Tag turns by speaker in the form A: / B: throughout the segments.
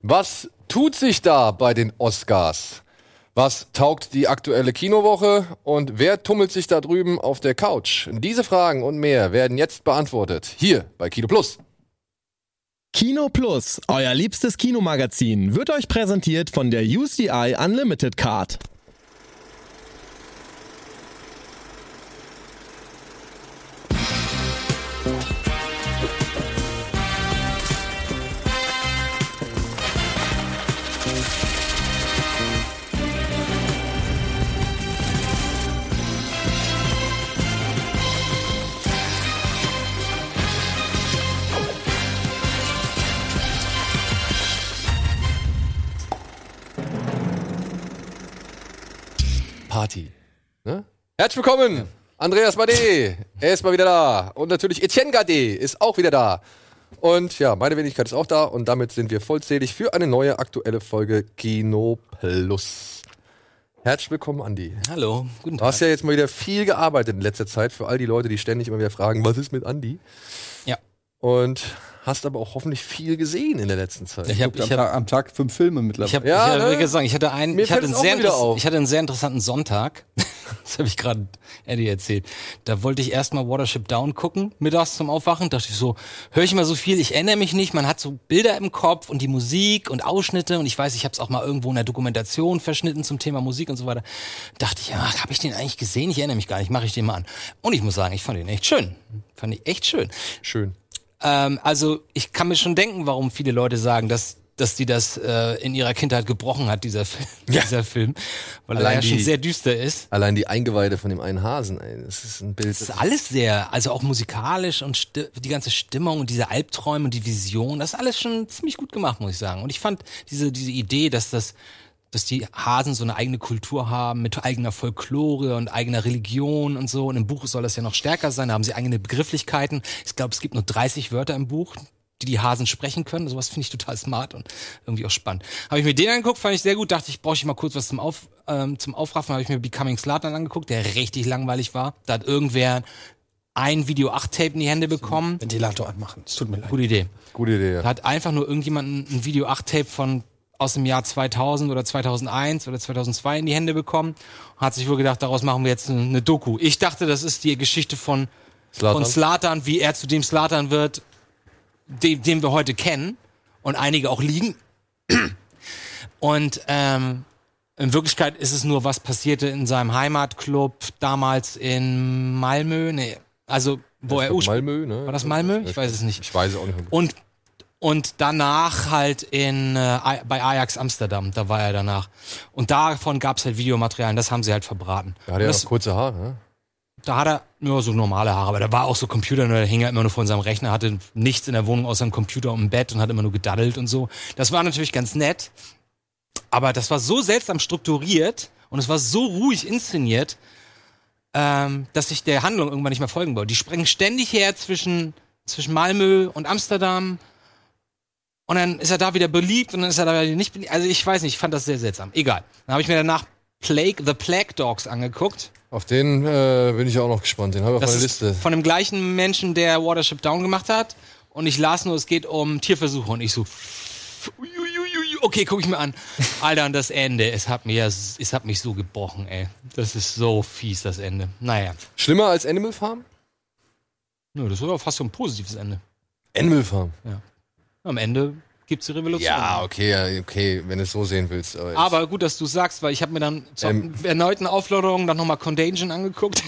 A: Was tut sich da bei den Oscars? Was taugt die aktuelle Kinowoche und wer tummelt sich da drüben auf der Couch? Diese Fragen und mehr werden jetzt beantwortet hier bei Kino Plus.
B: Kino Plus, euer liebstes Kinomagazin, wird euch präsentiert von der UCI Unlimited Card.
A: Party. Ne? Herzlich willkommen, Andreas Bade. Er ist mal wieder da. Und natürlich Etienne Gade ist auch wieder da. Und ja, meine Wenigkeit ist auch da. Und damit sind wir vollzählig für eine neue aktuelle Folge Kino Plus. Herzlich willkommen, Andi.
C: Hallo, guten
A: Du
C: Tag.
A: hast ja jetzt mal wieder viel gearbeitet in letzter Zeit für all die Leute, die ständig immer wieder fragen, was ist mit Andi?
C: Ja.
A: Und hast aber auch hoffentlich viel gesehen in der letzten Zeit.
C: Ich habe
D: Guckt
C: ich
D: am,
C: hab,
D: Tag, am Tag fünf Filme
C: ich
D: mittlerweile.
C: hab,
A: Ja,
C: ich hab,
A: ne?
C: wie gesagt, ich hatte einen,
A: Mir
C: ich hatte
A: fällt
C: einen
A: es auch
C: sehr
A: wieder
C: interess-
A: auf.
C: ich hatte einen sehr interessanten Sonntag. Das habe ich gerade Eddie erzählt. Da wollte ich erstmal Watership Down gucken, mittags zum Aufwachen. Dachte ich so, höre ich immer so viel, ich erinnere mich nicht. Man hat so Bilder im Kopf und die Musik und Ausschnitte und ich weiß, ich habe es auch mal irgendwo in der Dokumentation verschnitten zum Thema Musik und so weiter. Dachte ich, ach, habe ich den eigentlich gesehen? Ich erinnere mich gar nicht, mache ich den mal an. Und ich muss sagen, ich fand ihn echt schön. Fand ich echt schön.
A: Schön.
C: Ähm, also ich kann mir schon denken, warum viele Leute sagen, dass dass die das äh, in ihrer Kindheit gebrochen hat, dieser, Film, dieser Film, weil er
A: Allein
C: ja schon
A: die-
C: sehr düster ist.
A: Allein die Eingeweide von dem einen Hasen, ey, das ist ein Bild.
C: Das ist alles sehr, also auch musikalisch und sti- die ganze Stimmung und diese Albträume und die Vision, das ist alles schon ziemlich gut gemacht, muss ich sagen. Und ich fand diese, diese Idee, dass das, dass die Hasen so eine eigene Kultur haben mit eigener Folklore und eigener Religion und so. Und im Buch soll das ja noch stärker sein, da haben sie eigene Begrifflichkeiten. Ich glaube, es gibt nur 30 Wörter im Buch, die die Hasen sprechen können. Sowas finde ich total smart und irgendwie auch spannend. Habe ich mir den angeguckt, fand ich sehr gut. Dachte ich, brauche ich mal kurz was zum, Auf, ähm, zum Aufraffen. Habe ich mir Becoming Slatern angeguckt, der richtig langweilig war. Da hat irgendwer ein Video 8 Tape in die Hände bekommen.
D: Ventilator anmachen. Es tut mir leid.
C: Gute Idee.
A: Gute Idee.
C: Da hat einfach nur irgendjemand ein Video 8 Tape von aus dem Jahr 2000 oder 2001 oder 2002 in die Hände bekommen. Hat sich wohl gedacht, daraus machen wir jetzt eine Doku. Ich dachte, das ist die Geschichte von
A: Zlatan.
C: von Slatan, wie er zu dem Slatan wird, dem, den wir heute kennen und einige auch liegen. Und ähm, in Wirklichkeit ist es nur, was passierte in seinem Heimatclub damals in Malmö, nee, also wo er ursprünglich
A: Malmö, ne?
C: war das Malmö? Ich weiß es Oh, nicht.
A: Ich weiß es auch nicht.
C: Und, und danach halt in, äh, Aj- bei Ajax Amsterdam, da war er danach. Und davon gab es halt Videomaterial, und das haben sie halt verbraten.
A: Da hat er
C: Und
A: ja
C: das,
A: auch kurze Haare. Ne?
C: da hat er nur so normale Haare, aber da war auch so Computer, nur der hing er immer nur vor seinem Rechner, hatte nichts in der Wohnung außer einem Computer und im Bett und hat immer nur gedaddelt und so. Das war natürlich ganz nett, aber das war so seltsam strukturiert und es war so ruhig inszeniert, ähm, dass ich der Handlung irgendwann nicht mehr folgen wollte. Die springen ständig her zwischen, zwischen Malmö und Amsterdam. Und dann ist er da wieder beliebt und dann ist er da wieder nicht beliebt. Also ich weiß nicht, ich fand das sehr seltsam. Egal. Dann habe ich mir danach Plague, The Plague Dogs angeguckt.
A: Auf den äh, bin ich auch noch gespannt. Den habe ich auf
C: Das
A: meiner
C: ist
A: Liste.
C: von dem gleichen Menschen, der Watership Down gemacht hat. Und ich las nur, es geht um Tierversuche. Und ich so, uiuiuiui, okay, guck ich mir an. Alter, und das Ende, es hat, mir, es hat mich so gebrochen, ey. Das ist so fies, das Ende. Naja,
A: Schlimmer als Animal Farm?
C: Nö, das war fast so ein positives Ende.
A: Animal Farm.
C: Am Ende gibt's die Revolution.
A: Ja, okay, ja, okay, wenn du es so sehen willst. Aber, ich-
C: Aber gut, dass du sagst, weil ich habe mir dann zur
A: Ähm.
C: erneuten Auflauderung dann nochmal Contagion angeguckt.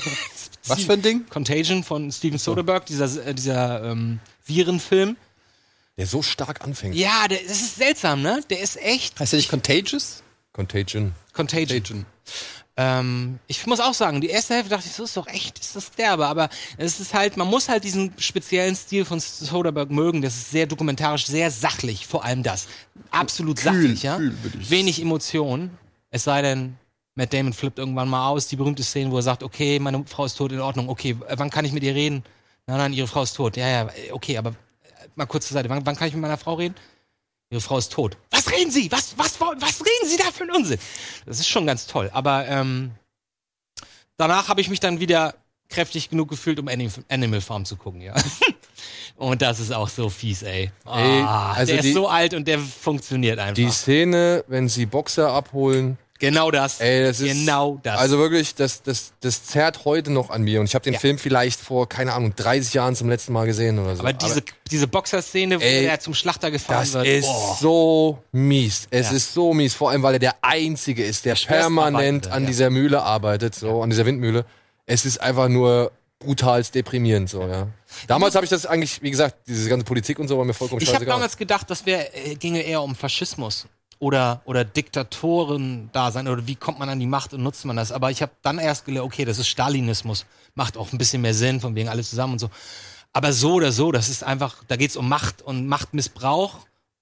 D: Was für ein Ding?
C: Contagion von Steven Soderbergh, dieser, äh, dieser ähm, Virenfilm.
A: der so stark anfängt.
C: Ja, der, das ist seltsam, ne? Der ist echt
D: Heißt der nicht Contagious?
A: Contagion.
C: Contagion. Ähm, ich muss auch sagen, die erste Hälfte dachte ich, so ist doch echt, ist das derbe. Aber es ist halt, man muss halt diesen speziellen Stil von Soderbergh mögen. Das ist sehr dokumentarisch, sehr sachlich, vor allem das. Absolut
D: Kühl,
C: sachlich, ja.
D: kühl, würde ich
C: Wenig Emotionen. Es sei denn, Matt Damon flippt irgendwann mal aus. Die berühmte Szene, wo er sagt, okay, meine Frau ist tot, in Ordnung. Okay, wann kann ich mit ihr reden? Nein, nein, ihre Frau ist tot. Ja, ja, okay, aber äh, mal kurz zur Seite. Wann, wann kann ich mit meiner Frau reden? Ihre Frau ist tot. Was reden Sie? Was, was, was, was reden Sie da für einen Unsinn? Das ist schon ganz toll. Aber ähm, danach habe ich mich dann wieder kräftig genug gefühlt, um Anim Animal Farm zu gucken, ja. Und das ist auch so fies, ey. Ah,
A: Ey, also
C: also der
A: die-
C: ist so alt und der funktioniert einfach.
A: Die Szene, wenn sie Boxer abholen,
C: genau das.
A: Ey, das ist
C: genau das.
A: Also wirklich, das, das, das zerrt heute noch an mir. Und ich habe den
C: Ja.
A: Film vielleicht vor, keine Ahnung, 30 Jahren zum letzten Mal gesehen oder so.
C: aber diese, diese Boxerszene, wo
A: Ey,
C: er zum Schlachter gefahren
A: das
C: wird.
A: ist
C: boah.
A: so mies. Es
C: Ja.
A: ist so mies, vor allem weil er der Einzige ist, der
C: schwerst
A: permanent
C: arbeitende,
A: an
C: ja.
A: dieser Mühle arbeitet, so an dieser Windmühle. Es ist einfach nur brutalst deprimierend, so ja. Damals habe ich das eigentlich, wie gesagt, diese ganze Politik und so war mir vollkommen
C: Ich habe
A: scheißegal.
C: damals gedacht, das wär, äh, ginge eher um Faschismus oder, oder Diktatoren-Dasein oder wie kommt man an die Macht und nutzt man das. Aber ich habe dann erst gelernt, okay, das ist Stalinismus. Macht auch ein bisschen mehr Sinn, von wegen alle zusammen und so. Aber so oder so, das ist einfach, da geht's um Macht und Machtmissbrauch.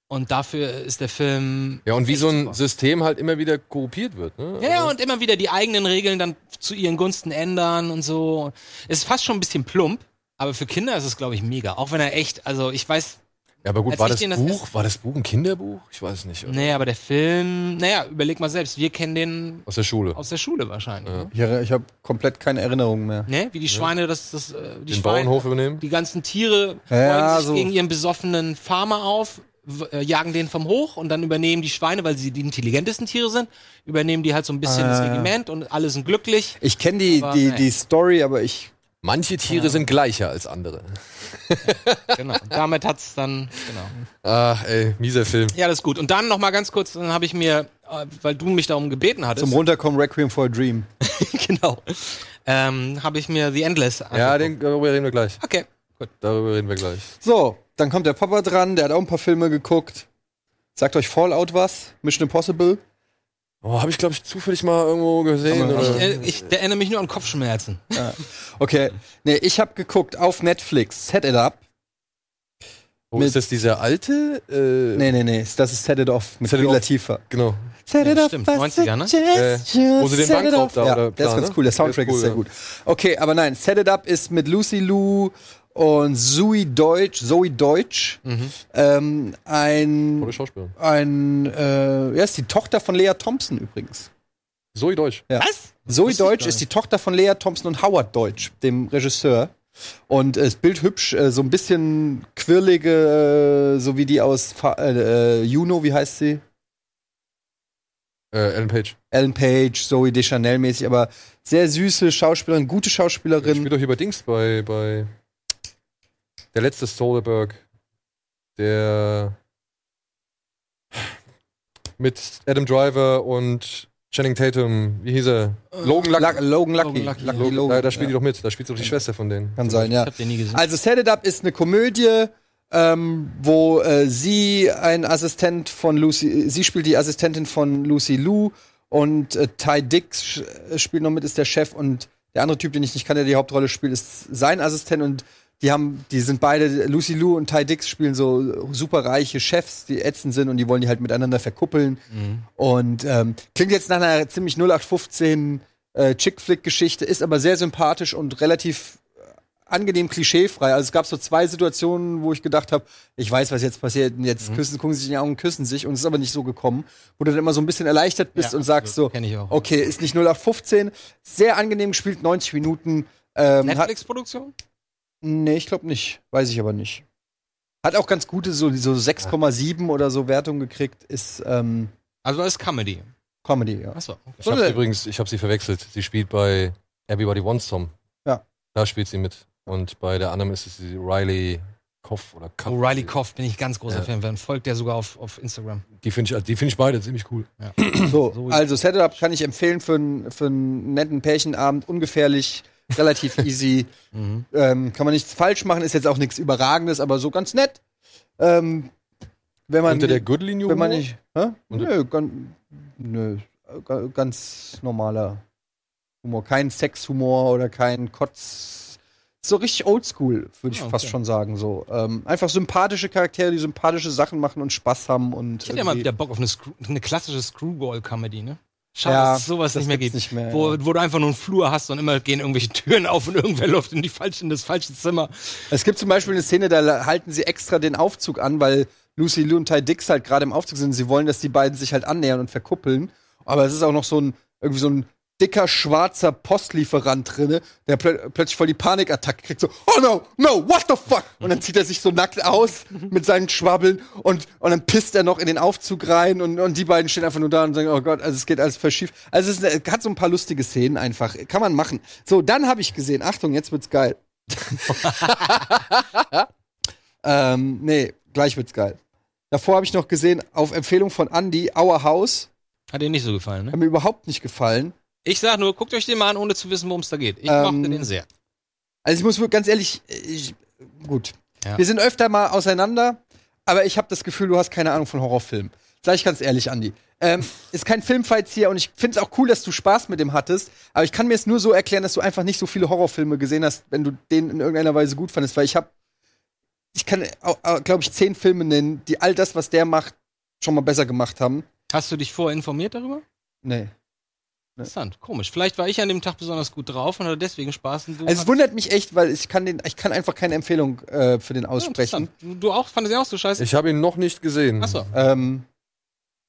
C: Und dafür ist der Film.
A: ja, und wie
C: echt
A: so ein
C: super.
A: System halt immer wieder korrupiert wird, ne?
C: Ja, ja, und immer wieder die eigenen Regeln dann zu ihren Gunsten ändern und so. Es ist fast schon ein bisschen plump, aber für Kinder ist es, glaube ich, mega. Auch wenn er echt, also ich weiß,
A: Ja, aber gut,
C: Als
A: war
C: ich
A: das,
C: den das
A: Buch, war das Buch ein Kinderbuch? Ich weiß es nicht. oder?
C: nee, aber der Film, naja, überleg mal selbst, wir kennen den
A: Aus der Schule.
C: aus der Schule wahrscheinlich. Ne?
D: Ich, erinn- ich habe komplett keine Erinnerungen mehr.
C: Ne? Wie die Schweine, das, das, äh, die
A: den
C: Schweine,
A: Bauernhof übernehmen?
C: die ganzen Tiere
D: Ja,
C: beugen sich
D: so.
C: gegen ihren besoffenen Farmer auf, w- äh, jagen den vom Hoch und dann übernehmen die Schweine, weil sie die intelligentesten Tiere sind, übernehmen die halt so ein bisschen das Regiment und alle sind glücklich.
D: Ich kenne die,
C: Aber
D: die,
C: nee.
D: die Story, aber ich.
A: Manche Tiere sind gleicher als andere.
C: Genau. Damit hat's dann, genau.
A: Ach, Ah, ey, mieser Film.
C: Ja, das ist gut. Und dann noch mal ganz kurz, dann habe ich mir, äh, weil du mich darum gebeten hattest,
D: Zum Runterkommen Requiem for a Dream.
C: genau, ähm, habe ich mir The Endless
A: Ja,
C: angeguckt.
A: den, darüber reden wir gleich.
C: Okay, gut.
A: Darüber reden wir gleich.
D: So, dann kommt der Papa dran, der hat auch ein paar Filme geguckt. Sagt euch Fallout was? Mission Impossible?
A: Oh, habe ich, glaube ich, zufällig mal irgendwo gesehen.
D: Aber-
A: Oder?
C: Äh, ich der erinnere mich nur an Kopfschmerzen.
D: Okay. Nee, ich habe geguckt auf Netflix. Set It Up.
A: Wo
D: mit-
A: ist das dieser alte? Äh,
D: Nee, nee, nee. Das ist Set It Off mit
A: Set It
D: viel
A: Off.
D: Latifa.
A: genau.
D: Set
C: Ja, stimmt, 90er,
A: Äh,
C: ne?
A: wo sie den Bankraub da
D: ja,
A: oder
D: der ist
A: planen,
D: ganz
A: ne?
D: cool. Der
A: Der
D: Soundtrack
A: ist
D: ist,
A: cool,
D: sehr
A: ja.
D: gut. Okay, aber nein, Set It Up ist mit Lucy Lou und Zoe Deutsch, Zoe Deutsch,
C: Mhm.
D: ähm, ein,
A: Tolle Schauspielerin.
D: ein, äh, ja, ist die Tochter von Lea Thompson übrigens.
A: Zoe Deutsch.
D: Ja.
C: Was?
D: Zoe
C: Wusste ich
D: Deutsch
C: gar
D: ist die Tochter von Lea Thompson und Howard Deutsch, dem Regisseur. Und äh, ist bildhübsch, äh, so ein bisschen quirlige, äh, so wie die aus Fa äh, äh, Juno, wie heißt sie?
A: Äh, Ellen Page.
D: Ellen Page, Zoe Deschanel mäßig, aber sehr süße Schauspielerin, gute
A: Ich
D: Schauspielerin.
A: spiele doch hier bei Dings bei, bei der letzte Soderbergh. Der mit Adam Driver und Channing Tatum. Wie hieß er? Logan Lucky.
D: Luck- Logan Lucky.
C: Logan Lucky,
D: Lucky
A: Logan,
D: Äh, Logan,
A: da, da spielt
D: ja.
A: die doch mit. Da spielt doch die Schwester von denen.
D: Kann sein, ja.
C: Ich hab den nie gesehen.
D: Also Set It Up ist eine Komödie, ähm, wo äh, sie ein Assistent von Lucy, sie spielt die Assistentin von Lucy Lou und äh, Ty Dix sch- äh, spielt noch mit, ist der Chef und der andere Typ, den ich nicht kannte, der die Hauptrolle spielt, ist sein Assistent und die haben, die sind beide, Lucy Lou und Ty Dix spielen so superreiche Chefs, die ätzend sind und die wollen die halt miteinander verkuppeln. Und ähm, klingt jetzt nach einer ziemlich 0815 äh, Chick-Flick-Geschichte, ist aber sehr sympathisch und relativ angenehm klischeefrei. Also es gab so zwei Situationen, wo ich gedacht habe, ich weiß, was jetzt passiert. Und
C: Mhm.
D: jetzt küssen, gucken sie sich in die Augen, küssen sich und es ist aber nicht so gekommen, wo du dann immer so ein bisschen erleichtert bist
C: Ja,
D: und sagst so,
C: absolut. Kenn ich auch.
D: okay, ist nicht 0815, sehr angenehm gespielt, 90 Minuten. Ähm, hat,
C: Netflix-Produktion?
D: nee, ich glaube nicht, weiß ich aber nicht. Hat auch ganz gute, so, so 6,7 oder so Wertung gekriegt, ist ähm,
C: Also das ist Comedy.
D: Comedy, ja.
C: Achso. Okay.
A: Ich habe sie übrigens, ich habe sie verwechselt. Sie spielt bei Everybody Wants Some.
D: Ja.
A: Da spielt sie mit. Und bei der anderen ist es die Riley Koff oder
D: Oh,
A: Koff.
C: O'Reilly Koff bin ich ganz großer
A: Ja.
C: Fan von. Folgt der sogar auf, auf Instagram.
A: Die finde ich, die finde ich beide ziemlich cool.
D: So,
C: So
D: also Setup kann ich empfehlen für, n- für einen netten Pärchenabend, ungefährlich, relativ easy. Ähm, kann man nichts falsch machen, ist jetzt auch nichts Überragendes, aber so ganz nett. Ähm, wenn man,
A: Unter der Goodly New
D: wenn man nicht, hä?
A: Unter-
D: Nö, gan, nö, ga- ganz normaler Humor, kein Sexhumor oder kein Kotz. So richtig oldschool, würde ich
C: Ah, okay.
D: fast schon sagen. So. Ähm, einfach sympathische Charaktere, die sympathische Sachen machen und Spaß haben. Und
C: Ich hätte ja mal
D: irgendwie-
C: wieder Bock auf eine, Screw eine klassische Screwball-Comedy, ne? Schade,
D: Ja,
C: dass es sowas
D: das
C: nicht mehr
D: gibt's
C: gibt.
D: nicht mehr,
C: wo,
D: ja.
C: wo du einfach nur einen Flur hast und immer gehen irgendwelche Türen auf und irgendwer läuft in, die falsche, in das falsche Zimmer.
D: Es gibt zum Beispiel eine Szene, da halten sie extra den Aufzug an, weil Lucy Lou und Ty Dix halt gerade im Aufzug sind. Sie wollen, dass die beiden sich halt annähern und verkuppeln. Aber es ist auch noch so ein, irgendwie so ein dicker schwarzer Postlieferant drinne, der plö plötzlich voll die Panikattacke kriegt, so, oh no, no, what the fuck? Und dann zieht er sich so nackt aus mit seinen Schwabbeln und, und dann pisst er noch in den Aufzug rein und, und die beiden stehen einfach nur da und sagen, oh Gott, also es geht alles verschief. Also es ist, hat so ein paar lustige Szenen einfach, kann man machen. So, dann habe ich gesehen, Achtung, jetzt wird's geil. ähm, nee, gleich wird's geil. Davor habe ich noch gesehen, auf Empfehlung von Andy, Our House,
C: Hat dir nicht so gefallen,
D: hat
C: ne?
D: mir überhaupt nicht gefallen.
C: Ich sag nur, guckt euch den mal an, ohne zu wissen, worum es da geht. Ich
D: Ähm,
C: mochte den sehr.
D: Also ich muss wirklich ganz ehrlich, ich, gut.
C: Ja.
D: Wir sind öfter mal auseinander, aber ich habe das Gefühl, du hast keine Ahnung von Horrorfilmen. Sag ich ganz ehrlich, Andi. Ähm, ist kein Filmfights hier und ich finde es auch cool, dass du Spaß mit dem hattest, aber ich kann mir es nur so erklären, dass du einfach nicht so viele Horrorfilme gesehen hast, wenn du den in irgendeiner Weise gut fandest, weil ich habe, ich kann, glaube ich, zehn Filme nennen, die all das, was der macht, schon mal besser gemacht haben.
C: Hast du dich vorher informiert darüber?
D: Nee.
C: Interessant, komisch. Vielleicht war ich an dem Tag besonders gut drauf und hatte deswegen Spaß. Und du
D: Also es
C: hast-
D: wundert mich echt, weil ich kann den, ich kann einfach keine Empfehlung äh, für den
C: Ja,
D: aussprechen.
C: interessant. Du, du auch? Fandest du den auch so scheiße?
A: Ich habe ihn noch nicht gesehen.
C: Achso,
D: ähm,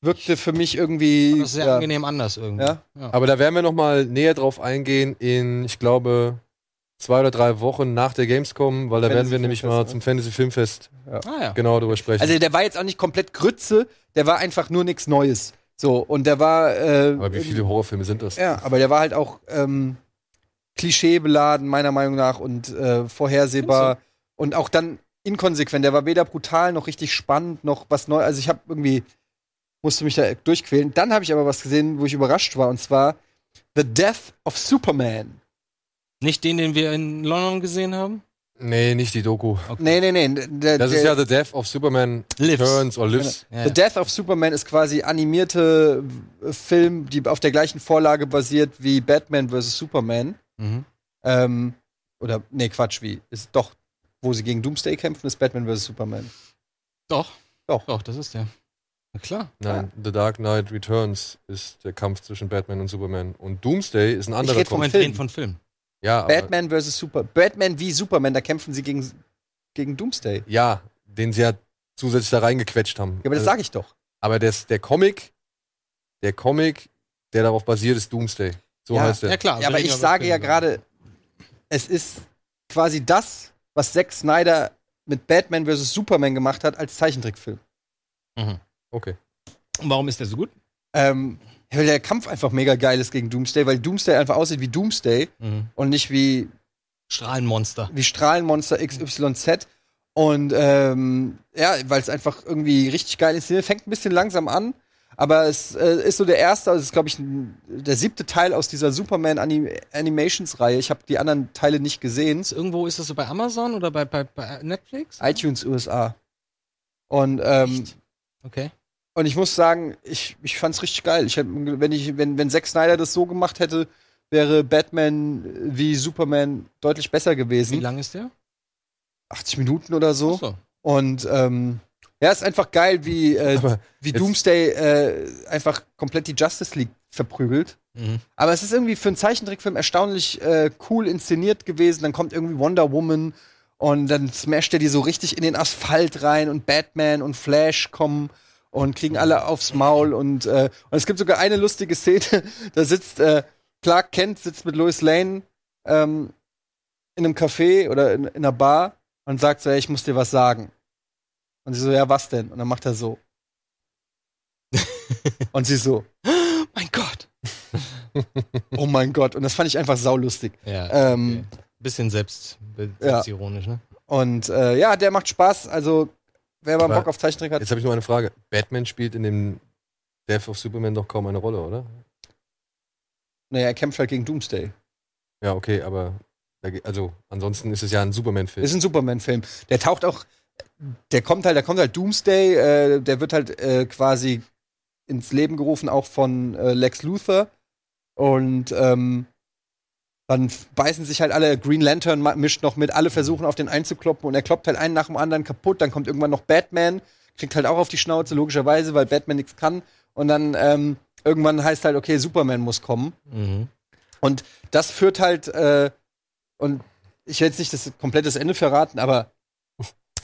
D: wirkte für mich irgendwie.
C: das ist sehr
D: ja.
C: angenehm anders irgendwie.
D: Ja.
A: Aber da werden wir noch mal näher drauf eingehen in, ich glaube, zwei oder drei Wochen nach der Gamescom, weil da werden wir
D: Fantasy
A: nämlich
D: Filmfest,
A: mal
D: ne?
A: zum Fantasy Filmfest
C: Ah ja.
A: genau darüber sprechen.
D: Also der war jetzt auch nicht komplett Grütze, der war einfach nur nichts Neues. So, und der war. Äh,
A: Aber wie viele Horrorfilme sind das?
D: Ja, aber der war halt auch ähm, klischeebeladen, meiner Meinung nach, und äh, vorhersehbar. Und auch dann inkonsequent. Der war weder brutal noch richtig spannend noch was Neues. Also ich habe irgendwie, musste mich da durchquälen. Dann habe ich aber was gesehen, wo ich überrascht war, und zwar The Death of Superman.
C: Nicht den, den wir in London gesehen haben?
A: Nee, nicht die Doku.
D: Nee, nee, nee. Der,
A: Das
D: der,
A: ist ja The Death of Superman
C: Lives.
A: Returns or Lives.
C: Ja,
D: The
C: ja.
D: Death of Superman ist quasi animierte äh, Film, die auf der gleichen Vorlage basiert wie Batman vs. Superman.
C: Mhm.
D: Ähm, oder, nee, Quatsch, wie? Ist doch, wo sie gegen Doomsday kämpfen, ist Batman vs. Superman.
C: Doch.
D: Doch.
C: Doch, das ist der. Na klar.
A: Nein, The Dark Knight Returns ist der Kampf zwischen Batman und Superman. Und Doomsday ist ein anderer
D: red vom
A: Kampf.
C: Moment,
D: Film.
C: reden von Film.
A: Ja, aber-
D: Batman vs. Super. Batman wie Superman, da kämpfen sie gegen, gegen Doomsday. Ja,
A: ja, den sie ja zusätzlich da reingequetscht haben.
D: aber das
A: Also-
D: sage ich doch.
A: Aber das, der Comic, der Comic, der darauf basiert, ist Doomsday. So
D: Ja,
A: heißt der.
C: Ja, klar.
D: ja,
C: wir also
D: aber
C: reden
D: ich
C: über
D: sage ja
C: Filme. ne?
D: gerade, es ist quasi das, was Zack Snyder mit Batman vs. Superman gemacht hat als Zeichentrickfilm.
A: Okay.
C: Und warum ist der so gut?
D: Ähm, weil der Kampf einfach mega geil ist gegen Doomsday, weil Doomsday einfach aussieht wie Doomsday
C: Mhm.
D: und nicht wie,
C: Strahlenmonster.
D: wie Strahlenmonster XYZ. Und ähm, ja, weil es einfach irgendwie richtig geil ist. Fängt ein bisschen langsam an, aber es äh, ist so der erste, also es ist, glaube ich, ein- der siebte Teil aus dieser Superman -Anim Animations-Reihe. Ich habe die anderen Teile nicht gesehen.
C: Ist Irgendwo ist das so bei Amazon oder bei, bei, bei Netflix?
D: iTunes USA. Und ähm,
C: Okay.
D: Und ich muss sagen, ich, ich fand's richtig geil. Ich hätt, wenn, ich, wenn, wenn Zack Snyder das so gemacht hätte, wäre Batman wie Superman deutlich besser
C: Wie
D: gewesen.
C: lang ist der?
D: 80 Minuten oder hm? so.
C: Achso.
D: Und ähm, ja, ist einfach geil, wie, äh,
A: Aber
D: wie
A: jetzt-
D: Doomsday äh, einfach komplett die Justice League verprügelt.
C: Mhm.
D: Aber es ist irgendwie für einen Zeichentrickfilm erstaunlich äh, cool inszeniert gewesen. Dann kommt irgendwie Wonder Woman und dann smasht er die so richtig in den Asphalt rein und Batman und Flash kommen und kriegen alle aufs Maul. Und, äh, und es gibt sogar eine lustige Szene, da sitzt äh, Clark Kent sitzt mit Lois Lane ähm, in einem Café oder in, in einer Bar und sagt so, "Ey, ich muss dir was sagen. Und sie so, ja, was denn? Und dann macht er so. und sie so,
C: Mein Gott.
D: oh mein Gott. Und das fand ich einfach saulustig.
C: Ja.
D: Ähm,
C: okay. Äh, Bisschen selbst,
D: Ja.
C: selbstironisch, ne?
D: Und äh, ja, der macht Spaß. Also, wer mal
A: Aber
D: Bock auf Zeichentrick hat,
A: jetzt habe ich nur eine Frage. Batman spielt in dem Death of Superman doch kaum eine Rolle, oder?
D: naja, er kämpft halt gegen Doomsday.
A: Ja, okay, aber da ge- also ansonsten ist es ja ein Superman-Film.
D: Ist ein Superman-Film. Der taucht auch, der kommt halt, der kommt halt Doomsday, äh, der wird halt äh, quasi ins Leben gerufen, auch von äh, Lex Luthor. Und ähm, dann f- beißen sich halt alle, Green Lantern ma- mischt noch mit, alle versuchen auf den einzukloppen und er kloppt halt einen nach dem anderen kaputt, dann kommt irgendwann noch Batman, kriegt halt auch auf die Schnauze, logischerweise, weil Batman nichts kann. Und dann ähm, irgendwann heißt halt, okay, Superman muss kommen.
C: Mhm.
D: Und das führt halt, äh, und ich will jetzt nicht das komplette Ende verraten, aber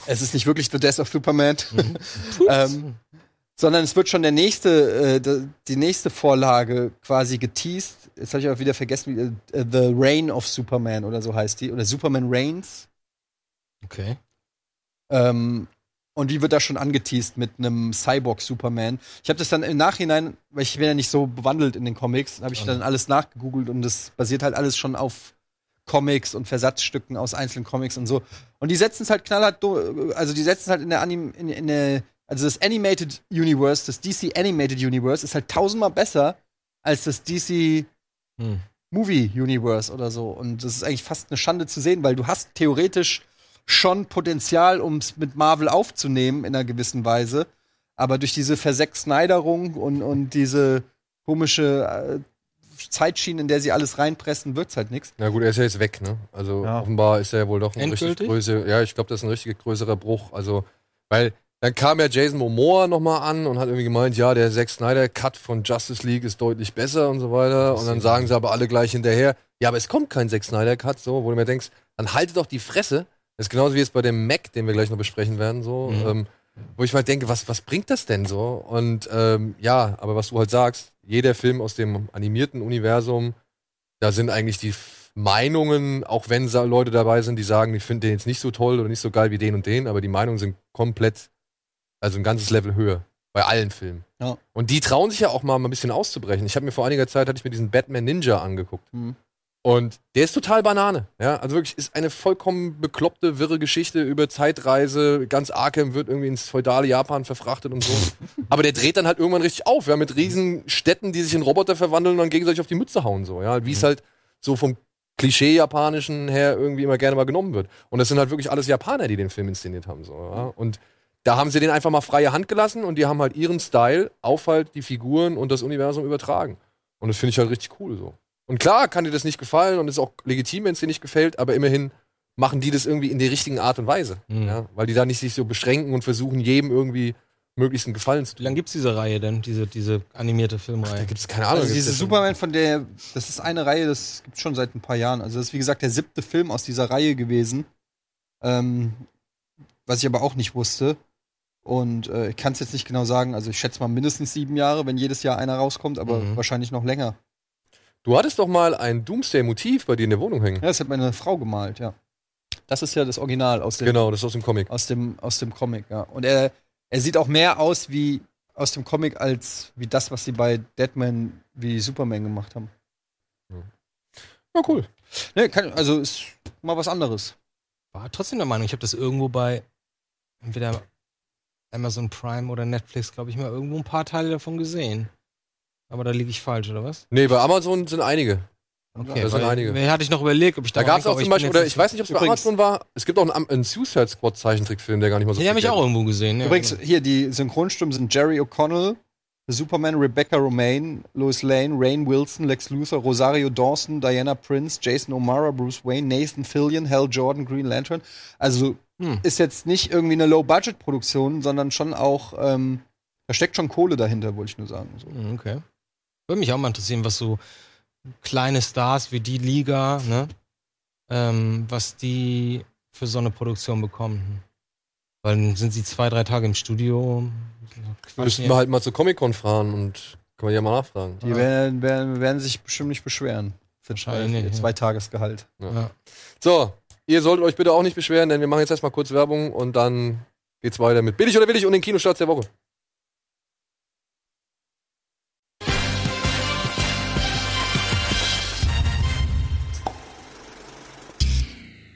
D: es ist nicht wirklich The Death of Superman, ähm, sondern es wird schon der nächste, äh, de- die nächste Vorlage quasi geteased. Jetzt habe ich auch wieder vergessen, wie, äh, The Reign of Superman oder so heißt die. Oder Superman Reigns.
C: Okay.
D: Ähm, und die wird da schon angeteased mit einem Cyborg-Superman. Ich habe das dann im Nachhinein, weil ich bin ja nicht so bewandelt in den Comics, habe ich dann alles nachgegoogelt und das basiert halt alles schon auf Comics und Versatzstücken aus einzelnen Comics und so. Und die setzen es halt knallhart, do- also die setzen es halt in der Anim, in, in der, also das Animated Universe, das DC Animated Universe ist halt tausendmal besser als das DC
C: Hm.
D: Movie Universe oder so. Und das ist eigentlich fast eine Schande zu sehen, weil du hast theoretisch schon Potenzial, um es mit Marvel aufzunehmen in einer gewissen Weise. Aber durch diese Versechsneiderung und, und diese komische äh, Zeitschiene, in der sie alles reinpressen, wird's halt nichts.
A: Na gut, er ist ja jetzt weg, ne? Also
D: Ja.
A: offenbar ist er wohl doch ein richtig
C: Endgültig?
A: größer, ja, ich glaube, das ist ein richtig größerer Bruch. Also, weil dann kam ja Jason Momoa nochmal an und hat irgendwie gemeint, ja, der Zack Snyder-Cut von Justice League ist deutlich besser und so weiter. Und dann sagen sie aber alle gleich hinterher, ja, aber es kommt kein Zack Snyder-Cut, so, wo du mir denkst, dann halte doch die Fresse. Das ist genauso wie jetzt bei dem Mac, den wir gleich noch besprechen werden, so,
C: Mhm.
A: ähm, wo ich mal denke, was, was bringt das denn so? Und ähm, ja, aber was du halt sagst, jeder Film aus dem animierten Universum, da sind eigentlich die F- Meinungen, auch wenn sa- Leute dabei sind, die sagen, ich finde den jetzt nicht so toll oder nicht so geil wie den und den, aber die Meinungen sind komplett, also ein ganzes Level höher bei allen Filmen.
D: Ja.
A: Und die trauen sich ja auch mal ein bisschen auszubrechen. Ich habe mir vor einiger Zeit hatte ich mir diesen Batman Ninja angeguckt.
D: Mhm.
A: Und der ist total Banane. Ja, also wirklich ist eine vollkommen bekloppte, wirre Geschichte über Zeitreise. Ganz Arkham wird irgendwie ins feudale Japan verfrachtet und so. Aber der dreht dann halt irgendwann richtig auf. Ja, mit riesen Städten, die sich in Roboter verwandeln und dann gegenseitig auf die Mütze hauen. So, ja, wie es halt so vom Klischee-Japanischen her irgendwie immer gerne mal genommen wird. Und das sind halt wirklich alles Japaner, die den Film inszeniert haben. So, ja? Und da haben sie den einfach mal freie Hand gelassen und die haben halt ihren Style auf halt die Figuren und das Universum übertragen. Und das finde ich halt richtig cool so. Und klar kann dir das nicht gefallen und ist auch legitim, wenn es dir nicht gefällt, aber immerhin machen die das irgendwie in der richtigen Art und Weise.
C: Mhm.
A: Ja? Weil die da nicht sich so beschränken und versuchen, jedem irgendwie möglichst einen Gefallen zu
C: Wie
A: tun.
C: lange gibt's diese Reihe denn, diese, diese animierte
A: Da
C: Filmreihe?
A: gibt es keine Ahnung.
D: Also
A: gibt's
D: diese
A: das schon?
D: Superman, von der, das ist eine Reihe, das gibt's schon seit ein paar Jahren. Also das ist wie gesagt der siebte Film aus dieser Reihe gewesen. Ähm, was ich aber auch nicht wusste. Und äh, ich kann es jetzt nicht genau sagen. Also ich schätze mal mindestens sieben Jahre, wenn jedes Jahr einer rauskommt, aber
A: Mhm.
D: wahrscheinlich noch länger.
A: Du hattest doch mal ein Doomsday-Motiv bei dir in der Wohnung hängen.
D: Ja, das hat meine Frau gemalt, ja. Das ist ja das Original aus dem,
A: Genau, das ist aus dem Comic.
D: aus dem, aus dem Comic, ja. Und er, er sieht auch mehr aus wie aus dem Comic als wie das, was sie bei Deadman wie Superman gemacht haben.
A: Na cool.
D: Ne, kann, also ist mal was anderes.
C: war trotzdem der Meinung, ich habe das irgendwo bei entweder Amazon Prime oder Netflix, glaube ich, mal irgendwo ein paar Teile davon gesehen. Aber da liege ich falsch, oder was?
A: Nee, bei Amazon sind einige.
C: Okay,
A: Da sind
C: weil-
A: einige.
C: weil hatte ich noch überlegt, ob ich
A: Da
C: mal
A: gab es
C: reinkomme,
A: auch zum
C: aber bin
A: Beispiel,
C: jetzt
A: oder
C: nicht-
A: ich weiß nicht, ob es bei
D: Übrigens-
A: Amazon war, es gibt auch einen, Am- einen Suicide Squad Zeichentrickfilm, der gar nicht mal so
C: Den habe ich
A: viel
C: auch
A: Geld-
C: irgendwo gesehen. Ja,
D: Übrigens,
C: genau.
D: hier die Synchronstimmen sind Jerry O'Connell, Superman, Rebecca Romaine, Lois Lane, Rain Wilson, Lex Luthor, Rosario Dawson, Diana Prince, Jason O'Mara, Bruce Wayne, Nathan Fillion, Hal Jordan, Green Lantern. Also
C: Hm.
D: ist jetzt nicht irgendwie eine Low-Budget-Produktion, sondern schon auch, ähm, da steckt schon Kohle dahinter, wollte ich nur sagen. So.
C: Hm, Okay. Würde mich auch mal interessieren, was so kleine Stars wie die Liga, ne? Ähm, was die für so eine Produktion bekommen. Weil dann sind sie zwei, drei Tage im Studio.
A: Müssten wir halt mal zur Comic-Con fahren und können wir ja mal nachfragen.
C: Ah.
D: Die werden, werden, werden sich bestimmt nicht beschweren. Für
C: Wahrscheinlich,
D: zwei,
C: ja.
D: zwei Tagesgehalt.
A: halt-
C: Ja.
A: So, ihr solltet euch bitte auch nicht beschweren, denn wir machen jetzt erstmal kurz Werbung und dann geht's weiter mit Billig oder Willig und den Kinostarts der Woche.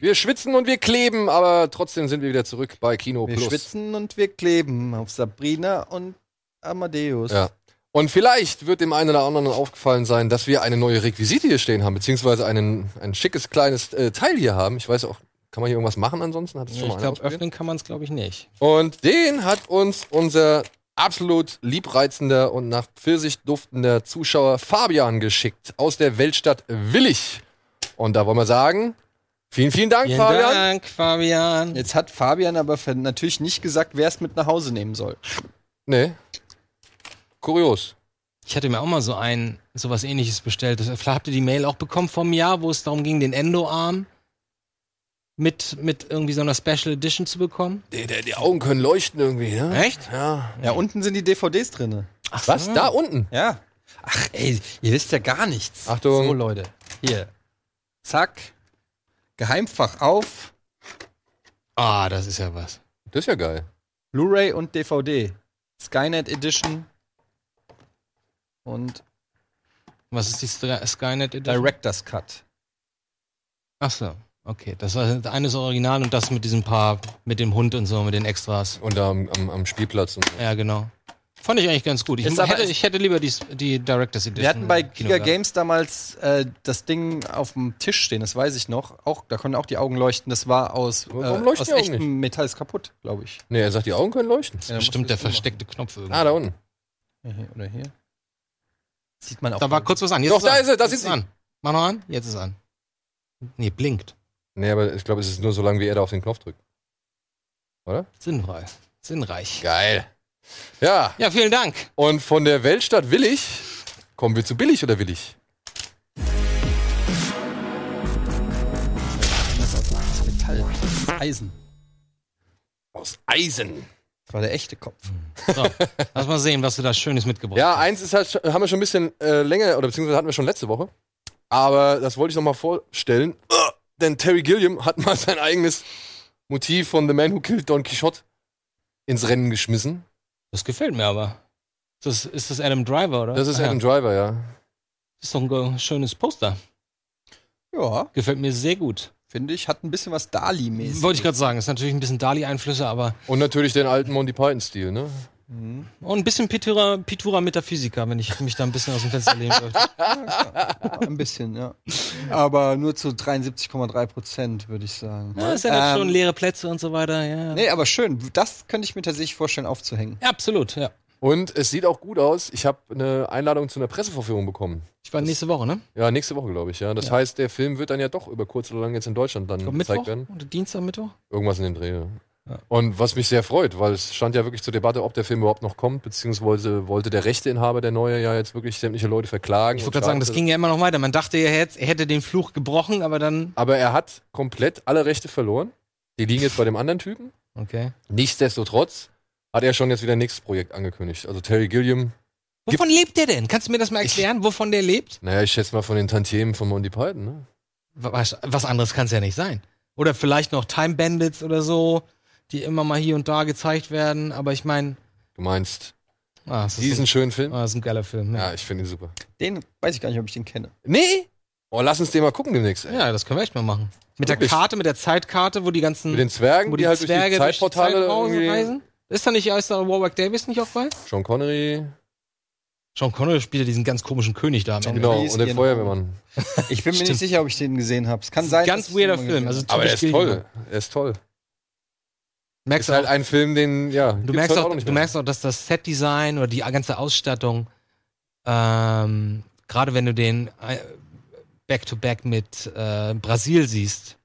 A: Wir schwitzen und wir kleben, aber trotzdem sind wir wieder zurück bei Kino
D: Wir
A: Oh, Plus.
D: schwitzen und wir kleben auf Sabrina und Amadeus.
A: Ja. Und vielleicht wird dem einen oder anderen aufgefallen sein, dass wir eine neue Requisite hier stehen haben, beziehungsweise einen, ein schickes kleines äh, Teil hier haben. Ich weiß auch, kann man hier irgendwas machen ansonsten? Hat es schon mal
C: Ich
A: einer
C: glaube,
A: ausprobiert?
C: öffnen kann man es, glaube ich, nicht.
A: Und den hat uns unser absolut liebreizender und nach Pfirsich duftender Zuschauer Fabian geschickt aus der Weltstadt Willig. Und da wollen wir sagen, vielen, vielen Dank,
C: Vielen
A: Fabian.
C: Dank, Fabian.
D: Jetzt hat Fabian aber ver- natürlich nicht gesagt, wer es mit nach Hause nehmen soll.
A: Nee. Kurios.
C: Ich hatte mir auch mal so ein, sowas ähnliches bestellt. Das, vielleicht habt ihr die Mail auch bekommen vom Jahr, wo es darum ging, den Endoarm. mit, mit irgendwie so einer Special Edition zu bekommen.
A: Die, die, die Augen können leuchten irgendwie,
D: Hm?
A: ne?
C: Echt?
A: Ja.
D: Ja, unten sind die DVDs drin.
C: Ach
A: Was? Da unten?
D: Ja. Ach, ey, ihr wisst ja gar nichts.
A: Achtung.
D: So, Leute. Hier. Zack. Geheimfach auf.
C: Ah, das ist ja was.
A: Das ist ja geil.
D: Blu-ray und DVD. Skynet Edition. Und
C: Was ist die Stra- Skynet Edition?
D: Director's Cut.
C: Ach so. Okay, das war das eine ist Original und das mit diesem Paar, mit dem Hund und so, mit den Extras.
A: Und da am, am, am Spielplatz. Und so.
C: Ja, genau. Fand ich eigentlich ganz gut. Ich,
D: Ist aber-
C: hätte, ich hätte lieber die, die Directors Edition.
D: Wir hatten bei
C: im Kino
D: Giga
C: gehabt.
D: Games damals äh, das Ding auf dem Tisch stehen, das weiß ich noch. Auch, da konnten auch die Augen leuchten. Das war aus, äh,
A: Warum leuchten
D: aus
A: die Augen
D: echtem Metall ist kaputt, glaube ich.
A: Nee, er sagt, die Augen können leuchten.
D: Ja,
C: Bestimmt
D: musst
C: der
D: du das so
C: versteckte Knopf irgendwie.
A: Ah, da unten.
D: machen. Hier Oder hier. Sieht man auch.
C: da war kurz was an.
A: Doch,
C: es
A: da
C: an.
A: ist sie, da
C: Jetzt
A: sieht
C: ist
A: sie.
C: an. Mach noch an. Jetzt ist an. Nee, blinkt.
A: Nee, aber ich glaube, es ist nur so lange, wie er da auf den Knopf drückt.
C: Sinnreich. Sinnreich.
A: Geil. Ja,
C: Ja, vielen Dank.
A: und von der Weltstadt Willig kommen wir zu Billig oder Willig?
D: Metall. Eisen.
A: Aus Eisen.
D: Das war der echte Kopf.
C: Mhm. So, lass mal sehen, was du da Schönes mitgebracht
A: Ja,
C: hast.
A: eins ist halt, haben wir schon ein bisschen äh, länger, oder beziehungsweise hatten wir schon letzte Woche. Aber das wollte ich nochmal vorstellen. Ugh, Denn Terry Gilliam hat mal sein eigenes Motiv von The Man Who Killed Don Quixote ins Rennen geschmissen.
C: Das gefällt mir aber. Das, ist das Adam Driver, oder?
A: Das ist
C: Ah, ja.
A: Adam Driver, ja.
C: Das ist doch ein go- schönes Poster.
D: Ja,
C: Gefällt mir sehr gut.
D: finde ich. Hat ein bisschen was Dali-mäßig.
C: Wollte ich gerade sagen, ist natürlich ein bisschen Dali-Einflüsse, aber.
A: Und natürlich den alten Monty Python-Stil, ne?
C: Und ein bisschen Pitura, Pitura Metaphysiker, wenn ich mich da ein bisschen aus dem Fenster lehnen würde.
D: Ein bisschen, ja. Aber nur zu 73,3 Prozent, würde ich sagen.
C: Ja, ist ja dann
D: Ähm,
C: schon leere Plätze und so weiter, ja.
D: Nee, aber schön. Das könnte ich mir tatsächlich vorstellen, aufzuhängen.
C: Ja, absolut, ja.
A: Und es sieht auch gut aus. Ich habe eine Einladung zu einer Pressevorführung bekommen.
C: Ich war nächste Woche, ne?
A: Ja, nächste Woche, glaube ich, ja. Das heißt, der Film wird dann ja doch über kurz oder lang jetzt in Deutschland dann
C: Mittwoch?
A: gezeigt werden.
C: Oder Dienstag, Mittwoch?
A: Irgendwas in dem Dreh. ja. Und was mich sehr freut, weil es stand ja wirklich zur Debatte, ob der Film überhaupt noch kommt, beziehungsweise wollte der Rechteinhaber, der neue, ja jetzt wirklich sämtliche Leute verklagen.
C: Ich
A: und
C: wollte gerade sagen, das
A: Schaden-
C: ging ja immer noch weiter. Man dachte, er hätte, er hätte den Fluch gebrochen, aber dann.
A: Aber er hat komplett alle Rechte verloren. Die liegen jetzt bei dem anderen Typen.
C: Okay.
A: Nichtsdestotrotz hat er schon jetzt wieder ein nächstes Projekt angekündigt. Also Terry Gilliam,
C: Wovon lebt der denn? Kannst du mir das mal erklären, wovon der lebt?
A: naja, ich schätze mal von den Tantiemen von Monty Python, ne?
C: Was, was anderes kann es ja nicht sein. Oder vielleicht noch Time Bandits oder so, die immer mal hier und da gezeigt werden, aber ich meine.
A: Du meinst
C: Ah, es ist
A: diesen
C: ein,
A: schönen Film?
C: ah, es ist ein geiler Film.
A: Ja,
C: Ja.
A: ich finde ihn super.
D: Den weiß ich gar nicht, ob ich den kenne.
A: Nee? Oh, lass uns den mal gucken demnächst. Ey.
C: ja, das können wir echt mal machen. Mit
A: Wirklich?
C: der Karte, mit der Zeitkarte, wo die ganzen.
A: Mit den Zwergen,
C: ähm, wo
A: die, halt durch die Zeitportale
C: Zeitpausen
A: irgendwie-
C: reisen. Ist da nicht ist da Warwick Davis nicht auch bei?
A: Sean Connery.
C: Sean Connery spielt ja diesen ganz komischen König da am
D: John
C: Ende.
A: Genau,
D: Reese,
A: und der
D: ihren-
A: Feuerwehrmann.
D: Ich bin mir nicht
C: Stimmt.
D: sicher, ob ich den gesehen habe. Es kann sein.
C: Ganz
D: dass ich den
C: weirder
D: mal
C: Film.
D: gesehen
C: Also
D: habe.
A: Aber
C: typisch
A: er ist
C: Gilliam.
A: toll. Er ist toll.
C: Merkst
A: Ist
C: du
A: halt
C: auch-
A: ein Film, den, ja.
C: Du
A: gibt's
C: merkst,
A: heute
C: auch,
A: nicht
C: du
A: mehr.
C: merkst auch, dass das Set-Design oder die ganze Ausstattung, ähm, gerade wenn du den äh, Back-to-Back mit äh, Brasil siehst,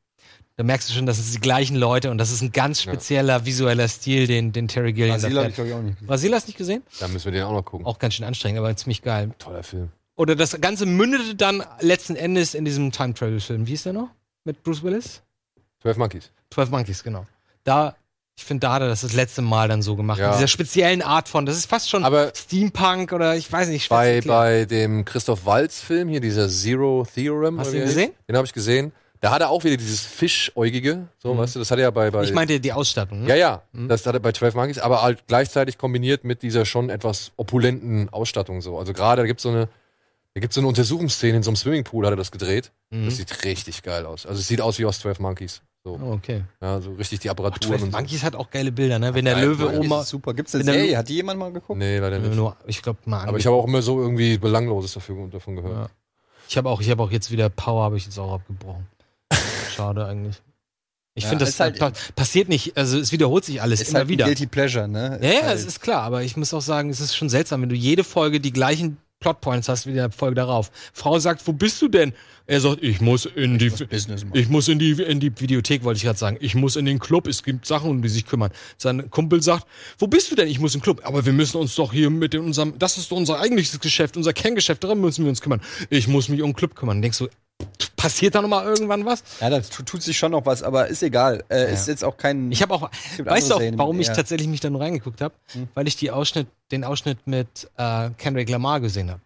C: da merkst du schon, das sind die gleichen Leute und das ist ein ganz
A: Ja.
C: spezieller visueller Stil, den, den Terry Gilliam
D: Brasil
C: da
D: habe ich,
C: fährt.
D: glaube ich, auch nicht gesehen.
C: Brasil hast du nicht gesehen?
A: Da müssen wir den auch noch gucken.
C: Auch ganz schön anstrengend, aber ziemlich geil.
A: Toller Film.
C: Oder das Ganze mündete dann letzten Endes in diesem Time-Travel-Film. Wie hieß der noch? Mit Bruce Willis?
A: 12 Monkeys.
C: 12 Monkeys, genau. Da, ich finde, da hat er das das letzte Mal dann so gemacht.
A: Ja.
C: Mit dieser speziellen Art von, das ist fast schon
A: Aber
C: Steampunk oder ich weiß nicht. schwer zu
A: bei,
C: erklären.
A: bei dem Christoph Walz-Film, hier dieser Zero Theorem.
C: Hast
A: oder wie
C: du ihn
A: er
C: gesehen?
A: hieß, Den habe ich gesehen. Da hat er auch wieder dieses Fischäugige. So, weißt du, das hat er ja bei. bei
C: Mhm. Ich meinte die Ausstattung. Ne?
A: ja, ja, das hat er bei 12 Monkeys, aber halt gleichzeitig kombiniert mit dieser schon etwas opulenten Ausstattung so. Also gerade da gibt es so eine, da gibt's so eine Untersuchungsszene in so einem Swimmingpool, hat er das gedreht. Das sieht richtig geil aus. Also es sieht aus wie aus 12 Monkeys. So,
C: Mhm. Oh, okay.
A: ja, so richtig die
C: Oh,
A: Apparaturen
C: 12
A: und so.
C: Monkeys hat auch geile Bilder, ne? Wenn der
A: Ja,
C: Löwe
A: Mann,
D: Ist
C: oben.
D: es super. Gibt es eine
C: Wenn der
D: Serie?
C: Lu-
D: Hat die jemand mal geguckt?
A: Nee, leider nicht.
C: Nur, ich glaube mal.
A: Aber ich habe auch immer so irgendwie Belangloses dafür, davon gehört.
C: Ja. ich habe auch, ich hab auch jetzt wieder Power, habe ich jetzt auch abgebrochen. Schade eigentlich. Ich
D: Ja,
C: finde, das
D: ist halt-
C: pa passiert nicht. Also es wiederholt sich alles
A: halt
C: immer
D: ein
C: wieder.
D: Guilty Pleasure, ne?
C: Ja, ja,
D: halt-
C: es ist klar, aber ich muss auch sagen, es ist schon seltsam, wenn du jede Folge die gleichen Plotpoints hast wie der Folge darauf. Frau sagt, wo bist du denn? Er sagt, ich muss in die
D: Business machen.
C: ich muss in die in die Videothek, wollte ich gerade sagen. Ich muss in den Club, es gibt Sachen, um die sich kümmern. Sein Kumpel sagt, wo bist du denn? Ich muss in den Club. Aber wir müssen uns doch hier mit in unserem das ist doch unser eigentliches Geschäft, unser Kerngeschäft, daran müssen wir uns kümmern. Ich muss mich um den Club kümmern. Denkst du, passiert da nochmal irgendwann was?
D: Ja, da tu- tut sich schon noch was, aber ist egal. Äh, Ist jetzt auch kein.
C: Ich habe auch, weißt
D: gibt
C: du
D: andere
C: auch,
D: Serien,
C: warum ich
D: ja. Hm.
C: tatsächlich mich da nur reingeguckt habe? Weil ich die Ausschnitt, den Ausschnitt mit äh, Kendrick Lamar gesehen habe.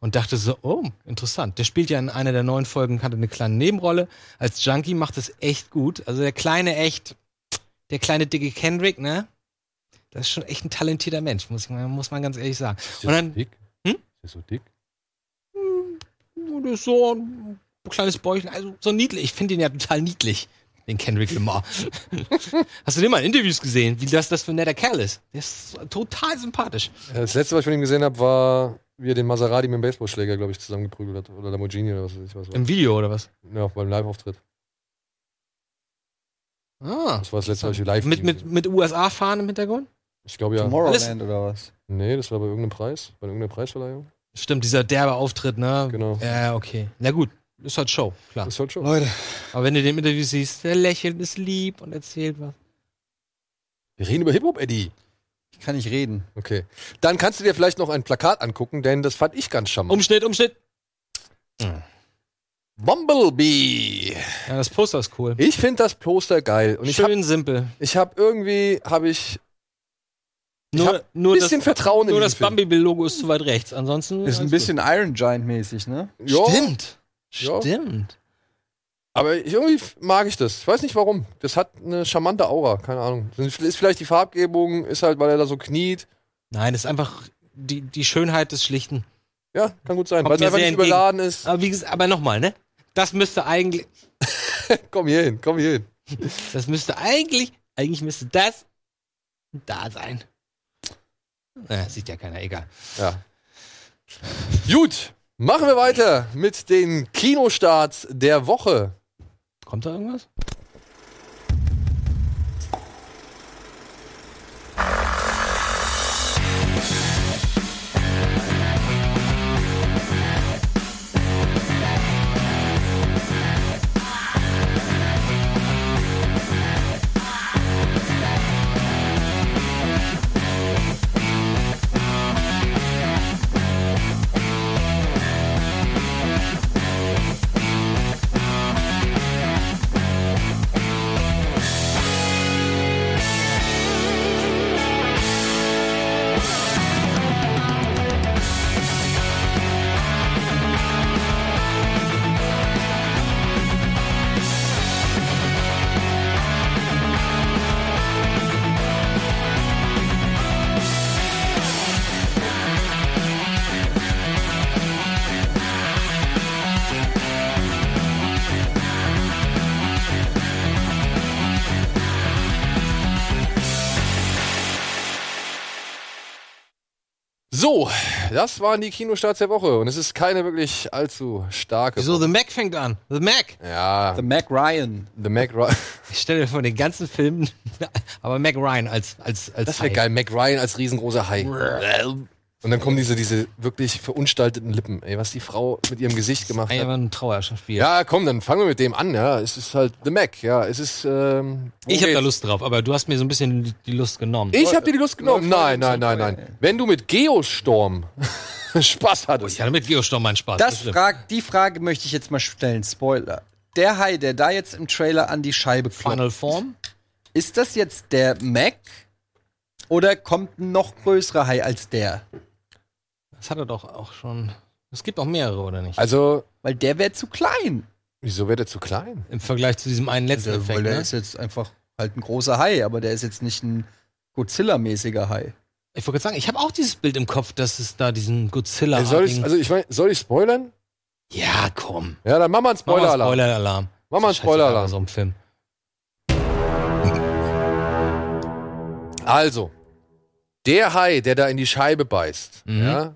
C: Und dachte so, oh, interessant. Der spielt ja in einer der neuen Folgen, hatte eine kleine Nebenrolle. Als Junkie macht es echt gut. Also der kleine, echt, der kleine dicke Kendrick, ne? Das ist schon echt ein talentierter Mensch, muss, ich mal- muss man ganz ehrlich sagen.
A: Ist
C: Und dann,
A: dick?
C: Hm?
A: Ist der so dick?
C: das ist so ein kleines Bäuchchen, also so niedlich. Ich finde ihn ja total niedlich, den Kendrick Lamar. Hast du den mal in Interviews gesehen, wie das, das für ein netter Kerl ist? Der ist total sympathisch.
A: Äh, Das letzte, was ich von ihm gesehen habe, war, wie er den Maserati mit dem Baseballschläger, glaube ich, zusammengeprügelt hat. Oder Lamborghini oder was weiß ich was. War.
C: Im Video oder was?
A: Ja, beim Live-Auftritt.
C: Ah.
A: Das war das letzte, was ich live
C: Mit, mit,
A: gesehen
C: mit USA-Fahren im Hintergrund?
A: habe. Ich glaube ja.
D: Tomorrowland oder was?
A: Nee, das war bei irgendeinem Preis. Bei irgendeiner Preisverleihung.
C: Stimmt, dieser derbe Auftritt, ne?
A: Genau.
C: Ja, okay. Na gut, ist halt Show, klar.
A: Das ist halt schon.
D: Leute.
C: Aber wenn du den im Interview siehst, der lächelt, ist lieb und erzählt was.
A: Wir reden über Hip-Hop, Eddie.
D: Ich kann nicht reden.
A: Okay. Dann kannst du dir vielleicht noch ein Plakat angucken, denn das fand ich ganz charmant.
C: Umschnitt, Umschnitt. Um
A: Bumblebee.
C: Ja, das Poster ist cool.
A: Ich finde das Poster geil. Und ich habe
C: Schön simpel.
A: ich hab irgendwie, habe ich
C: Nur, nur
A: ein
C: das,
A: bisschen Vertrauen
C: nur
A: in
C: das
A: diesen Film.
C: Bumblebee-Logo ist zu weit rechts. Ansonsten.
D: Ist ein
C: alles
D: bisschen Iron Giant mäßig, ne?
C: gut.
A: Ja,
C: Stimmt.
A: Ja.
C: Stimmt.
A: Aber ich- irgendwie f- mag ich das. Ich weiß nicht warum. Das hat eine charmante Aura. Keine Ahnung. Sind- Ist vielleicht die Farbgebung, ist halt, weil er da so kniet.
C: Nein, das ist einfach die, die Schönheit des Schlichten.
A: Ja, kann gut sein.
C: Kommt
A: Weil es
C: mir
A: einfach
C: sehr
A: nicht
C: entgegen.
A: überladen ist.
C: Aber, wie gesagt, aber nochmal, ne? Das müsste eigentlich.
A: Komm hier hin, komm hier hin.
C: Das müsste eigentlich. Eigentlich müsste das da sein. Na, sieht ja keiner, egal.
A: Ja. Gut, machen wir weiter mit den Kinostarts der Woche.
C: Kommt da irgendwas?
A: So, das waren die Kinostarts der Woche. Und es ist keine wirklich allzu starke.
C: Wieso?
A: Woche.
C: The Mac fängt an. The Mac.
A: Ja,
D: The Mac Ryan.
A: The Mac Ryan.
C: Ich stelle mir vor den ganzen Filmen. aber Mac Ryan als. als, als
A: Das wäre
C: Hai.
A: geil. Mac Ryan als riesengroßer Hai. Und dann kommen diese, diese wirklich verunstalteten Lippen. Ey, was die Frau mit ihrem Gesicht gemacht hat.
C: Einfach ein Trauerspiel.
A: Ja, komm, dann fangen wir mit dem an. Ja, es ist halt The Mac. Ja, es ist. Ähm, wo
C: Ich habe da
A: geht's?
C: Lust drauf, aber du hast mir so ein bisschen die Lust genommen.
A: Ich hab dir die Lust genommen. Nein, nein, nein, nein. Wenn du mit Geostorm Spaß
C: Oh, Ich
A: hattest.
C: hatte mit Geostorm meinen Spaß.
D: Das
C: bestimmt.
D: frag, die Frage möchte ich jetzt mal stellen. Spoiler. Der Hai, der da jetzt im Trailer an die Scheibe klopft,
C: Final Form?
D: ist das jetzt der Mac? Oder kommt ein noch größerer Hai als der?
C: Das hat er doch auch schon. Es gibt auch mehrere, oder nicht?
A: Also,
D: Weil der wäre zu klein.
A: wieso wird er zu klein?
C: Im Vergleich zu diesem einen letzten
D: Der,
C: Effekt.
D: weil der
C: Ne?
D: ist jetzt einfach halt ein großer Hai, aber der ist jetzt nicht ein Godzilla-mäßiger Hai.
C: Ich wollte gerade sagen, ich habe auch dieses Bild im Kopf, dass es da diesen godzilla
A: Ey, soll ich, also ich mein, soll ich spoilern?
C: Ja, komm.
A: Ja, dann machen wir einen
C: Mach mal
A: Spoiler-Alarm.
C: Spoiler-Alarm.
A: Machen wir einen
C: Ist doch scheißegal
A: Spoiler-Alarm.
C: bei So einem Film.
A: Also, der Hai, der da in die Scheibe beißt,
C: Mhm.
A: ja,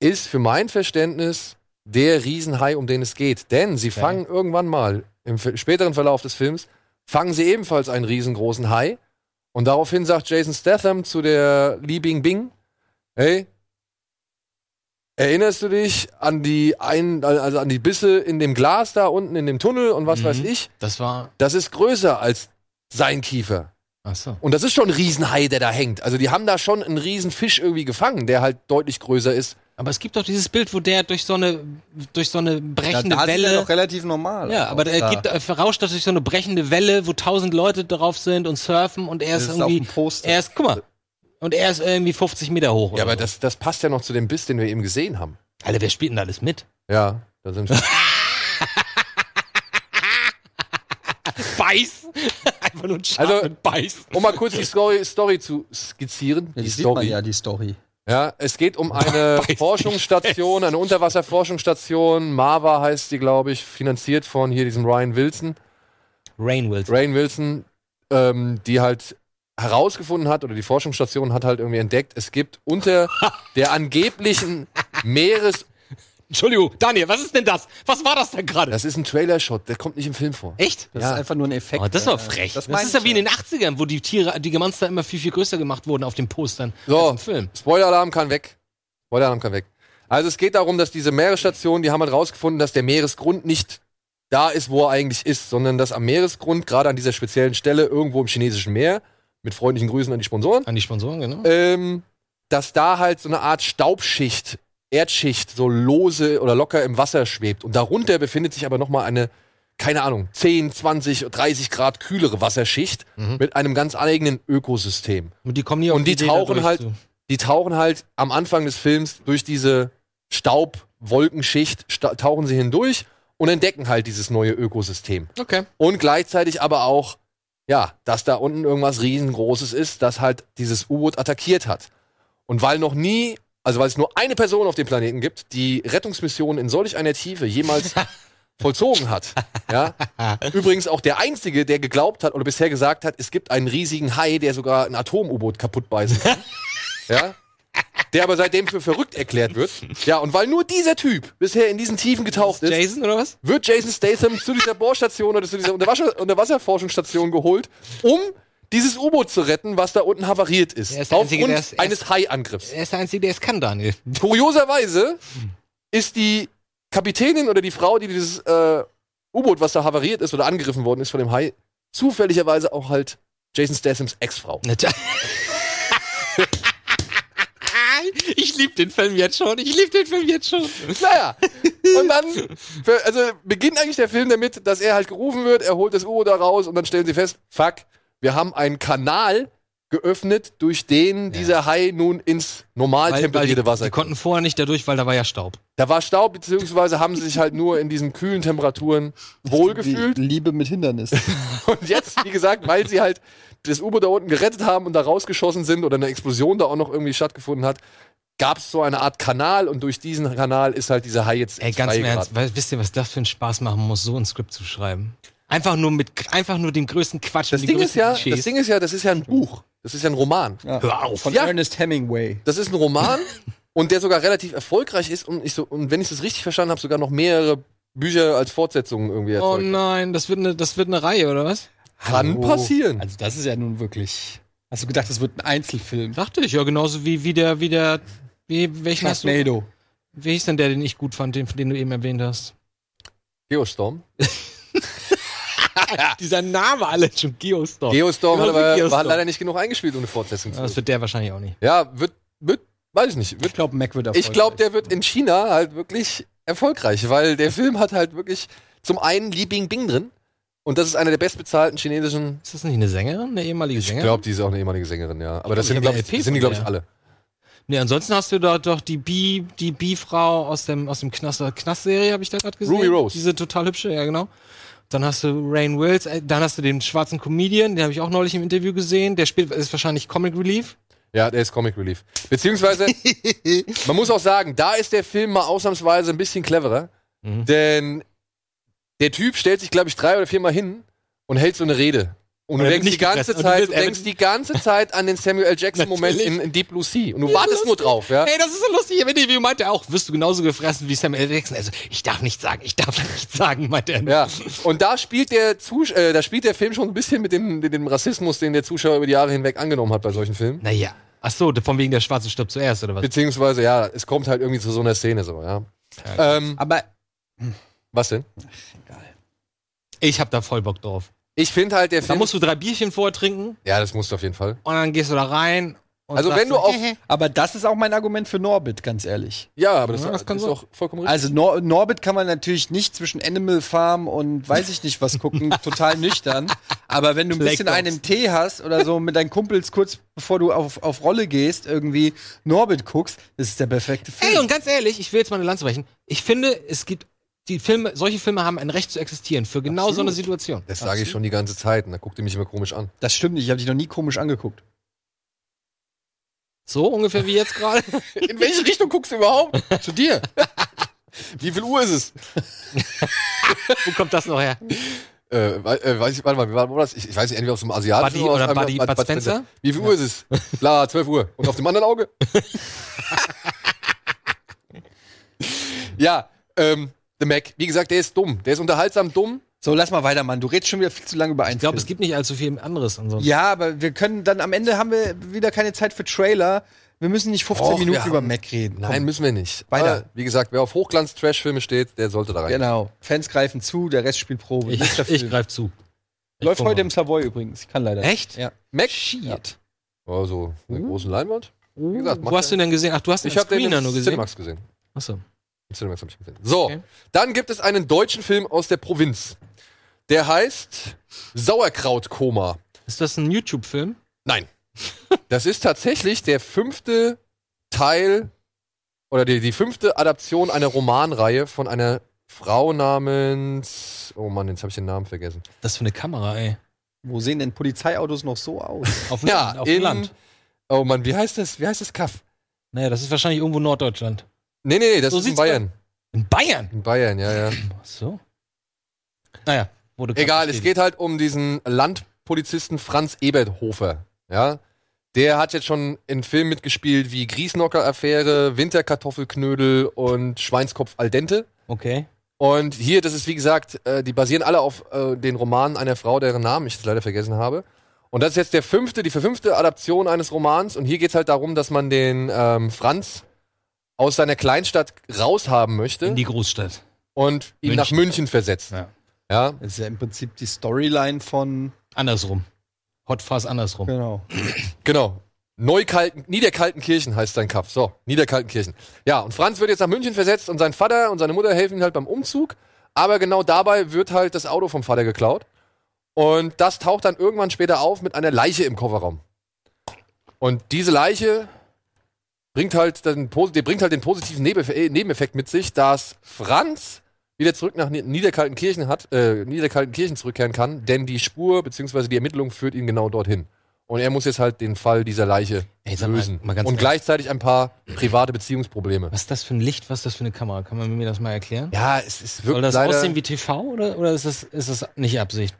A: ist für mein Verständnis der Riesenhai, um den es geht. Denn sie fangen irgendwann mal, im f- späteren Verlauf des Films, fangen sie ebenfalls einen riesengroßen Hai. Und daraufhin sagt Jason Statham zu der Li Bing Bing, hey, erinnerst du dich an die, ein, also an die Bisse in dem Glas da unten in dem Tunnel und was
C: Mhm.
A: weiß ich?
C: Das war.
A: Das ist größer als sein Kiefer.
C: Achso.
A: Und das ist schon ein Riesenhai, der da hängt. Also die haben da schon einen Riesenfisch irgendwie gefangen, der halt deutlich größer ist
C: Aber es gibt doch dieses Bild, wo der durch so eine, durch so eine
D: Ja,
C: brechende
D: da sieht er
C: Welle.
D: doch relativ normal.
C: Ja, aber
D: da
C: er geht, äh, verrauscht das durch so eine brechende Welle, wo tausend Leute drauf sind und surfen und er
D: Das
C: ist,
D: ist auf
C: irgendwie.
D: dem Poster.
C: Er ist, guck mal. Und er ist irgendwie 50 Meter hoch.
A: Ja, aber
C: oder so.
A: das, das passt ja noch zu dem Biss, den wir eben gesehen haben.
C: Alter, wer spielt denn da alles mit?
A: Ja, da sind
C: Beiß! Einfach nur ein Schaf
A: Also-
C: mit Beiß.
A: Um mal kurz die Story, Story zu skizzieren.
D: Ja, die, sieht man
A: Story.
D: ja, die Story.
A: Ja, es geht um eine Forschungsstation, eine Unterwasserforschungsstation. Mava heißt die, glaube ich, finanziert von hier diesem Ryan Wilson.
C: Rain Wilson.
A: Rain Wilson, ähm, die halt herausgefunden hat, oder die Forschungsstation hat halt irgendwie entdeckt, es gibt unter der angeblichen Meeres...
C: Entschuldigung, Daniel, was ist denn das? Was war das denn gerade?
A: Das ist ein Trailer-Shot, der kommt nicht im Film vor.
C: Echt?
D: Das
A: Ja.
D: ist einfach nur ein Effekt.
C: Oh, das war
D: Ja,
C: frech. Das,
D: Das, meine
C: ist ja
D: ich
C: wie in den 80ern, wo die Tiere, die Monster immer viel, viel größer gemacht wurden auf den Postern.
A: So,
C: im Film.
A: Spoiler-Alarm kann weg. Spoiler-Alarm kann weg. Also es geht darum, dass diese Meeresstation, die haben halt rausgefunden, dass der Meeresgrund nicht da ist, wo er eigentlich ist, sondern dass am Meeresgrund, gerade an dieser speziellen Stelle, irgendwo im chinesischen Meer, mit freundlichen Grüßen an die Sponsoren,
C: An die Sponsoren, genau.
A: ähm, dass da halt so eine Art Staubschicht, Erdschicht, so lose oder locker im Wasser schwebt. Und darunter befindet sich aber nochmal eine, keine Ahnung, 10, 20, 30 Grad kühlere Wasserschicht mit einem ganz eigenen Ökosystem
C: Und die kommen nie auf
A: und die
C: Idee,
A: tauchen
C: dadurch
A: halt-
C: zu-
A: die tauchen halt am Anfang des Films durch diese Staubwolkenschicht, sta tauchen sie hindurch und entdecken halt dieses neue Ökosystem.
C: Okay.
A: Und gleichzeitig aber auch, ja, dass da unten irgendwas riesengroßes ist, das halt dieses U-Boot attackiert hat. Und weil noch nie, also weil es nur eine Person auf dem Planeten gibt, die Rettungsmissionen in solch einer Tiefe jemals vollzogen hat, ja, übrigens auch der Einzige, der geglaubt hat oder bisher gesagt hat, es gibt einen riesigen Hai, der sogar ein Atom-U-Boot kaputt beißen kann, ja, der aber seitdem für verrückt erklärt wird, ja, und weil nur dieser Typ bisher in diesen Tiefen getaucht ist,
C: Jason oder was?
A: wird Jason Statham zu dieser Bohrstation oder zu dieser Unterwasser Unterwasserforschungsstation geholt, um dieses U-Boot zu retten, was da unten havariert ist.
C: Er ist der
A: aufgrund
C: Einzige, der es- er
A: eines Hai-Angriffs.
C: Er ist der Einzige, der es kann, Daniel.
A: Kurioserweise ist die Kapitänin oder die Frau, die dieses äh, U-Boot, was da havariert ist oder angegriffen worden ist von dem Hai, zufälligerweise auch halt Jason Stathams Ex-Frau.
C: Ich liebe den Film jetzt schon. Ich liebe den Film jetzt schon.
A: Naja, und dann für, also beginnt eigentlich der Film damit, dass er halt gerufen wird, er holt das U da raus und dann stellen sie fest, fuck, wir haben einen Kanal geöffnet, durch den dieser Hai nun ins normal temperierte
C: die,
A: Wasser
C: die
A: kommt.
C: konnten vorher nicht dadurch, weil da war ja Staub.
A: Da war Staub, beziehungsweise haben sie sich halt nur in diesen kühlen Temperaturen wohlgefühlt.
D: Die Liebe mit Hindernis.
A: Und jetzt, wie gesagt, weil sie halt das U-Boot da unten gerettet haben und da rausgeschossen sind oder eine Explosion da auch noch irgendwie stattgefunden hat, gab es so eine Art Kanal und durch diesen Kanal ist halt dieser Hai jetzt
C: Ey,
A: ins
C: ganz
A: Freie
C: im Ernst,
A: geraten.
C: we- wisst ihr, was das für einen Spaß machen muss, so ein Skript zu schreiben? Einfach nur mit, einfach nur den größten Quatsch.
A: Das
C: mit den
A: Ding ist
C: größten
A: ja,
C: Klischees.
A: das Ding ist ja, das ist ja ein Buch. Das ist ja ein Roman.
C: Hör auf.
D: Von
A: Ja.
D: Ernest Hemingway.
A: Das ist ein Roman und der sogar relativ erfolgreich ist und ich so und wenn ich das richtig verstanden habe, sogar noch mehrere Bücher als Fortsetzungen irgendwie
C: Oh
A: erzeugt.
C: nein, das wird eine, das wird eine Reihe, oder was?
A: Kann
D: Hallo.
A: passieren.
D: Also das ist ja nun wirklich. Hast du gedacht, das wird ein Einzelfilm?
C: Dachte ich, ja, genauso wie, wie der, wie der, wie, welchen hast du,
D: Sharknado.
C: wie hieß denn der, den ich gut fand, den, den du eben erwähnt hast?
A: Geostorm. Ah.
C: Dieser Name alle schon, Geostorm.
A: Geostorm hat
C: Genau wie
A: aber
C: Geostorm.
A: war leider nicht genug eingespielt, um eine Fortsetzung zu
C: das
A: machen.
C: wird der wahrscheinlich auch nicht.
A: Ja, wird, wird, weiß ich nicht. Wird,
D: Ich glaube, Mac wird erfolgreich.
A: ich glaube, der wird in China halt wirklich erfolgreich, weil der Film hat halt wirklich zum einen Li Bingbing drin und das ist einer der bestbezahlten chinesischen.
C: Ist das nicht eine Sängerin, eine ehemalige
A: Ich
C: Sängerin?
A: glaube, die ist auch eine ehemalige Sängerin, ja. Aber das
C: Ich
A: sind,
C: hab
A: glaube
C: eine
A: ich,
C: LP
A: sind die,
C: von
A: glaube ich,
C: der.
A: alle.
C: Nee, ansonsten hast du da doch die Bi, die Bi-Frau aus dem, aus dem Knast, äh, Knast-Serie, habe ich da gerade gesehen.
A: Ruby Rose.
C: Diese total hübsche, ja, genau. Dann hast du Rain Wills, äh, dann hast du den schwarzen Comedian, den habe ich auch neulich im Interview gesehen. Der spielt, ist wahrscheinlich Comic Relief.
A: Ja, der ist Comic Relief. Beziehungsweise, man muss auch sagen, da ist der Film mal ausnahmsweise ein bisschen cleverer.
C: Mhm.
A: Denn der Typ stellt sich, glaube ich, drei oder viermal hin und hält so eine Rede. Und
C: Und
A: du
C: er wird
A: denkst, die
C: nicht
A: ganze
C: gefressen. Und du
A: Zeit,
C: wirst-
A: du
C: er
A: denkst
C: wird-
A: die ganze Zeit an den Samuel L. Jackson-Moment in,
C: Natürlich.
A: in Deep Blue Sea. Und du wartest nur drauf, ja?
C: Hey, das ist so lustig. Im Interview meinte er auch, wirst du genauso gefressen wie Sam L. Jackson. Also, ich darf nichts sagen, ich darf nichts sagen, meinte er.
A: Ja. Und da spielt der Zusch äh, da spielt der Film schon ein bisschen mit dem, mit dem Rassismus, den der Zuschauer über die Jahre hinweg angenommen hat bei solchen Filmen.
C: Naja. Ach so, von wegen der Schwarze stirbt zuerst, oder was?
A: Beziehungsweise, ja, es kommt halt irgendwie zu so einer Szene so, ja. Ähm,
D: Aber
A: was denn?
C: Ich hab da voll Bock drauf.
A: Ich finde halt, der
C: Da
A: Film.
C: musst du drei Bierchen vorher trinken
A: ja, das musst du auf jeden Fall.
C: und dann gehst du da rein
D: Und
A: Also
D: sagt
A: wenn du
D: so,
A: auf-
D: aber das ist auch mein Argument für Norbit, ganz ehrlich.
A: Ja, aber das,
C: Ja, das kann
A: ist
C: sein.
A: auch vollkommen richtig.
D: Also Nor Norbit kann man natürlich nicht zwischen Animal Farm und weiß ich nicht was gucken, total nüchtern. Aber wenn du ein
C: Black
D: bisschen
C: Box.
D: einen Tee hast oder so mit deinen Kumpels kurz bevor du auf, auf Rolle gehst, irgendwie Norbit guckst, das ist der perfekte Film.
C: Ey, und ganz ehrlich, ich will jetzt mal eine Lanze brechen. Ich finde, es gibt die Filme, solche Filme haben ein Recht zu existieren für genau so eine Situation.
A: das sage ich schon die ganze Zeit und da guckt ihr mich immer komisch an.
D: das stimmt nicht, ich habe dich noch nie komisch angeguckt.
C: So ungefähr wie jetzt gerade.
A: In welche Richtung guckst du überhaupt? Zu dir. Wie viel Uhr ist es?
C: Wo kommt das noch her?
A: Äh, wei- äh, weiß ich, warte mal, wie war wo war das? Ich, ich weiß nicht, entweder aus dem asiatischen
C: Buddy
A: aus
C: oder
A: einem-
C: Buddy- Bud Spencer?
A: Wie viel Uhr ist es? Klar, 12 Uhr. Und auf dem anderen Auge? ja, ähm, The Mac. Wie gesagt, der ist dumm. Der ist unterhaltsam dumm.
D: So, lass mal weiter, Mann. Du redest schon wieder viel zu lange über einen
C: Ich glaube,
D: Film.
C: es gibt nicht allzu viel anderes ansonsten.
D: Ja, aber wir können dann am Ende haben wir wieder keine Zeit für Trailer. Wir müssen nicht 15
A: Och, wir
D: Minuten
A: haben-
D: über Mac reden.
A: Nein, müssen wir nicht.
D: Weiter.
A: Aber, wie gesagt, wer auf Hochglanz-Trash-Filme steht, der sollte da rein.
D: Genau. Fans greifen zu, der Rest spielt Probe.
C: Ich,
D: Nächster
C: ich
D: Film.
C: greife zu.
D: Läuft
C: Ich
D: heute im Savoy übrigens. Ich kann leider nicht.
C: Echt?
D: Ja.
A: Mac?
C: Shit.
A: Also, eine großen Leinwand. Wie gesagt, macht
C: Wo hast du
A: er-
C: ihn denn gesehen? Ach, du hast
A: ich habe den
C: Screener
A: in
C: nur gesehen.
A: Cinemax gesehen.
C: Achso.
A: Im Cinemax hab ich gesehen. So,
C: Okay.
A: dann gibt es einen deutschen Film aus der Provinz. Der heißt Sauerkrautkoma.
C: Ist das ein YouTube-Film?
A: Nein. Das ist tatsächlich der fünfte Teil oder die, die fünfte Adaption einer Romanreihe von einer Frau namens. Oh Mann, jetzt habe ich den Namen vergessen.
C: Das für eine Kamera, ey.
D: Wo sehen denn Polizeiautos noch so aus?
C: Auf dem Land, auf dem Land.
A: Oh Mann, wie heißt das? Wie heißt das Kaff?
C: Naja, das ist wahrscheinlich irgendwo Norddeutschland.
A: Nee, nee, das
C: So
A: ist in
C: sieht's bei-
A: Bayern.
C: In Bayern.
A: In Bayern, ja, ja.
C: Ach so. Naja, wurde
A: Egal, es geht halt um diesen Landpolizisten Franz Eberthofer. Ja, der hat jetzt schon in Filmen mitgespielt wie Griesnocker-Affäre, Winterkartoffelknödel und Schweinskopf al dente.
C: Okay.
A: Und hier, das ist wie gesagt, äh, die basieren alle auf äh, den Romanen einer Frau, deren Namen ich jetzt leider vergessen habe. Und das ist jetzt der fünfte, die verfünfte Adaption eines Romans. Und hier geht es halt darum, dass man den ähm, Franz aus seiner Kleinstadt raushaben möchte
C: In die Großstadt.
A: und ihn nach
C: München.
A: München versetzt.
C: Ja.
A: ja,
D: Das ist ja im Prinzip die Storyline von.
C: Andersrum. Hot Fuzz andersrum.
D: Genau.
A: Genau. Neukalten, Niederkaltenkirchen heißt sein Kaff. So, Niederkaltenkirchen. Ja, und Franz wird jetzt nach München versetzt und sein Vater und seine Mutter helfen ihm halt beim Umzug. Aber genau dabei wird halt das Auto vom Vater geklaut. Und das taucht dann irgendwann später auf mit einer Leiche im Kofferraum. Und diese Leiche bringt halt den, posi- die bringt halt den positiven Nebenef äh, Nebeneffekt mit sich, dass Franz wieder zurück nach Ni- Niederkaltenkirchen hat, äh, Niederkaltenkirchen zurückkehren kann, denn die Spur bzw. die Ermittlung führt ihn genau dorthin. Und er muss jetzt halt den Fall dieser Leiche
C: Ey, sag mal,
A: lösen.
C: mal ganz
A: und
C: ehrlich.
A: gleichzeitig ein paar private Beziehungsprobleme.
C: Was ist das für ein Licht? Was ist das für eine Kamera? Kann man mir das mal erklären?
A: Ja, es, es wirkt
C: Soll das
A: leider...
C: aussehen wie TV oder, oder ist, das, ist das nicht Absicht?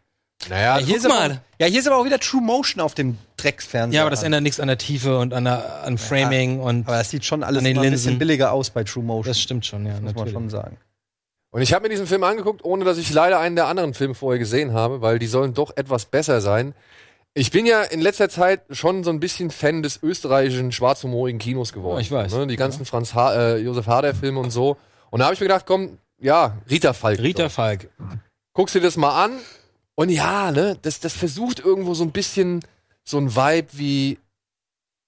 A: naja,
C: Hier
A: hier
C: ist
A: ist
C: Guck
D: aber,
C: mal.
D: Ja, hier ist aber auch wieder True Motion auf dem Drecksfernseher.
C: Ja, aber das
D: an.
C: ändert nichts an der Tiefe und an, der, an Framing und
D: Aber das sieht schon alles
C: An den
D: immer ein
C: Linsen.
D: bisschen billiger aus bei True Motion.
C: das stimmt schon, ja.
D: muss man
C: Natürlich.
D: schon sagen.
A: Und ich habe mir diesen Film angeguckt, ohne dass ich leider einen der anderen Filme vorher gesehen habe, weil die sollen doch etwas besser sein. Ich bin ja in letzter Zeit schon so ein bisschen Fan des österreichischen schwarzhumorigen Kinos geworden.
C: Ja, ich weiß.
A: Ne? Die ganzen Franz ha äh, Josef Hader-Filme und so. Und da habe ich mir gedacht, komm, ja, Rita Falk.
C: Rita Falk.
A: guckst dir das mal an und ja, ne, das, das versucht irgendwo so ein bisschen so ein Vibe wie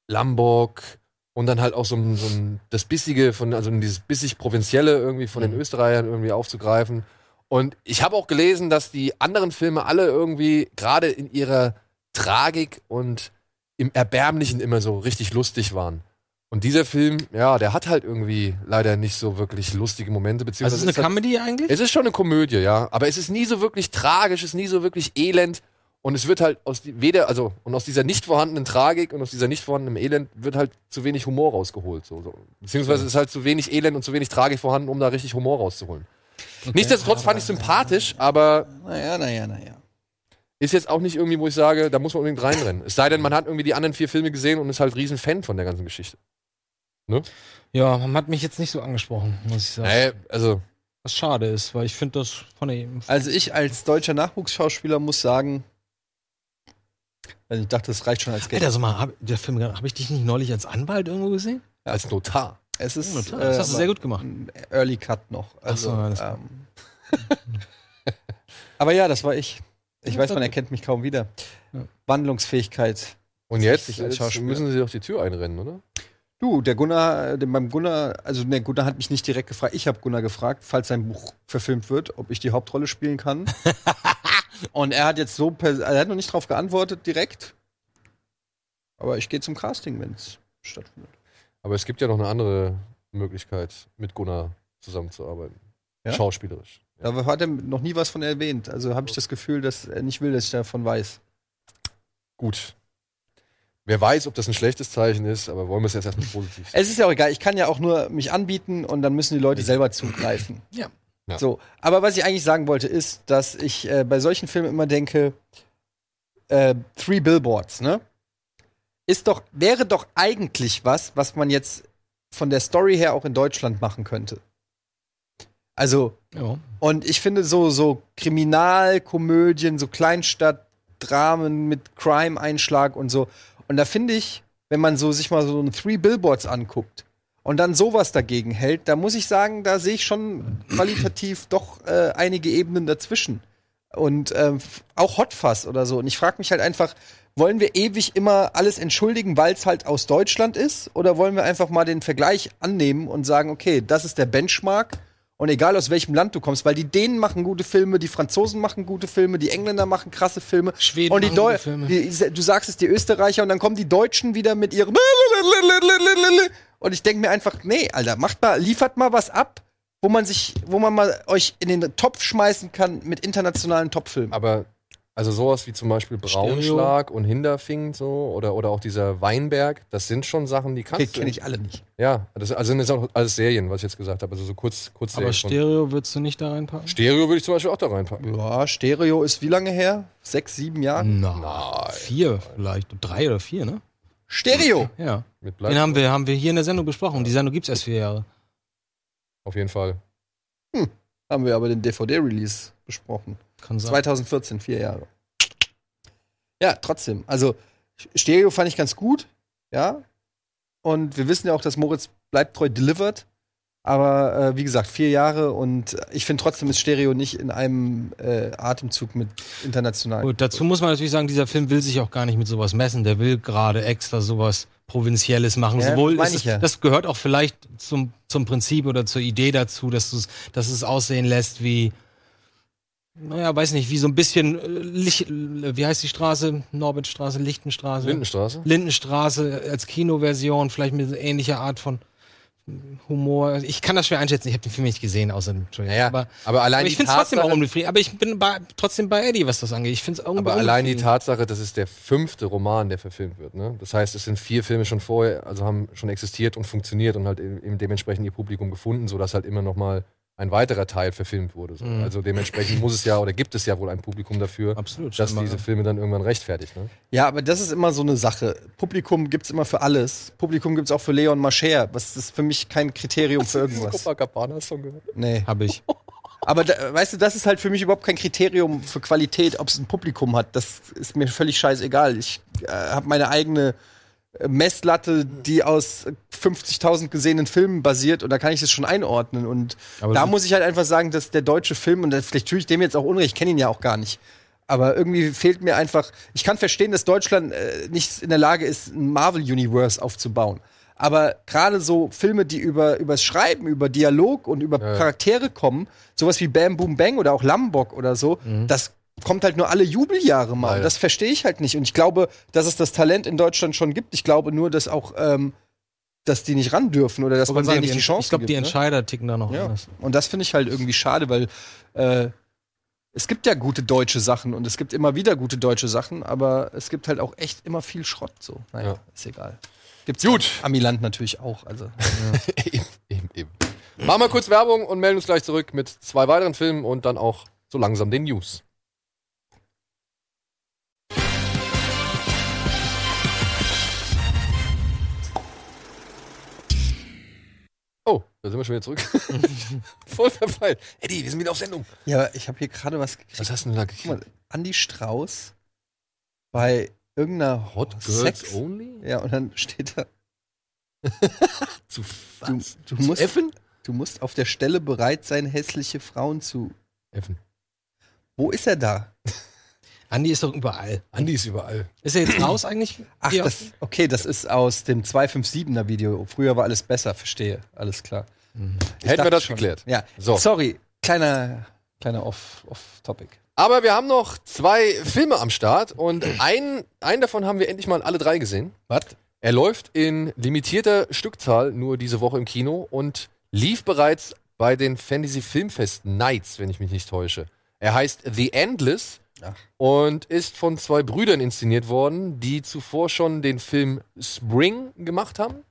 A: Lamborg und dann halt auch so ein, so ein das Bissige von, also dieses bissig Provinzielle irgendwie von den Österreichern irgendwie aufzugreifen. Und ich habe auch gelesen, dass die anderen Filme alle irgendwie gerade in ihrer Tragik und im Erbärmlichen immer so richtig lustig waren. Und dieser Film, ja, der hat halt irgendwie leider nicht so wirklich lustige Momente,
C: Also
A: beziehungsweise halt
C: ist es eine Comedy eigentlich?
A: es ist schon eine Komödie, ja. Aber es ist nie so wirklich tragisch, es ist nie so wirklich elend. Und es wird halt aus die, weder, also, und aus dieser nicht vorhandenen Tragik und aus dieser nicht vorhandenen Elend wird halt zu wenig Humor rausgeholt. So, so. Beziehungsweise ist halt zu wenig Elend und zu wenig Tragik vorhanden, um da richtig Humor rauszuholen. Nichtsdestotrotz fand ich sympathisch, aber
D: Naja, naja, naja.
A: ist jetzt auch nicht irgendwie, wo ich sage, da muss man unbedingt reinrennen. Es sei denn, man hat irgendwie die anderen vier Filme gesehen und ist halt riesen Fan von der ganzen Geschichte.
C: Ja, man hat mich jetzt nicht so angesprochen, muss ich sagen.
A: Nee, also,
C: Was schade ist, weil ich finde das von der
D: Also ich als deutscher Nachwuchsschauspieler muss sagen, also ich dachte, das reicht schon als Geld.
C: Alter, sag mal, hab, der Film, habe ich dich nicht neulich als Anwalt irgendwo gesehen?
A: als Notar.
D: es ist
C: Das, hast
D: äh,
C: du
D: aber
C: sehr gut gemacht.
D: ein Early Cut noch. Also,
C: so, alles klar.
D: ähm, aber ja, das war ich. Ich
C: Ja,
D: weiß,
C: sehr
D: man
C: gut.
D: erkennt mich kaum wieder.
C: Ja.
D: Wandlungsfähigkeit
A: Und jetzt,
D: wichtig als
A: jetzt
D: Schauspieler.
A: müssen sie doch die Tür einrennen, oder?
D: Du, der Gunnar, äh, dem- beim Gunnar, also der Gunnar hat mich nicht direkt gefragt, ich habe Gunnar gefragt, falls sein Buch verfilmt wird, ob ich die Hauptrolle spielen kann. Und er hat jetzt so, pers- er hat noch nicht darauf geantwortet direkt. Aber ich gehe zum Casting, wenn es stattfindet.
A: Aber es gibt ja noch eine andere Möglichkeit, mit Gunnar zusammenzuarbeiten.
D: Ja?
A: Schauspielerisch. Ja.
D: Da hat er noch nie was von erwähnt. Also habe ich das Gefühl, dass er nicht will, dass ich davon weiß.
A: Gut. Wer weiß, ob das ein schlechtes Zeichen ist, aber wollen wir es jetzt erstmal positiv sehen.
D: Es ist ja auch egal, ich kann ja auch nur mich anbieten und dann müssen die Leute selber zugreifen.
C: Ja.
A: Ja.
D: So, aber was ich eigentlich sagen wollte, ist, dass ich äh, bei solchen Filmen immer denke, äh, Three Billboards, ne? Ist doch, wäre doch eigentlich was, was man jetzt von der Story her auch in Deutschland machen könnte. Also,
C: Ja.
D: und ich finde so, so Kriminalkomödien, so Kleinstadtdramen mit Crime-Einschlag und so. Und da finde ich, wenn man so sich mal so ein Three Billboards anguckt und dann sowas dagegen hält, da muss ich sagen, da sehe ich schon qualitativ doch äh, einige Ebenen dazwischen. Und ähm, f- auch Hot Fuzz oder so. Und ich frage mich halt einfach, wollen wir ewig immer alles entschuldigen, weil es halt aus Deutschland ist? Oder wollen wir einfach mal den Vergleich annehmen und sagen, okay, das ist der Benchmark und egal aus welchem Land du kommst, weil die Dänen machen gute Filme, die Franzosen machen gute Filme, die Engländer machen krasse Filme.
C: Schweden
D: und die
C: machen gute
D: Deu-
C: Filme.
D: Die, du sagst es die Österreicher und dann kommen die Deutschen wieder mit ihrem und ich denke mir einfach, nee, Alter, macht mal, liefert mal was ab, wo man sich, wo man mal euch in den Topf schmeißen kann mit internationalen Topfilmen.
A: Aber also sowas wie zum Beispiel
C: Stereo.
A: Braunschlag und Hinterfing so oder, oder auch dieser Weinberg, das sind schon Sachen, die kannst du.
D: kenn alle nicht.
A: Ja, das, also sind jetzt auch alles Serien, was ich jetzt gesagt habe. Also so kurz, kurz
C: Aber Stereo würdest du nicht da reinpacken?
A: Stereo würde ich zum Beispiel auch da reinpacken.
D: Ja, Stereo ist wie lange her? Sechs, sieben Jahre?
A: Mhm.
C: Nein. Vier vielleicht. Drei oder vier, ne?
D: Stereo!
C: Ja.
A: Mit
C: Den
A: Bleib
C: haben wir, haben wir hier in der Sendung besprochen. Die Sendung gibt's erst vier Jahre.
A: auf jeden Fall.
D: Haben wir aber den DVD-Release besprochen.
C: Kann sein.
D: 2014, vier Jahre. Ja, trotzdem. Also, Stereo fand ich ganz gut, ja. Und wir wissen ja auch, dass Moritz bleibt treu delivered. Aber äh, wie gesagt, vier Jahre und ich finde trotzdem ist Stereo nicht in einem äh, Atemzug mit international.
C: Gut, dazu muss man natürlich sagen, dieser Film will sich auch gar nicht mit sowas messen. Der will gerade extra sowas Provinzielles machen.
D: Ja,
C: Sowohl
D: das meine
C: ist,
D: ich
C: es-
D: ja.
C: Das gehört auch vielleicht zum, zum Prinzip oder zur Idee dazu, dass, du's, dass es aussehen lässt wie, naja, weiß nicht, wie so ein bisschen, äh, Lich, wie heißt die Straße? Norbertstraße, Lichtenstraße?
A: Lindenstraße?
C: Lindenstraße als Kinoversion, vielleicht mit ähnlicher Art von Humor. Ich kann das schwer einschätzen. Ich habe den Film nicht gesehen, außer dem Trailer.
A: Naja, aber,
C: aber,
A: allein
C: aber
A: die
C: ich finde es trotzdem auch
A: Tatsache,
C: unbefriedigend. Aber ich bin bei, trotzdem bei Eddie, was das angeht. Ich finde es
A: aber allein die Tatsache, das ist der fünfte Roman, der verfilmt wird. Ne? Das heißt, es sind vier Filme schon vorher, also haben schon existiert und funktioniert und halt eben dementsprechend ihr Publikum gefunden, sodass halt immer noch mal ein weiterer Teil verfilmt wurde. So.
C: Mhm.
A: Also dementsprechend muss es ja oder gibt es ja wohl ein Publikum dafür,
C: Absolut,
A: dass
C: scheinbar,
A: diese
C: ja.
A: Filme dann irgendwann rechtfertigt. Ne?
D: Ja, aber das ist immer so eine Sache. Publikum gibt's immer für alles. Publikum gibt's auch für Leon Mascher. Was ist für mich kein Kriterium für irgendwas.
A: Copacabana-Song gehört?
D: Nee.
C: Habe ich.
D: Aber da, weißt du, das ist halt für mich überhaupt kein Kriterium für Qualität, ob es ein Publikum hat. Das ist mir völlig scheißegal. Ich äh, habe meine eigene äh, Messlatte, die aus 50.000 gesehenen Filmen basiert und da kann ich das schon einordnen. Und
C: Aber
D: da
C: du-
D: muss ich halt einfach sagen, dass der deutsche Film, und das- vielleicht tue ich dem jetzt auch Unrecht, ich kenne ihn ja auch gar nicht. Aber irgendwie fehlt mir einfach, ich kann verstehen, dass Deutschland äh, nicht in der Lage ist, ein Marvel-Universe aufzubauen. Aber gerade so Filme, die über übers Schreiben, über Dialog und über
A: Ja.
D: Charaktere kommen, sowas wie Bam Boom Bang oder auch Lambok oder so, das kommt halt nur alle Jubeljahre mal.
A: Ja.
D: Das verstehe ich halt nicht. Und ich glaube, dass es das Talent in Deutschland schon gibt. Ich glaube nur, dass auch, ähm, dass die nicht ran dürfen oder dass man denen nicht die Chance
C: ich glaube, die
D: gibt. ne?
C: Entscheider ticken da noch
D: Ja.
C: anders.
D: Und das finde ich halt irgendwie schade, weil äh, es gibt ja gute deutsche Sachen und es gibt immer wieder gute deutsche Sachen, aber es gibt halt auch echt immer viel Schrott. So, naja,
A: Ja.
D: ist egal. Gibt's Gut. Amiland natürlich auch. Also
A: eben, eben, eben. Machen wir kurz Werbung und melden uns gleich zurück mit zwei weiteren Filmen und dann auch so langsam den News. Oh, da sind wir schon wieder zurück. Voll verfeilt. Eddie, wir sind wieder auf Sendung.
D: ja, ich habe hier gerade was gekriegt.
A: hast du denn da
D: Guck mal, Andy Strauß bei irgendeiner
A: Hot
D: oh,
A: Girls
D: Sex.
A: Only?
D: Ja, und dann steht da,
A: Zu
D: du, du, musst, du musst auf der Stelle bereit sein, hässliche Frauen zu.
A: Effen.
D: Wo ist er da?
C: Andi ist doch überall.
A: Andi ist überall.
C: Ist er jetzt raus eigentlich?
D: Ach,
C: Ja.
D: das, okay, das ist aus dem 257er Video. Früher war alles besser, verstehe. Alles klar.
A: Mhm.
D: Ich
A: Hätten wir
D: dachte
A: das
D: schon.
A: geklärt.
D: Ja,
A: So.
D: sorry, kleiner, kleiner Off- Off-Topic.
A: Aber wir haben noch zwei Filme am Start und einen, einen davon haben wir endlich mal alle drei gesehen.
D: Was?
A: Er läuft in limitierter Stückzahl nur diese Woche im Kino und lief bereits bei den Fantasy Filmfest Nights, wenn ich mich nicht täusche. Er heißt The Endless
D: Ach.
A: und ist von zwei Brüdern inszeniert worden, die zuvor schon den Film Spring gemacht haben.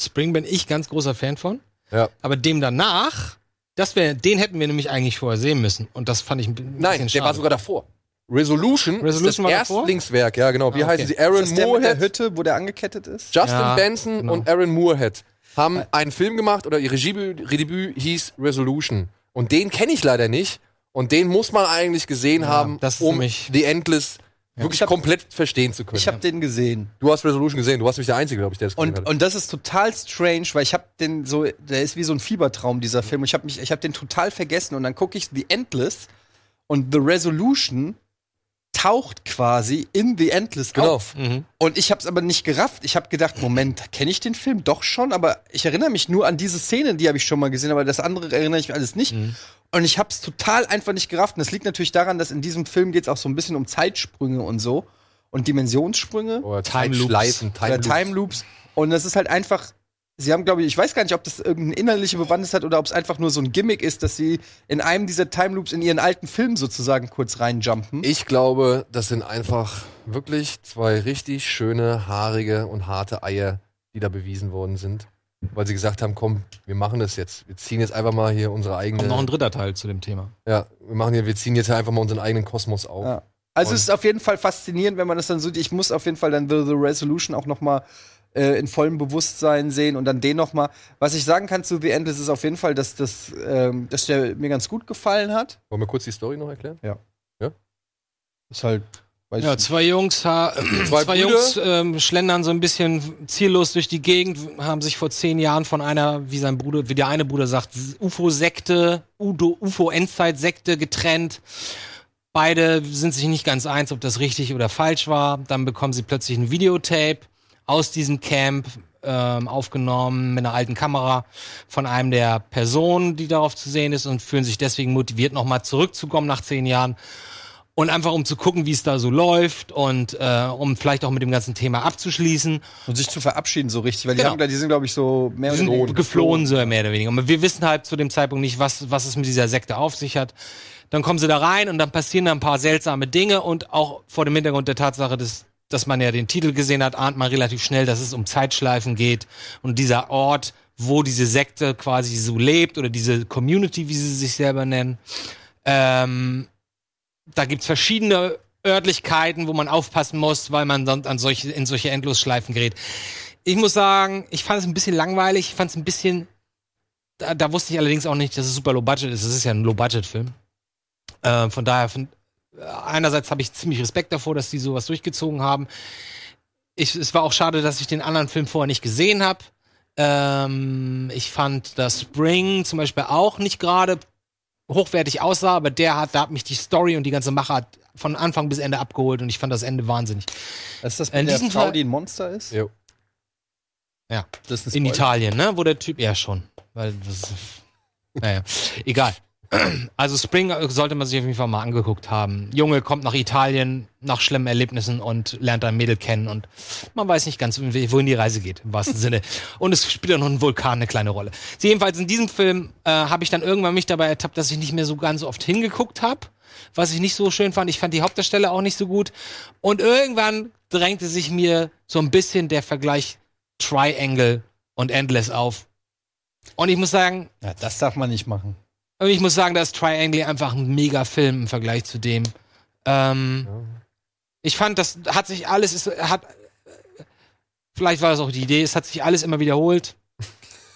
C: Spring bin ich ganz großer Fan von.
A: Ja.
C: Aber dem danach, das wär, den hätten wir nämlich eigentlich vorher sehen müssen. Und das fand ich ein bi- bisschen
A: Nein, der
C: schade.
A: war sogar davor. Resolution, ist
C: Resolution
A: das
C: war davor?
A: Erstlingswerk, ja genau. Wie
C: Ah,
A: heißen
C: okay.
A: sie? Aaron
D: ist das der mit der
A: Moorhead,
D: Hütte, wo der angekettet ist?
A: Justin
C: Ja,
A: Benson
C: genau.
A: und Aaron Moorhead haben einen Film gemacht oder ihr Regiedebüt hieß Resolution. Und den kenne ich leider nicht. Und den muss man eigentlich gesehen
C: Ja,
A: haben,
C: das ist
A: um
C: nämlich-
A: The Endless wirklich
D: Ich hab-
A: komplett verstehen zu können.
D: Ich habe den gesehen.
A: du hast Resolution gesehen. Du warst nämlich der Einzige, glaube ich, der es gesehen
D: Und,
A: hat.
D: und das ist total strange, weil ich habe den so, der ist wie so ein Fiebertraum, dieser Film. Und ich habe mich, ich habe den total vergessen und dann gucke ich The Endless und The Resolution taucht quasi in The Endless
A: Genau.
D: auf. Und ich habe es aber nicht gerafft. Ich habe gedacht, Moment, kenne ich den Film doch schon, aber ich erinnere mich nur an diese Szene, die habe ich schon mal gesehen, aber das andere erinnere ich mich alles nicht. Und ich habe es total einfach nicht gerafft. Und das liegt natürlich daran, dass in diesem Film geht es auch so ein bisschen um Zeitsprünge und so und Dimensionssprünge
A: Oder
C: Time Loops.
A: Zeitschleifen, halt Time
D: oder Time Loops. Und das ist halt einfach, sie haben, glaube ich, ich weiß gar nicht, ob das irgendeine innerliche Bewandtnis hat oder ob es einfach nur so ein Gimmick ist, dass sie in einem dieser Time Loops in ihren alten Film sozusagen kurz reinjumpen.
A: Ich glaube, das sind einfach wirklich zwei richtig schöne, haarige und harte Eier, die da bewiesen worden sind. Weil sie gesagt haben, komm, wir machen das jetzt. Wir ziehen jetzt einfach mal hier unsere eigene.
C: Kommt noch ein dritter Teil zu dem Thema.
A: Ja, wir machen hier, wir ziehen jetzt einfach mal unseren eigenen Kosmos auf.
D: Ja. Also
A: Und-
D: es ist auf jeden Fall faszinierend, wenn man das dann so, ich muss auf jeden Fall dann The, The Resolution auch noch mal äh, in vollem Bewusstsein sehen und dann den noch mal. Was ich sagen kann zu The Endless ist auf jeden Fall, dass, das, ähm, dass der mir ganz gut gefallen hat.
A: Wollen wir kurz die Story noch erklären?
D: Ist halt, weiß
C: Ja,
D: ich
C: zwei Jungs, ha, zwei
A: Brüder.
C: Jungs ähm, schlendern so ein bisschen ziellos durch die Gegend, haben sich vor zehn Jahren von einer, wie sein Bruder, wie der eine Bruder sagt, UFO-Sekte, Udo- UFO-Endzeit-Sekte getrennt. Beide sind sich nicht ganz eins, ob das richtig oder falsch war. Dann bekommen sie plötzlich ein Videotape aus diesem Camp ähm, aufgenommen mit einer alten Kamera von einem der Personen, die darauf zu sehen ist und fühlen sich deswegen motiviert, nochmal zurückzukommen nach zehn Jahren und einfach um zu gucken, wie es da so läuft und äh, um vielleicht auch mit dem ganzen Thema abzuschließen.
D: nicht. und sich zu verabschieden so richtig, weil
C: Genau.
D: die, haben, da- die sind glaube ich so mehr
C: Wir sind geflohen, so mehr oder weniger. Und wir wissen halt zu dem Zeitpunkt nicht, was, was es mit dieser Sekte auf sich hat. Dann kommen sie da rein und dann passieren da ein paar seltsame Dinge und auch vor dem Hintergrund der Tatsache, dass, dass man ja den Titel gesehen hat, ahnt man relativ schnell, dass es um Zeitschleifen geht und dieser Ort, wo diese Sekte quasi so lebt oder diese Community, wie sie sich selber nennen. Ähm, da gibt's verschiedene Örtlichkeiten, wo man aufpassen muss, weil man sonst an solche, in solche Endlosschleifen gerät. Ich muss sagen, ich fand es ein bisschen langweilig, ich fand es ein bisschen. Da, da wusste ich allerdings auch nicht, dass es super low-budget ist. Es ist ja ein low-budget-Film. Äh, von daher, find, äh, einerseits habe ich ziemlich Respekt davor, dass die sowas durchgezogen haben. Ich, es war auch schade, dass ich den anderen Film vorher nicht gesehen habe. Ähm, ich fand, dass Spring zum Beispiel auch nicht gerade hochwertig aussah, aber der hat, da hat mich die Story und die ganze Macher von Anfang bis Ende abgeholt und ich fand das Ende wahnsinnig.
D: Das ist das
C: In
D: mit der
C: diesem
D: Frau,
C: Fall-
D: die ein Monster ist?
A: Jo.
C: Ja.
D: Das ist
C: In
D: in Italien.
C: Italien, ne? Wo der Typ, ja schon. Weil das, naja, egal. Also Spring sollte man sich auf jeden Fall mal angeguckt haben. Junge kommt nach Italien nach schlimmen Erlebnissen und lernt ein Mädel kennen und man weiß nicht ganz, wohin die Reise geht, im wahrsten Sinne. Und es spielt auch noch ein Vulkan eine kleine Rolle. Sie jedenfalls in diesem Film äh, habe ich dann irgendwann mich dabei ertappt, dass ich nicht mehr so ganz oft hingeguckt habe, was ich nicht so schön fand. Ich fand die Hauptdarsteller auch nicht so gut. Und irgendwann drängte sich mir so ein bisschen der Vergleich Triangle und Endless auf. Und ich muss sagen,
D: Ja, das darf man nicht machen.
C: und ich muss sagen, da ist Triangle einfach ein mega Film im Vergleich zu dem. Ähm, Ich fand, das hat sich alles, es hat, vielleicht war das auch die Idee, es hat sich alles immer wiederholt.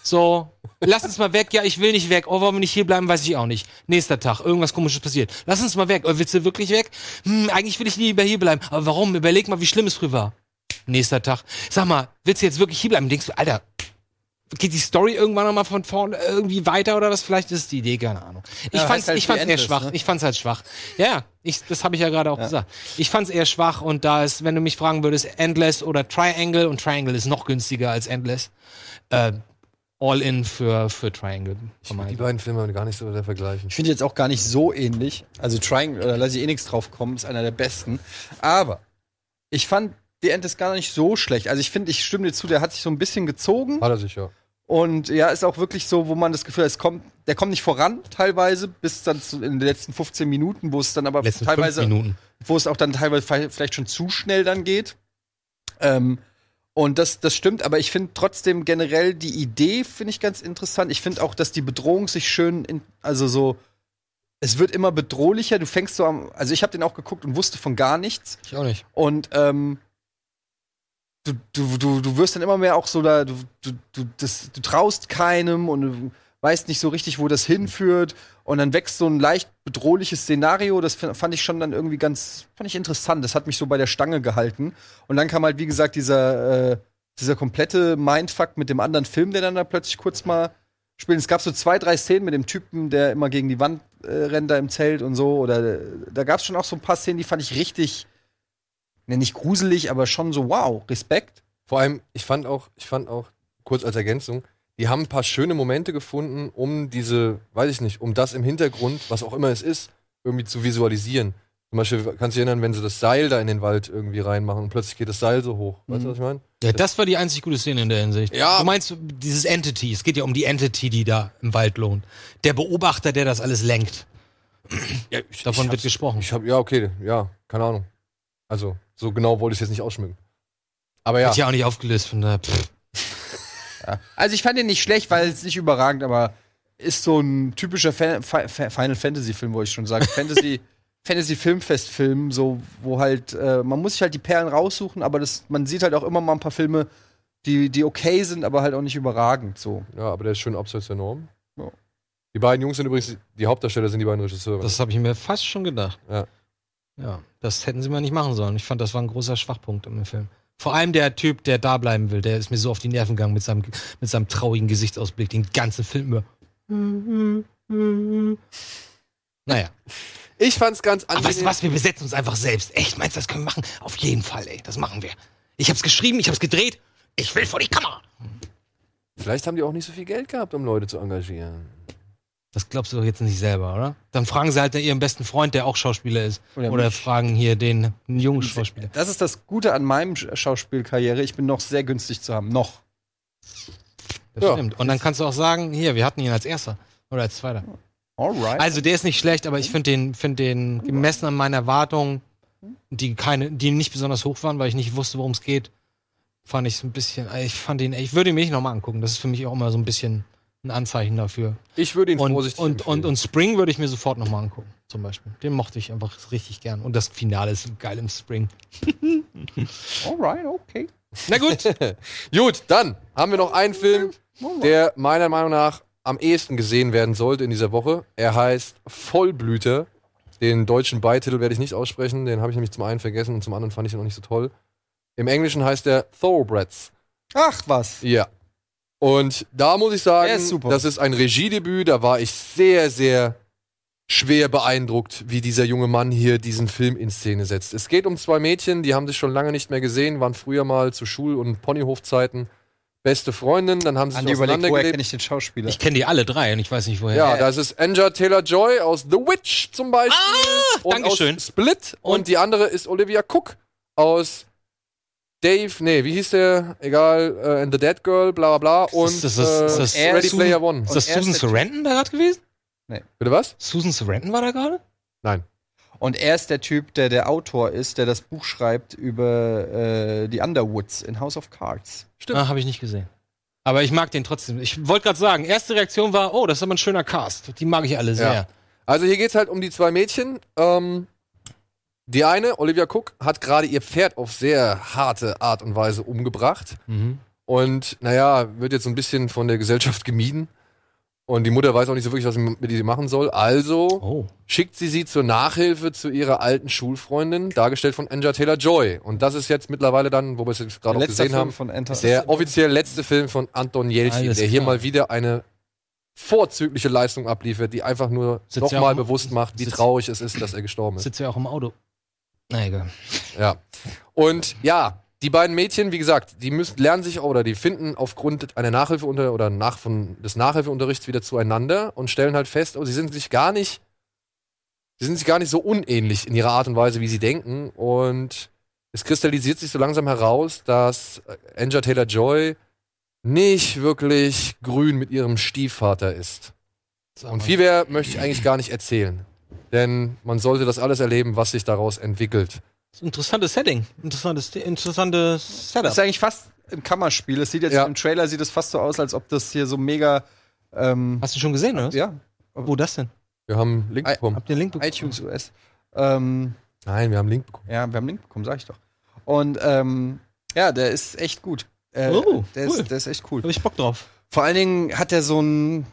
C: So, lass uns mal weg, ja, ich will nicht weg. Oh, warum wir nicht hier bleiben, weiß ich auch nicht. Nächster Tag, irgendwas komisches passiert. Lass uns mal weg. Oh, willst du wirklich weg? Hm, eigentlich will ich lieber hier bleiben. Aber warum? Überleg mal, wie schlimm es früher war. Nächster Tag. Sag mal, willst du jetzt wirklich hier bleiben? Denkst du, Alter, geht die Story irgendwann nochmal von vorne irgendwie weiter oder was? Vielleicht ist es die Idee, keine Ahnung. Ich
D: Ja,
C: fand's,
D: heißt halt
C: ich fand's
D: wie
C: eher
D: Endless,
C: schwach.
D: ne?
C: Ich fand's halt schwach. Ja, ja. Ich, das habe ich ja gerade auch gesagt. Ich fand's eher schwach und da ist, wenn du mich fragen würdest, Endless oder Triangle und Triangle ist noch günstiger als Endless. Äh, all in für, für Triangle.
A: Die beiden Filme gar nicht so sehr vergleichen.
D: Ich finde die jetzt auch gar nicht so ähnlich. Also Triangle, oder lass ich eh nichts drauf kommen, ist einer der besten. Aber ich fand The End ist gar nicht so schlecht. Also ich finde, ich stimme dir zu, der hat sich so ein bisschen gezogen.
A: Hat er sich ja.
D: Und ja, ist auch wirklich so, wo man das Gefühl hat, es kommt, der kommt nicht voran teilweise, bis dann zu, in den letzten 15 Minuten, wo es dann aber
C: Letzten
D: teilweise
C: fünf Minuten.
D: wo es auch dann teilweise vi- vielleicht schon zu schnell dann geht. Ähm, und das, das stimmt, aber ich finde trotzdem generell die Idee finde ich ganz interessant. Ich finde auch, dass die Bedrohung sich schön, in, also so, es wird immer bedrohlicher. Du fängst so am, also ich habe den auch geguckt und wusste von gar nichts.
C: Ich auch nicht.
D: Und ähm, du, du, du, du wirst dann immer mehr auch so da, du, du, du, das, du traust keinem und du weißt nicht so richtig, wo das hinführt. Und dann wächst so ein leicht bedrohliches Szenario. Das fin- fand ich schon dann irgendwie ganz, fand ich interessant. Das hat mich so bei der Stange gehalten. Und dann kam halt, wie gesagt, dieser, äh, dieser komplette Mindfuck mit dem anderen Film, der dann da plötzlich kurz mal spielt. Es gab so zwei, drei Szenen mit dem Typen, der immer gegen die Wand äh, rennt da im Zelt und so. Oder äh, da gab es schon auch so ein paar Szenen, die fand ich richtig ne, nicht gruselig, aber schon so, wow, Respekt.
A: Vor allem, ich fand auch, ich fand auch, kurz als Ergänzung, die haben ein paar schöne Momente gefunden, um diese, weiß ich nicht, um das im Hintergrund, was auch immer es ist, irgendwie zu visualisieren. Zum Beispiel kannst du dich erinnern, wenn sie das Seil da in den Wald irgendwie reinmachen und plötzlich geht das Seil so hoch. Weißt
C: Mhm.
A: du, was ich meine?
C: Ja, das war die einzig gute Szene in der Hinsicht.
A: Ja.
C: Du meinst dieses Entity. Es geht ja um die Entity, die da im Wald lohnt. Der Beobachter, der das alles lenkt.
A: Ja, ich,
C: Davon wird gesprochen.
A: Ich hab, ja, okay, ja, keine Ahnung. Also, so genau wollte ich es jetzt nicht ausschmücken. Aber ja,
C: Hat ja auch nicht aufgelöst von der. Pff.
D: Also ich fand den nicht schlecht, weil es nicht überragend, aber ist so ein typischer Fan Fi- Fi- Final Fantasy Film, wollte ich schon sagen. Fantasy Fantasy Filmfest Film, so wo halt äh, man muss sich halt die Perlen raussuchen, aber das, man sieht halt auch immer mal ein paar Filme, die die okay sind, aber halt auch nicht überragend so.
A: ja, aber der ist schön abseits der Norm.
D: Ja.
A: Die beiden Jungs sind übrigens, die Hauptdarsteller sind die beiden Regisseure.
C: Das habe ich mir fast schon gedacht.
A: Ja.
C: ja. Das hätten sie mal nicht machen sollen. Ich fand, das war ein großer Schwachpunkt im Film. Vor allem der Typ, der da bleiben will, der ist mir so auf die Nerven gegangen mit seinem, mit seinem traurigen Gesichtsausblick, den ganzen Film über. Naja.
A: ich fand's ganz
C: Aber weißt du
A: angenehm.
C: was, wir besetzen uns einfach selbst. Echt, meinst du, das können wir machen? Auf jeden Fall, ey. Das machen wir. Ich hab's geschrieben, ich hab's gedreht. Ich will vor die Kamera.
A: Vielleicht haben die auch nicht so viel Geld gehabt, um Leute zu engagieren.
C: Das glaubst du doch jetzt nicht selber, oder? Dann fragen sie halt ihren besten Freund, der auch Schauspieler ist.
D: Oder
C: Oder,
D: mich.
C: fragen hier den einen jungen Schauspieler.
D: Das ist das Gute an meinem Sch- Schauspielkarriere. Ich bin noch sehr günstig zu haben. Noch.
C: Das
A: Ja.
C: stimmt. Und dann kannst du auch sagen, hier, wir hatten ihn als erster oder als zweiter.
D: Alright.
C: Also der ist nicht schlecht, aber ich finde den, find den gemessen an meinen Erwartungen, die keine, die nicht besonders hoch waren, weil ich nicht wusste, worum es geht, fand ich es ein bisschen. äh, Ich fand ihn, ich würde ihn mir nicht nochmal angucken. Das ist für mich auch immer so ein bisschen ein Anzeichen dafür.
A: Ich würde ihn
C: Und,
A: vorsichtig
C: und, und,
A: empfehlen.
C: und Spring würde ich mir sofort nochmal angucken, zum Beispiel. Den mochte ich einfach richtig gern. Und das Finale ist geil im Spring.
D: Alright, okay.
C: Na gut.
A: Gut, dann haben wir noch einen Film, der meiner Meinung nach am ehesten gesehen werden sollte in dieser Woche. Er heißt Vollblüter. Den deutschen Beititel werde ich nicht aussprechen, den habe ich nämlich zum einen vergessen und zum anderen fand ich ihn auch nicht so toll. Im Englischen heißt er Thoroughbreds.
D: Ach was.
A: Ja. Und da muss ich sagen,
D: Der ist super.
A: das ist ein Regiedebüt, da war ich sehr, sehr schwer beeindruckt, wie dieser junge Mann hier diesen Film in Szene setzt. Es geht um zwei Mädchen, die haben sich schon lange nicht mehr gesehen, waren früher mal zu Schul- und Ponyhofzeiten beste Freundinnen, dann haben sie
D: Andi
A: sich
D: überlegt, woher
A: auseinandergelebt.
D: kenne ich den Schauspieler?
C: Ich kenne die alle drei und ich weiß nicht woher.
A: Ja, das ist Anja Taylor-Joy aus The Witch zum Beispiel. und
C: Ah, Dankeschön.
A: Aus Split. Und,
C: Und-
A: die andere ist Olivia Cook aus Dave, nee, wie hieß der? Egal, äh, and the Dead Girl, bla bla bla. Und
C: Ist das- ist das- ist das
A: äh, Ready
C: Susan-
A: Player One.
C: ist das
D: und er ist
C: Susan
D: der-
C: Sarandon da gerade gewesen?
A: Bitte was?
C: Susan Sarandon war da gerade?
D: Und er ist der Typ, der der Autor ist, der das Buch schreibt über äh, die Underwoods in House of Cards.
A: Stimmt.
C: Ah, habe ich nicht gesehen. Aber ich mag den trotzdem. Ich wollte gerade sagen, erste Reaktion war, oh, das ist aber ein schöner Cast. Die mag ich alle sehr.
A: Ja. Also hier geht's halt um die zwei Mädchen. Ähm, die eine, Olivia Cook, hat gerade ihr Pferd auf sehr harte Art und Weise
C: Mhm.
A: umgebracht. Und naja, wird jetzt so ein bisschen von der Gesellschaft gemieden. Und die Mutter weiß auch nicht so wirklich, was sie mit ihr machen soll. Also
C: Oh.
A: schickt sie sie zur Nachhilfe zu ihrer alten Schulfreundin, dargestellt von Anja Taylor-Joy. Und das ist jetzt mittlerweile dann, wo wir es jetzt gerade auch
D: Letzter
A: gesehen
D: Film
A: haben,
D: von Enter.
A: der offiziell letzte Film von Anton Jelchin, der
C: Alles
A: hier
C: klar.
A: mal wieder eine vorzügliche Leistung abliefert, die einfach nur
C: Sitzt ja
A: nochmal
C: auch-
A: bewusst macht, wie
C: sitzt-
A: traurig es ist, dass er gestorben ist.
C: Sitzt ja auch im Auto. Na egal.
A: Ja. Und ja, die beiden Mädchen, wie gesagt, die müssen lernen sich oder die finden aufgrund einer Nachhilfe unter oder nach von des Nachhilfeunterrichts wieder zueinander und stellen halt fest, oh, sie sind sich gar nicht sie sind sich gar nicht so unähnlich in ihrer Art und Weise, wie sie denken und es kristallisiert sich so langsam heraus, dass äh, Anja Taylor-Joy nicht wirklich grün mit ihrem Stiefvater ist. Und viel mehr möchte ich eigentlich gar nicht erzählen. Denn man sollte das alles erleben, was sich daraus entwickelt.
C: Interessantes Setting. Interessantes, interessantes Setup.
D: Das ist eigentlich fast im Kammerspiel. Es sieht jetzt
A: Ja.
D: im Trailer sieht es fast so aus, als ob das hier so mega. Ähm,
C: Hast du schon gesehen, oder? was?
D: ja,
C: Wo das denn?
A: Wir haben einen Link
D: Ei-
A: bekommen.
C: Habt ihr den Link bekommen?
D: iTunes US. Ähm,
A: Nein, wir haben einen Link bekommen.
D: ja, wir haben einen Link bekommen, sag ich doch. Und ähm, ja, der ist echt gut. Äh,
C: Oh,
D: der,
C: cool.
D: ist, der ist echt cool.
C: Hab ich Bock drauf.
D: Vor allen Dingen hat er so einen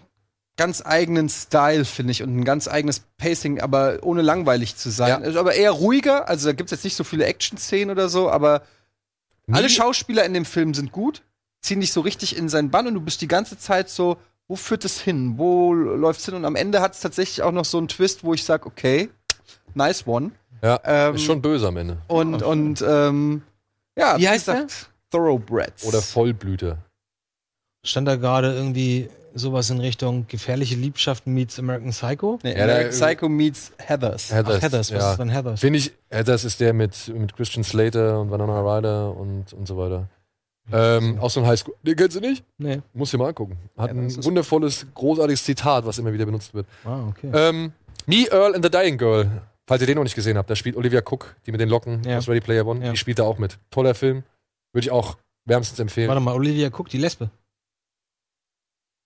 D: ganz eigenen Style, finde ich, und ein ganz eigenes Pacing, aber ohne langweilig zu sein.
A: Ja.
D: Ist Aber eher ruhiger, also da gibt es jetzt nicht so viele Action-Szenen oder so, aber alle Schauspieler in dem Film sind gut, ziehen dich so richtig in seinen Bann und du bist die ganze Zeit so, wo führt es hin? Wo läuft's hin? Und am Ende hat es tatsächlich auch noch so einen Twist, wo ich sage, okay, nice one.
A: Ja,
D: Ähm,
A: ist schon böse am Ende.
D: Und, und ähm, ja,
C: Wie heißt
D: Thoroughbreds.
A: Oder Vollblüte.
C: Stand da gerade irgendwie sowas in Richtung gefährliche Liebschaft meets American Psycho?
D: nee,
A: Ja,
D: American
A: der-
D: Psycho meets Heathers.
A: Heathers.
C: Ach, Heathers, was
A: ja.
C: ist denn Heathers?
A: Finde ich, Heathers ist der mit, mit Christian Slater und Vanessa Ryder und, und so weiter. Ähm, auch so ein Highschool. Den kennst du nicht?
C: Nee.
A: Muss dir mal angucken. Hat
D: Ja, das
A: ein
D: ist-
A: wundervolles, großartiges Zitat, was immer wieder benutzt wird.
C: Ah, okay.
A: Ähm, Me, Earl and the Dying Girl. Falls ihr den noch nicht gesehen habt, da spielt Olivia Cook, die mit den Locken
C: Ja.
A: aus Ready Player One.
C: Ja.
A: Die spielt da auch mit. Toller Film. Würde ich auch wärmstens empfehlen.
C: Warte mal, Olivia Cook, die Lesbe.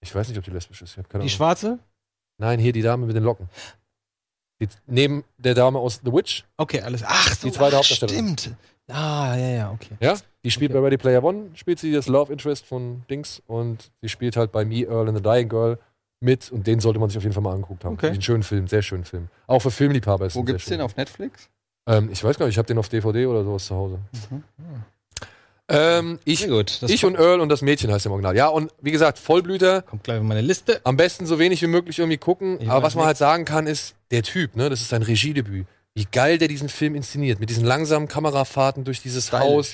A: Ich weiß nicht, ob die lesbisch ist. Ich hab keine
C: Die
A: Ahnung.
C: Schwarze?
A: Nein, hier die Dame mit den Locken. Die, neben der Dame aus The Witch,
C: Okay, alles. Ach, so,
A: Die zweite
C: ach,
A: Hauptdarstellerin.
C: Stimmt. Ah, ja, ja, okay.
A: Ja, die spielt
C: Okay.
A: bei Ready Player One, spielt sie das Love Interest von Dings und sie spielt halt bei Me, Earl and the Dying Girl mit und den sollte man sich auf jeden Fall mal angeguckt haben.
C: Okay.
A: Finde ich Einen schönen Film, sehr schönen Film. Auch für Filmliebhaber ist
D: Wo
A: ein sehr
D: gibt's den?
A: schöner
D: Auf Netflix?
A: Film. Ähm, ich weiß gar nicht, ich habe den auf DVD oder sowas zu Hause. Ähm, ich
C: Mhm. gut. Das
A: ich und Earl und das Mädchen heißt im Original. Ja, und wie gesagt, Vollblüter,
C: kommt gleich auf meine Liste.
A: am besten so wenig wie möglich irgendwie gucken.
C: Ich
A: aber
C: weiß
A: was man
C: nicht.
A: halt sagen kann, ist, der Typ, ne, das ist sein Regiedebüt. Wie geil der diesen Film inszeniert, mit diesen langsamen Kamerafahrten durch dieses
D: Stylisch.
A: Haus.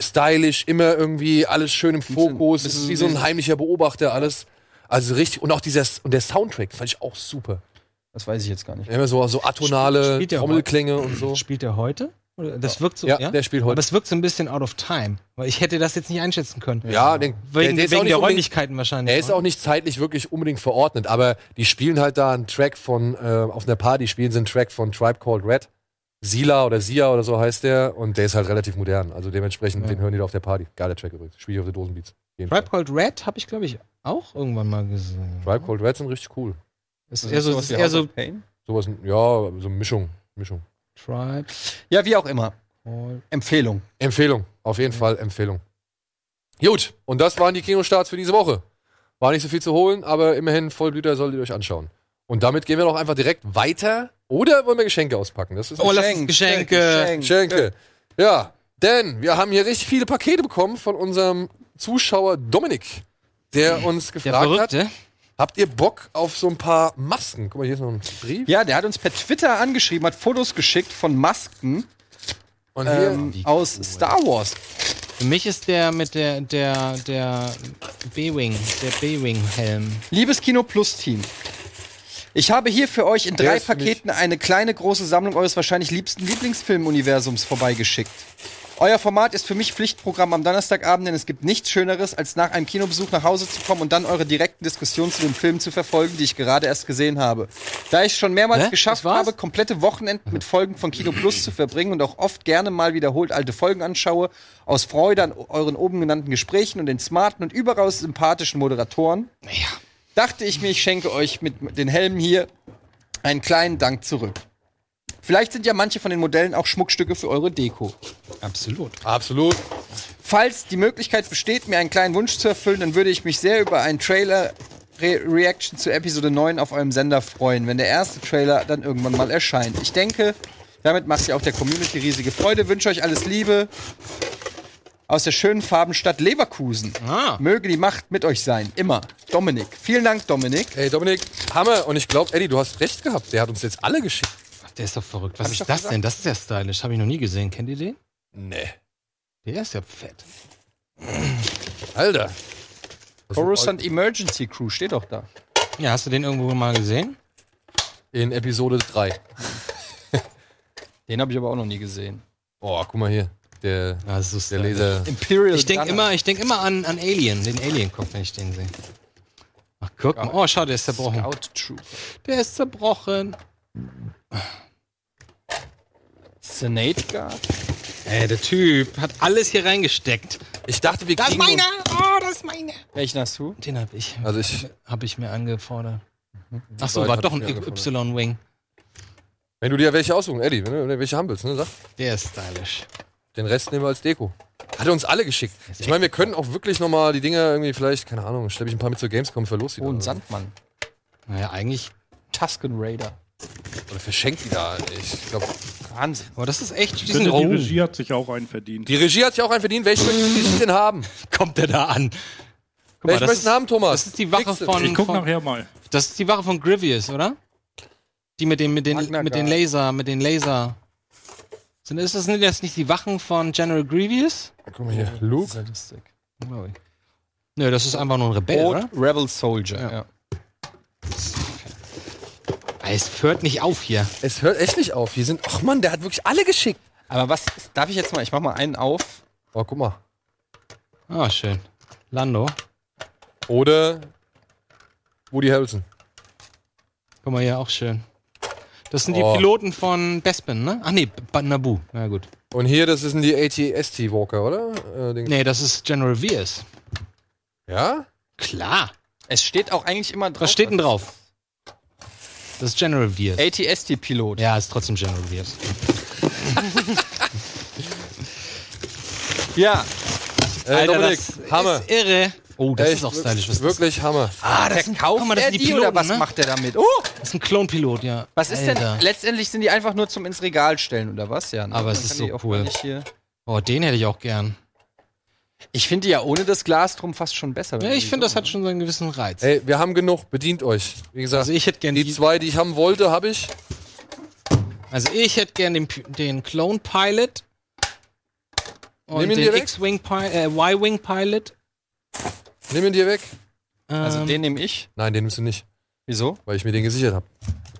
A: Stylisch, immer irgendwie alles schön im
D: Bisschen-
A: Fokus. Es
D: bisschen
A: ist wie so ein
D: wie-
A: heimlicher Beobachter, alles. Also richtig, und auch dieser, S- und der Soundtrack fand ich auch super.
D: Das weiß ich jetzt gar nicht.
A: Immer so, so atonale
C: Spielt der auch
A: Trommelklänge und so.
C: Spielt er heute? Oder das wirkt so,
A: ja,
C: ja?
A: der spielt
C: Aber
A: heute.
C: es wirkt so ein bisschen out of time. Weil ich hätte das jetzt nicht einschätzen können.
A: Ja, den, ist
C: Wegen,
A: auch
C: wegen
A: nicht
C: der
A: unbedingt-
C: Räumlichkeiten wahrscheinlich.
A: Er ist auch nicht zeitlich wirklich unbedingt verordnet, aber die spielen halt da einen Track von, äh, auf einer Party spielen sie einen Track von Tribe Called Red. Sila oder Sia oder so heißt der und der ist halt relativ modern. Also dementsprechend,
C: Ja.
A: den hören die da auf der Party. Geiler Track übrigens. Spiel ich auf den Dosenbeats. Jeden
C: Tribe Called Red habe ich, glaube ich, auch irgendwann mal gesehen.
A: Fall. Tribe Called Red sind richtig cool.
C: Ist eher so, ist eher so
A: Sowas, ja, so Mischung. Mischung.
C: Tribe
D: Ja, wie auch immer.
C: Called
D: Empfehlung.
A: Empfehlung. Auf jeden Fall Empfehlung. Gut, und das waren die Kinostarts für diese Woche. War nicht so viel zu holen, aber immerhin Vollblüter solltet ihr euch anschauen. Und damit gehen wir doch einfach direkt weiter. Oder wollen wir Geschenke auspacken? Das ist
C: Oh, lass uns Geschenke.
A: Schenke. Ja, denn wir haben hier richtig viele Pakete bekommen von unserem Zuschauer Dominik, der uns
C: Der
A: gefragt hat,
C: Verrückte.
A: habt ihr Bock auf so ein paar Masken? Guck mal, hier ist noch ein Brief.
D: Ja, der hat uns per Twitter angeschrieben, hat Fotos geschickt von Masken
A: Und hier,
D: ähm, aus Star Wars.
C: Für mich ist der mit der, der, der B-Wing, der B-Wing-Helm.
D: Liebes Kino Plus Team. Ich habe hier für euch in
A: Der
D: drei
A: ist für mich-
D: Paketen eine kleine große Sammlung eures wahrscheinlich liebsten Lieblingsfilmuniversums vorbeigeschickt. Euer Format ist für mich Pflichtprogramm am Donnerstagabend, denn es gibt nichts Schöneres, als nach einem Kinobesuch nach Hause zu kommen und dann eure direkten Diskussionen zu den Filmen zu verfolgen, die ich gerade erst gesehen habe. Da ich es schon mehrmals
C: Hä? Das
D: geschafft
C: war's?
D: habe, komplette Wochenenden mit Folgen von Kino Plus zu verbringen und auch oft gerne mal wiederholt alte Folgen anschaue, aus Freude an euren oben genannten Gesprächen und den smarten und überaus sympathischen Moderatoren,
C: Naja.
D: dachte ich mir, ich schenke euch mit den Helmen hier einen kleinen Dank zurück. Vielleicht sind ja manche von den Modellen auch Schmuckstücke für eure Deko.
C: Absolut.
A: absolut.
D: Falls die Möglichkeit besteht, mir einen kleinen Wunsch zu erfüllen, dann würde ich mich sehr über einen Trailer Re Reaction zu Episode 9 auf eurem Sender freuen, wenn der erste Trailer dann irgendwann mal erscheint. Ich denke, damit macht ihr auch der Community riesige Freude. Wünsche euch alles Liebe aus der schönen Farbenstadt Leverkusen.
C: Ah.
D: Möge die Macht mit euch sein. Immer. Dominik. Vielen Dank, Dominik.
A: Ey, Dominik, Hammer. Und ich glaube, Eddie, du hast recht gehabt. Der hat uns jetzt alle geschickt.
C: Der ist doch verrückt. Was ist das denn? Das ist ja stylisch. Habe ich noch nie gesehen. Kennt ihr den?
A: Nee.
C: Der ist ja fett.
A: Alter.
D: Coruscant Emergency Crew steht doch da.
C: Ja, hast du den irgendwo mal gesehen?
A: In Episode 3.
D: Den habe ich aber auch noch nie gesehen.
A: Boah, guck mal hier. Der,
C: Ja, das ist
A: der Laser.
D: Imperial.
C: Ich denke
D: Gunner.
C: immer, ich denk immer an, an Alien, den Alien-Kopf, wenn ich den sehe. Ach, guck mal. Oh, schau, der ist zerbrochen.
D: Scout Troop.
C: Der ist zerbrochen.
D: Senate Guard.
C: Ey, der Typ hat alles hier reingesteckt.
A: Ich dachte, wir kriegen. uns-
C: Oh, das ist meiner.
D: Welchen hast du?
C: Den hab ich,
A: Also ich,
C: hab ich mir angefordert. Ach so,
A: beiden
C: war
A: hab
C: doch
A: Mhm. ich
C: ein
A: mir angefordert.
C: Y-Wing.
A: wenn du dir welche aussuchen, Eddie, wenn du welche haben willst, ne, sag.
C: Der ist stylisch.
A: Den Rest nehmen wir als Deko. Hat er uns alle geschickt. Ich meine, wir können auch wirklich nochmal die Dinger irgendwie vielleicht, keine Ahnung, schleppe ich ein paar mit zur Gamescom verlos die
D: Oh,
A: da.
D: ein Sandmann.
C: Naja, eigentlich.
D: Tusken Raider.
A: Oder verschenkt die da. Ich glaube,
D: Wahnsinn.
C: Aber das ist echt. Oh, Die
E: Bitte,
C: sind
F: Oh.
E: die
C: roh.
E: Regie hat sich auch einen verdient.
A: die Regie hat sich auch einen verdient. Welchen möchten Sie denn haben?
C: Kommt der da an? Guck
A: Welchen
C: das
A: möchten
C: ist,
A: Sie haben, Thomas?
C: das ist die Wache
A: Kriegst du-
C: von-
F: Hm.
E: ich guck
C: von-
E: nachher mal.
C: das ist die Wache von Grievous, oder? Die mit den, mit den,
D: Magna
C: mit den
D: Guard.
C: Laser, mit den Laser. Sind, ist das, sind das nicht die Wachen von General Grievous?
A: Guck mal hier, Luke.
D: Sadistic.
C: Glaube ich. Nö, das ist einfach nur ein Rebell,
D: Rot
C: oder?
D: Rebel Soldier. Ja.
C: Ey, Es hört nicht auf hier.
A: Es hört echt nicht auf. Hier sind, ach Mann, der hat wirklich alle geschickt.
D: Aber was, ist- darf ich jetzt mal, ich mach mal einen auf.
A: Oh, guck mal.
C: Ah, schön. Lando.
A: Oder Woody Harrelson.
C: Guck mal hier, auch schön. Das sind
A: Oh.
C: die Piloten von Bespin, ne? Ach nee, B- Nabu. Na gut.
A: Und hier, das sind die ATST Walker, oder? Äh, Ding.
C: Nee, das ist General Viers.
A: Ja?
C: Klar.
D: Es steht auch eigentlich immer drauf.
C: Was steht denn drauf? Das ist General Viers.
D: ATST-Pilot.
C: Ja, ist trotzdem General Viers.
D: Ja.
A: Äh,
C: Alter,
A: Dominik,
C: das
A: Hammer.
C: ist irre. Oh, das
A: Echt,
C: ist auch stylisch. Was das?
A: Wirklich Hammer.
C: Ah, das sind, guck mal, das
D: er
C: sind die
D: die
C: Piloten,
D: oder was
C: ne?
D: macht der damit? Oh,
C: Das ist ein Klonpilot, ja.
D: was ist
C: Alter.
D: denn? Letztendlich sind die einfach nur zum ins Regal stellen oder was? Ja. ne?
C: Aber es
D: Man
C: ist
D: kann
C: so
D: die auch
C: cool.
D: gar nicht hier-
C: Oh, den hätte ich auch gern.
D: Ich finde die ja ohne das Glas drum fast schon besser. wenn
C: Ja,
D: man
C: ich
D: die
C: finde,
D: so-
C: das hat schon so einen gewissen Reiz.
A: Ey, wir haben genug. Bedient euch. Wie gesagt,
C: Also ich hätte gern
A: die
C: die-
A: zwei, die ich haben wollte, habe ich.
C: Also ich hätte gern den, P- den Clone Pilot und
A: Nimm ihn
C: den
A: dir weg.
C: X-Wing Pilot, äh, Y-Wing Pilot.
A: Nimm ihn dir weg.
C: Ähm,
D: Also den nehme ich.
A: Nein, den nimmst du nicht,
D: Wieso?
A: weil ich mir den gesichert habe.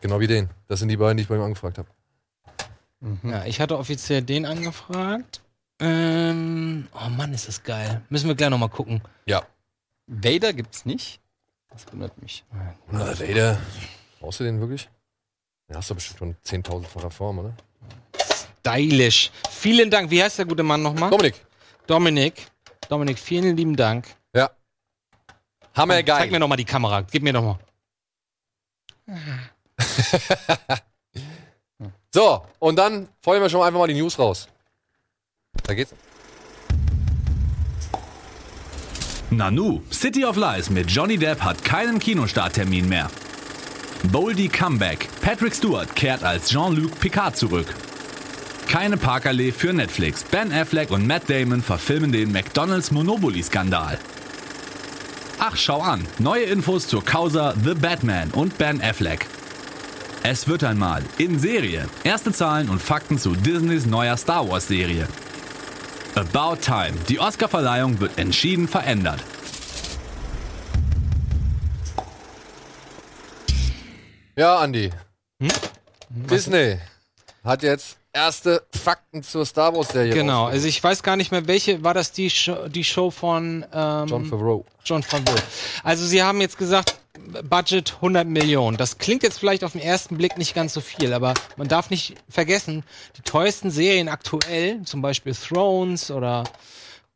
A: Genau wie den. Das sind die beiden, die ich bei ihm angefragt habe.
C: ja, ich hatte offiziell den angefragt. Ähm, oh Mann, ist das geil. Müssen wir gleich nochmal gucken.
A: Ja.
D: Vader gibt's nicht. Das wundert mich.
A: Na, Vader. Brauchst du den wirklich? Den hast du bestimmt schon 10.000-facher Form, oder?
C: Stylisch. Vielen Dank. Wie heißt der gute Mann nochmal?
A: Hm? Dominik.
C: Dominik. Dominik, vielen lieben Dank.
A: Ja. Hammergeil.
C: Zeig mir nochmal die Kamera. Gib mir nochmal.
A: So, und dann feuern wir schon einfach mal die News raus. Da geht's.
G: Nanu, City of Lies mit Johnny Depp hat keinen Kinostarttermin mehr. Boldy Comeback. Patrick Stewart kehrt als Jean-Luc Picard zurück. Keine Parkallee für Netflix. Ben Affleck und Matt Damon verfilmen den McDonald's Monopoly-Skandal. Ach, schau an. Neue Infos zur Causa The Batman und Ben Affleck. Es wird einmal in Serie. Erste Zahlen und Fakten zu Disneys neuer Star Wars-Serie. About Time. Die Oscarverleihung wird entschieden verändert.
A: Ja, Andi.
C: Hm?
A: Hm, Disney hat jetzt erste Fakten zur Star Wars-Serie.
C: Genau.
A: rausgegeben.
C: Also ich weiß gar nicht mehr, welche. War das die Show, die Show von ähm,
A: John Favreau.
C: John Favreau. Also Sie haben jetzt gesagt, Budget 100 Millionen. Das klingt jetzt vielleicht auf den ersten Blick nicht ganz so viel, aber man darf nicht vergessen, die teuersten Serien aktuell, zum Beispiel Thrones oder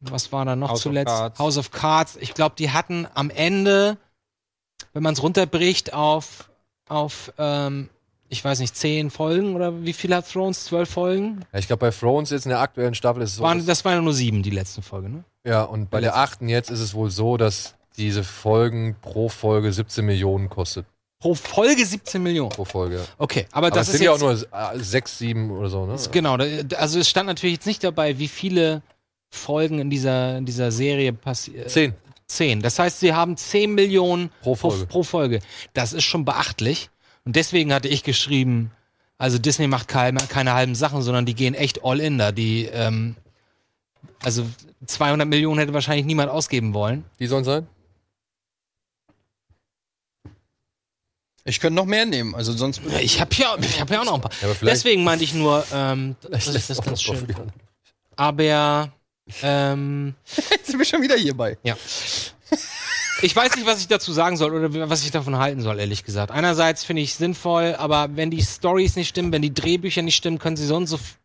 C: was war da noch
D: House of
C: zuletzt?
D: Cards.
C: House of Cards. Ich glaube, die hatten am Ende, wenn man es runterbricht auf, auf ähm, ich weiß nicht, 10 Folgen oder wie viel hat Thrones? 12 Folgen?
A: Ja, ich glaube, bei Thrones jetzt in der aktuellen Staffel ist es so.
C: Waren,
A: dass-
C: das waren ja nur sieben, die letzten Folge, ne?
A: ja, und bei der achten jetzt ist es wohl so, dass diese Folgen pro Folge 17 Millionen kostet.
C: Pro Folge 17 Millionen.
A: Pro Folge.
C: Okay, aber,
A: Aber
C: das
A: es
C: ist
A: sind ja auch
C: jetzt,
A: nur äh, sechs, sieben oder so, ne?
C: genau. da- Also es stand natürlich jetzt nicht dabei, wie viele Folgen in dieser in dieser Serie passieren.
A: Zehn
C: 10. Das heißt, sie haben 10 Millionen
A: Pro
C: pro,
A: Folge.
C: pro Folge. Das ist schon beachtlich. Und deswegen hatte ich geschrieben, also Disney macht keine, keine halben Sachen, sondern die gehen echt all in da. Die, ähm, also 200 Millionen hätte wahrscheinlich niemand ausgeben wollen.
A: Die sollen sein?
D: Ich könnte noch mehr nehmen, also sonst.
C: Ich habe ja, ich hab ja auch noch ein paar.
A: Ja, aber vielleicht-
C: deswegen meinte ich nur, ähm, das ist das
A: auch
C: ganz
A: noch
C: schön.
A: probieren.
C: Aber ähm,
D: Jetzt sind wir schon wieder hierbei.
C: Ja. Ich weiß nicht, was ich dazu sagen soll oder was ich davon halten soll, ehrlich gesagt. Einerseits finde ich sinnvoll, aber wenn die Stories nicht stimmen, wenn die Drehbücher nicht stimmen, können sie sonst so f-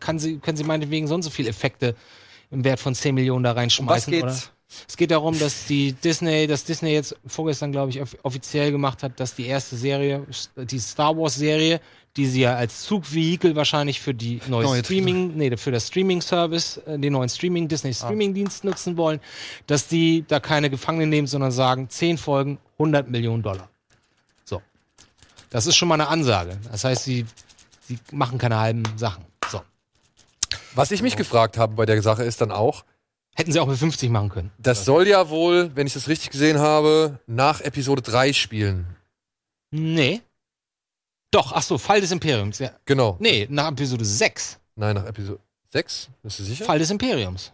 C: kann sie können sie meinetwegen sonst so viel Effekte im Wert von 10 Millionen da
D: Um Was
C: reinschmeißen, oder?
D: geht's?
C: Es geht darum, dass die Disney, dass Disney jetzt vorgestern, glaube ich, off- offiziell gemacht hat, dass die erste Serie, die Star Wars Serie, die sie ja als Zugvehikel wahrscheinlich für die neue,
D: Neue
C: Streaming, nee, für das Streaming Service, äh, den neuen Streaming, Disney Streaming Dienst nutzen wollen, dass die da keine Gefangenen nehmen, sondern sagen, 10 Folgen, 100 Millionen Dollar. So. Das ist schon mal eine Ansage. Das heißt, sie, sie machen keine halben Sachen. So.
A: Was ich
C: Genau.
A: mich gefragt habe bei der Sache ist dann auch,
C: Hätten sie auch mit 50 machen können.
A: das soll ja wohl, wenn ich das richtig gesehen habe, nach Episode 3 spielen.
C: Nee. Doch, ach so, Fall des Imperiums, ja.
A: Genau.
C: Nee, nach Episode 6.
A: Nein, nach Episode 6? Bist du sicher?
C: Fall des Imperiums.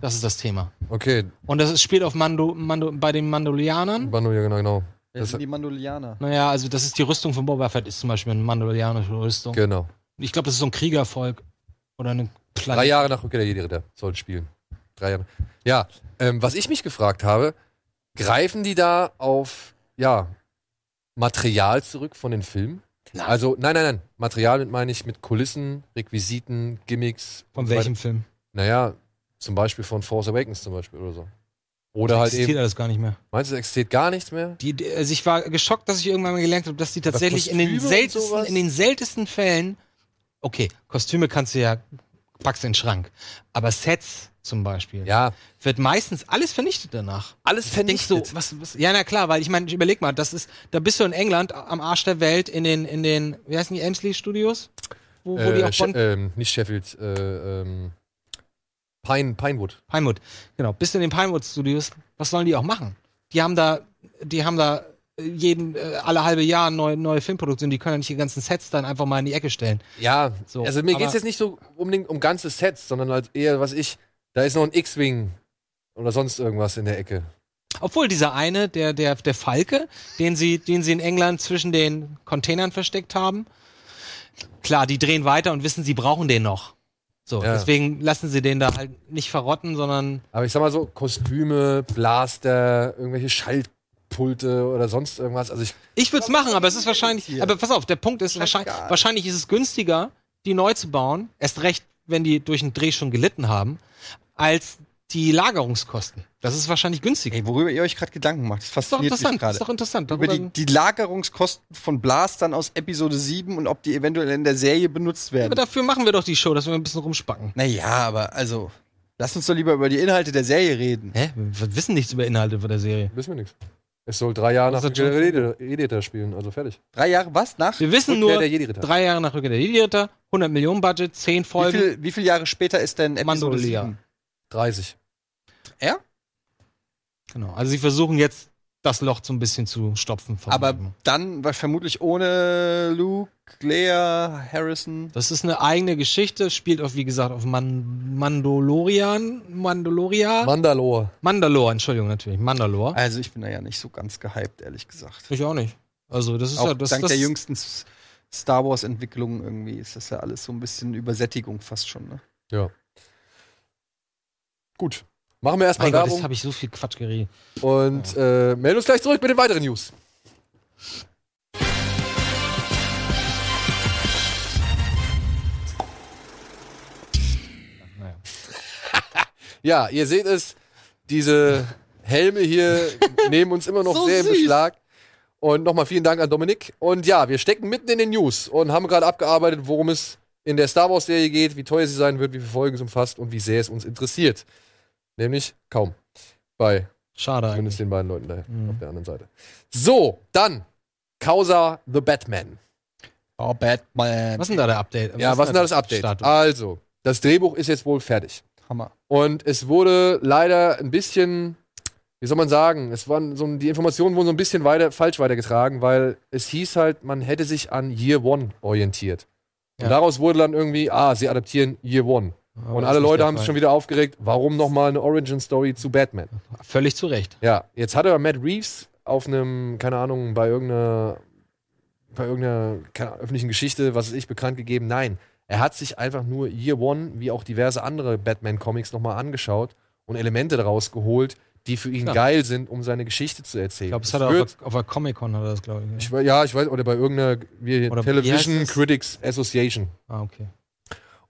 C: Das ist das Thema.
A: Okay,
C: Und das ist- spielt auf Mando, Mando, bei den Mandalorianern.
A: Banu, ja, genau, genau.
D: Wer
A: Das-
D: sind die Mandolianer?
C: Naja, also das ist die Rüstung von Boba Fett, ist zum Beispiel eine mandalorianische Rüstung.
A: Genau.
C: Ich glaube, das ist so ein Kriegervolk. Oder eine
A: Drei
C: kleine.
A: Jahre nach Rückkehr der Jedi-Ritter soll es spielen. Drei Jahre. Ja, ähm, was ich mich gefragt habe, greifen die da auf, ja, Material zurück von den Filmen? Also, nein, nein, nein. Material mit, meine ich mit Kulissen, Requisiten, Gimmicks. und
C: Von
A: so weiter.
C: welchem Film?
A: Naja, zum Beispiel von Force Awakens zum Beispiel oder so. Oder halt
C: Existiert
A: eben,
C: alles gar nicht mehr.
A: meinst du, es existiert gar nichts mehr?
C: Die, die- also ich war geschockt, dass ich irgendwann mal gelernt habe, dass die tatsächlich in den,
A: Kostüme und
C: seltensten,
A: sowas?
C: in den seltensten Fällen, okay, Kostüme kannst du ja, packst in den Schrank. Aber Sets zum Beispiel,
A: Ja,
C: wird meistens alles vernichtet danach.
A: alles
C: Denkst so, was, was, ja, na klar, weil ich meine, überleg mal, das ist, da bist du in England am Arsch der Welt in den, in den, wie heißen die, Elmsley Studios? Wo, wo die
A: Äh,
C: auch
A: She
C: von
A: ähm, nicht Sheffield, äh, ähm, Pine, Pinewood.
C: Pinewood, genau, bist du in den Pinewood Studios, was sollen die auch machen? Die haben da, die haben da jeden, äh, alle halbe Jahr neue, neue Filmproduktionen, die können ja nicht die ganzen Sets dann einfach mal in die Ecke stellen.
A: Ja,
C: So,
A: also mir geht
C: aber-
A: es jetzt nicht so unbedingt um ganze Sets, sondern halt eher, was ich, da ist noch ein X-Wing oder sonst irgendwas in der Ecke.
C: Obwohl dieser eine, der, der, der Falke, den sie, den sie in England zwischen den Containern versteckt haben, klar, die drehen weiter und wissen, sie brauchen den noch. So,
A: Ja.
C: deswegen lassen sie den da halt nicht verrotten, sondern
A: Aber ich sag mal so, Kostüme, Blaster, irgendwelche Schaltpulte oder sonst irgendwas. Also ich,
C: ich würde es machen, aber es ist wahrscheinlich, aber pass auf, der Punkt ist, wahrscheinlich, wahrscheinlich ist es günstiger, die neu zu bauen, erst recht, wenn die durch den Dreh schon gelitten haben, als die Lagerungskosten. Das ist wahrscheinlich günstiger.
D: Ey, worüber ihr euch gerade Gedanken macht, das
C: Ist doch
D: fasziniert mich
C: interessant,
D: gerade.
C: ist doch interessant.
D: Über die,
C: Darüber-
D: die Lagerungskosten von Blastern aus Episode 7 und ob die eventuell in der Serie benutzt
C: aber
D: werden.
C: dafür machen wir doch die Show, dass wir ein bisschen rumspacken.
D: naja, aber also, lass uns doch lieber über die Inhalte der Serie reden.
C: Hä? Wir wissen nichts über Inhalte von der Serie.
A: wissen wir nichts. Es soll drei Jahre nach
C: ist das
A: Rückkehr der Jedi- Jedi-Ritter spielen, also fertig.
D: Drei Jahre was? Nach?
C: Wir wissen
A: Rückkehr
C: nur,
A: der Jedi-Ritter.
C: drei Jahre nach Rückkehr der Jedi-Ritter, 100 Millionen Budget, 10
D: Wie
C: Folgen.
D: viel, wie viel Jahre später ist denn Episode
C: Mandolia.
D: 7?
A: 30.
C: Genau. Also sie versuchen jetzt, das Loch so ein bisschen zu stopfen.
D: Aber dann war vermutlich ohne Luke, Leia, Harrison.
C: das ist eine eigene Geschichte, spielt auf, wie gesagt, auf Man Mandalorian, Mandaloria,
A: Mandalore.
C: Mandalore, Entschuldigung, natürlich, Mandalore.
D: Also ich bin da ja nicht so ganz gehypt, ehrlich gesagt.
C: Ich auch nicht. Also das ist
D: Auch
C: ja, das,
D: dank
C: das,
D: der jüngsten S- Star Wars Entwicklung irgendwie ist das ja alles so ein bisschen Übersättigung fast schon. Ne?
A: Gut. Machen wir erstmal
C: Mein Gott,
A: Werbung
C: jetzt habe ich so viel Quatsch geredet.
A: und äh, melden uns gleich zurück mit den weiteren News.
C: Naja.
A: Ja, ihr seht es, diese Helme hier nehmen uns immer noch
D: So
A: sehr im
D: süß.
A: Beschlag. Und nochmal vielen Dank an Dominik. Und ja, wir stecken mitten in den News und haben gerade abgearbeitet, worum es in der Star Wars-Serie geht, wie teuer sie sein wird, wie viele Folgen es umfasst und wie sehr es uns interessiert. Nämlich kaum. Bei
C: Schade. Mhm.
A: Zumindest den beiden Leuten da auf der anderen Seite. So, dann Causa the Batman.
D: Oh, Batman.
C: Was ist denn da der Update?
A: Ja, was ist denn
C: denn
A: da das Update?
C: Status?
A: Also, das Drehbuch ist jetzt wohl fertig.
D: Hammer.
A: Und es wurde leider ein bisschen, wie soll man sagen, es waren so, die Informationen wurden so ein bisschen weiter, falsch weitergetragen, weil es hieß halt, man hätte sich an Year One orientiert. Und
C: Ja.
A: daraus wurde dann irgendwie, ah, sie adaptieren Year One.
C: Aber
A: und
C: ist
A: alle
C: nicht
A: Leute
C: der
A: haben sich
C: Fall.
A: schon wieder aufgeregt, warum nochmal eine Origin-Story zu Batman?
C: Völlig zu Recht.
A: Ja, jetzt hat aber Matt Reeves auf einem, keine Ahnung, bei irgendeiner, bei irgendeiner keine Ahnung, öffentlichen Geschichte, was weiß ich, bekannt gegeben. Nein, er hat sich einfach nur Year One, wie auch diverse andere Batman-Comics, nochmal angeschaut und Elemente daraus geholt, die für ihn
C: Klar.
A: geil sind, um seine Geschichte zu erzählen.
C: Ich glaube, das hat er
A: wird,
C: auf, der- auf der Comic-Con, hat er das, glaube ich. ne?
A: ich, we- Ja, ich weiß, oder bei irgendeiner wie,
C: Oder wie
A: Television
C: heißt das?
A: Critics Association.
C: Ah, okay.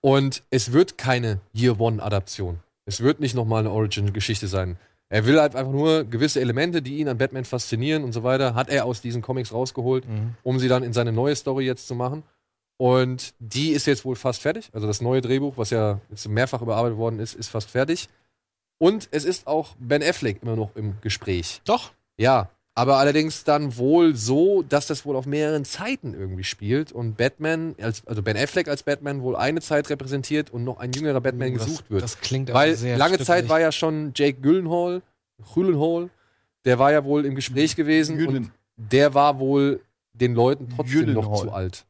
A: Und es wird keine Year One-Adaption. Es wird nicht nochmal eine Origin-Geschichte sein. Er will halt einfach nur gewisse Elemente, die ihn an Batman faszinieren und so weiter, hat er aus diesen Comics rausgeholt,
C: Mhm.
A: um sie dann in seine neue Story jetzt zu machen. Und die ist jetzt wohl fast fertig. Also das neue Drehbuch, was ja jetzt mehrfach überarbeitet worden ist, ist fast fertig. Und es ist auch Ben Affleck immer noch im Gespräch.
C: Doch.
A: Ja, aber allerdings dann wohl so, dass das wohl auf mehreren Zeiten irgendwie spielt und Batman, als, also Ben Affleck als Batman wohl eine Zeit repräsentiert und noch ein jüngerer Batman
C: Das-
A: gesucht wird.
C: Das klingt aber
A: Weil
C: sehr
A: lange Zeit
C: stückelig.
A: war ja schon Jake Gyllenhaal, Gyllenhaal, der war ja wohl im Gespräch gewesen und der war wohl den Leuten trotzdem noch
D: Gyllenhaal.
A: zu alt.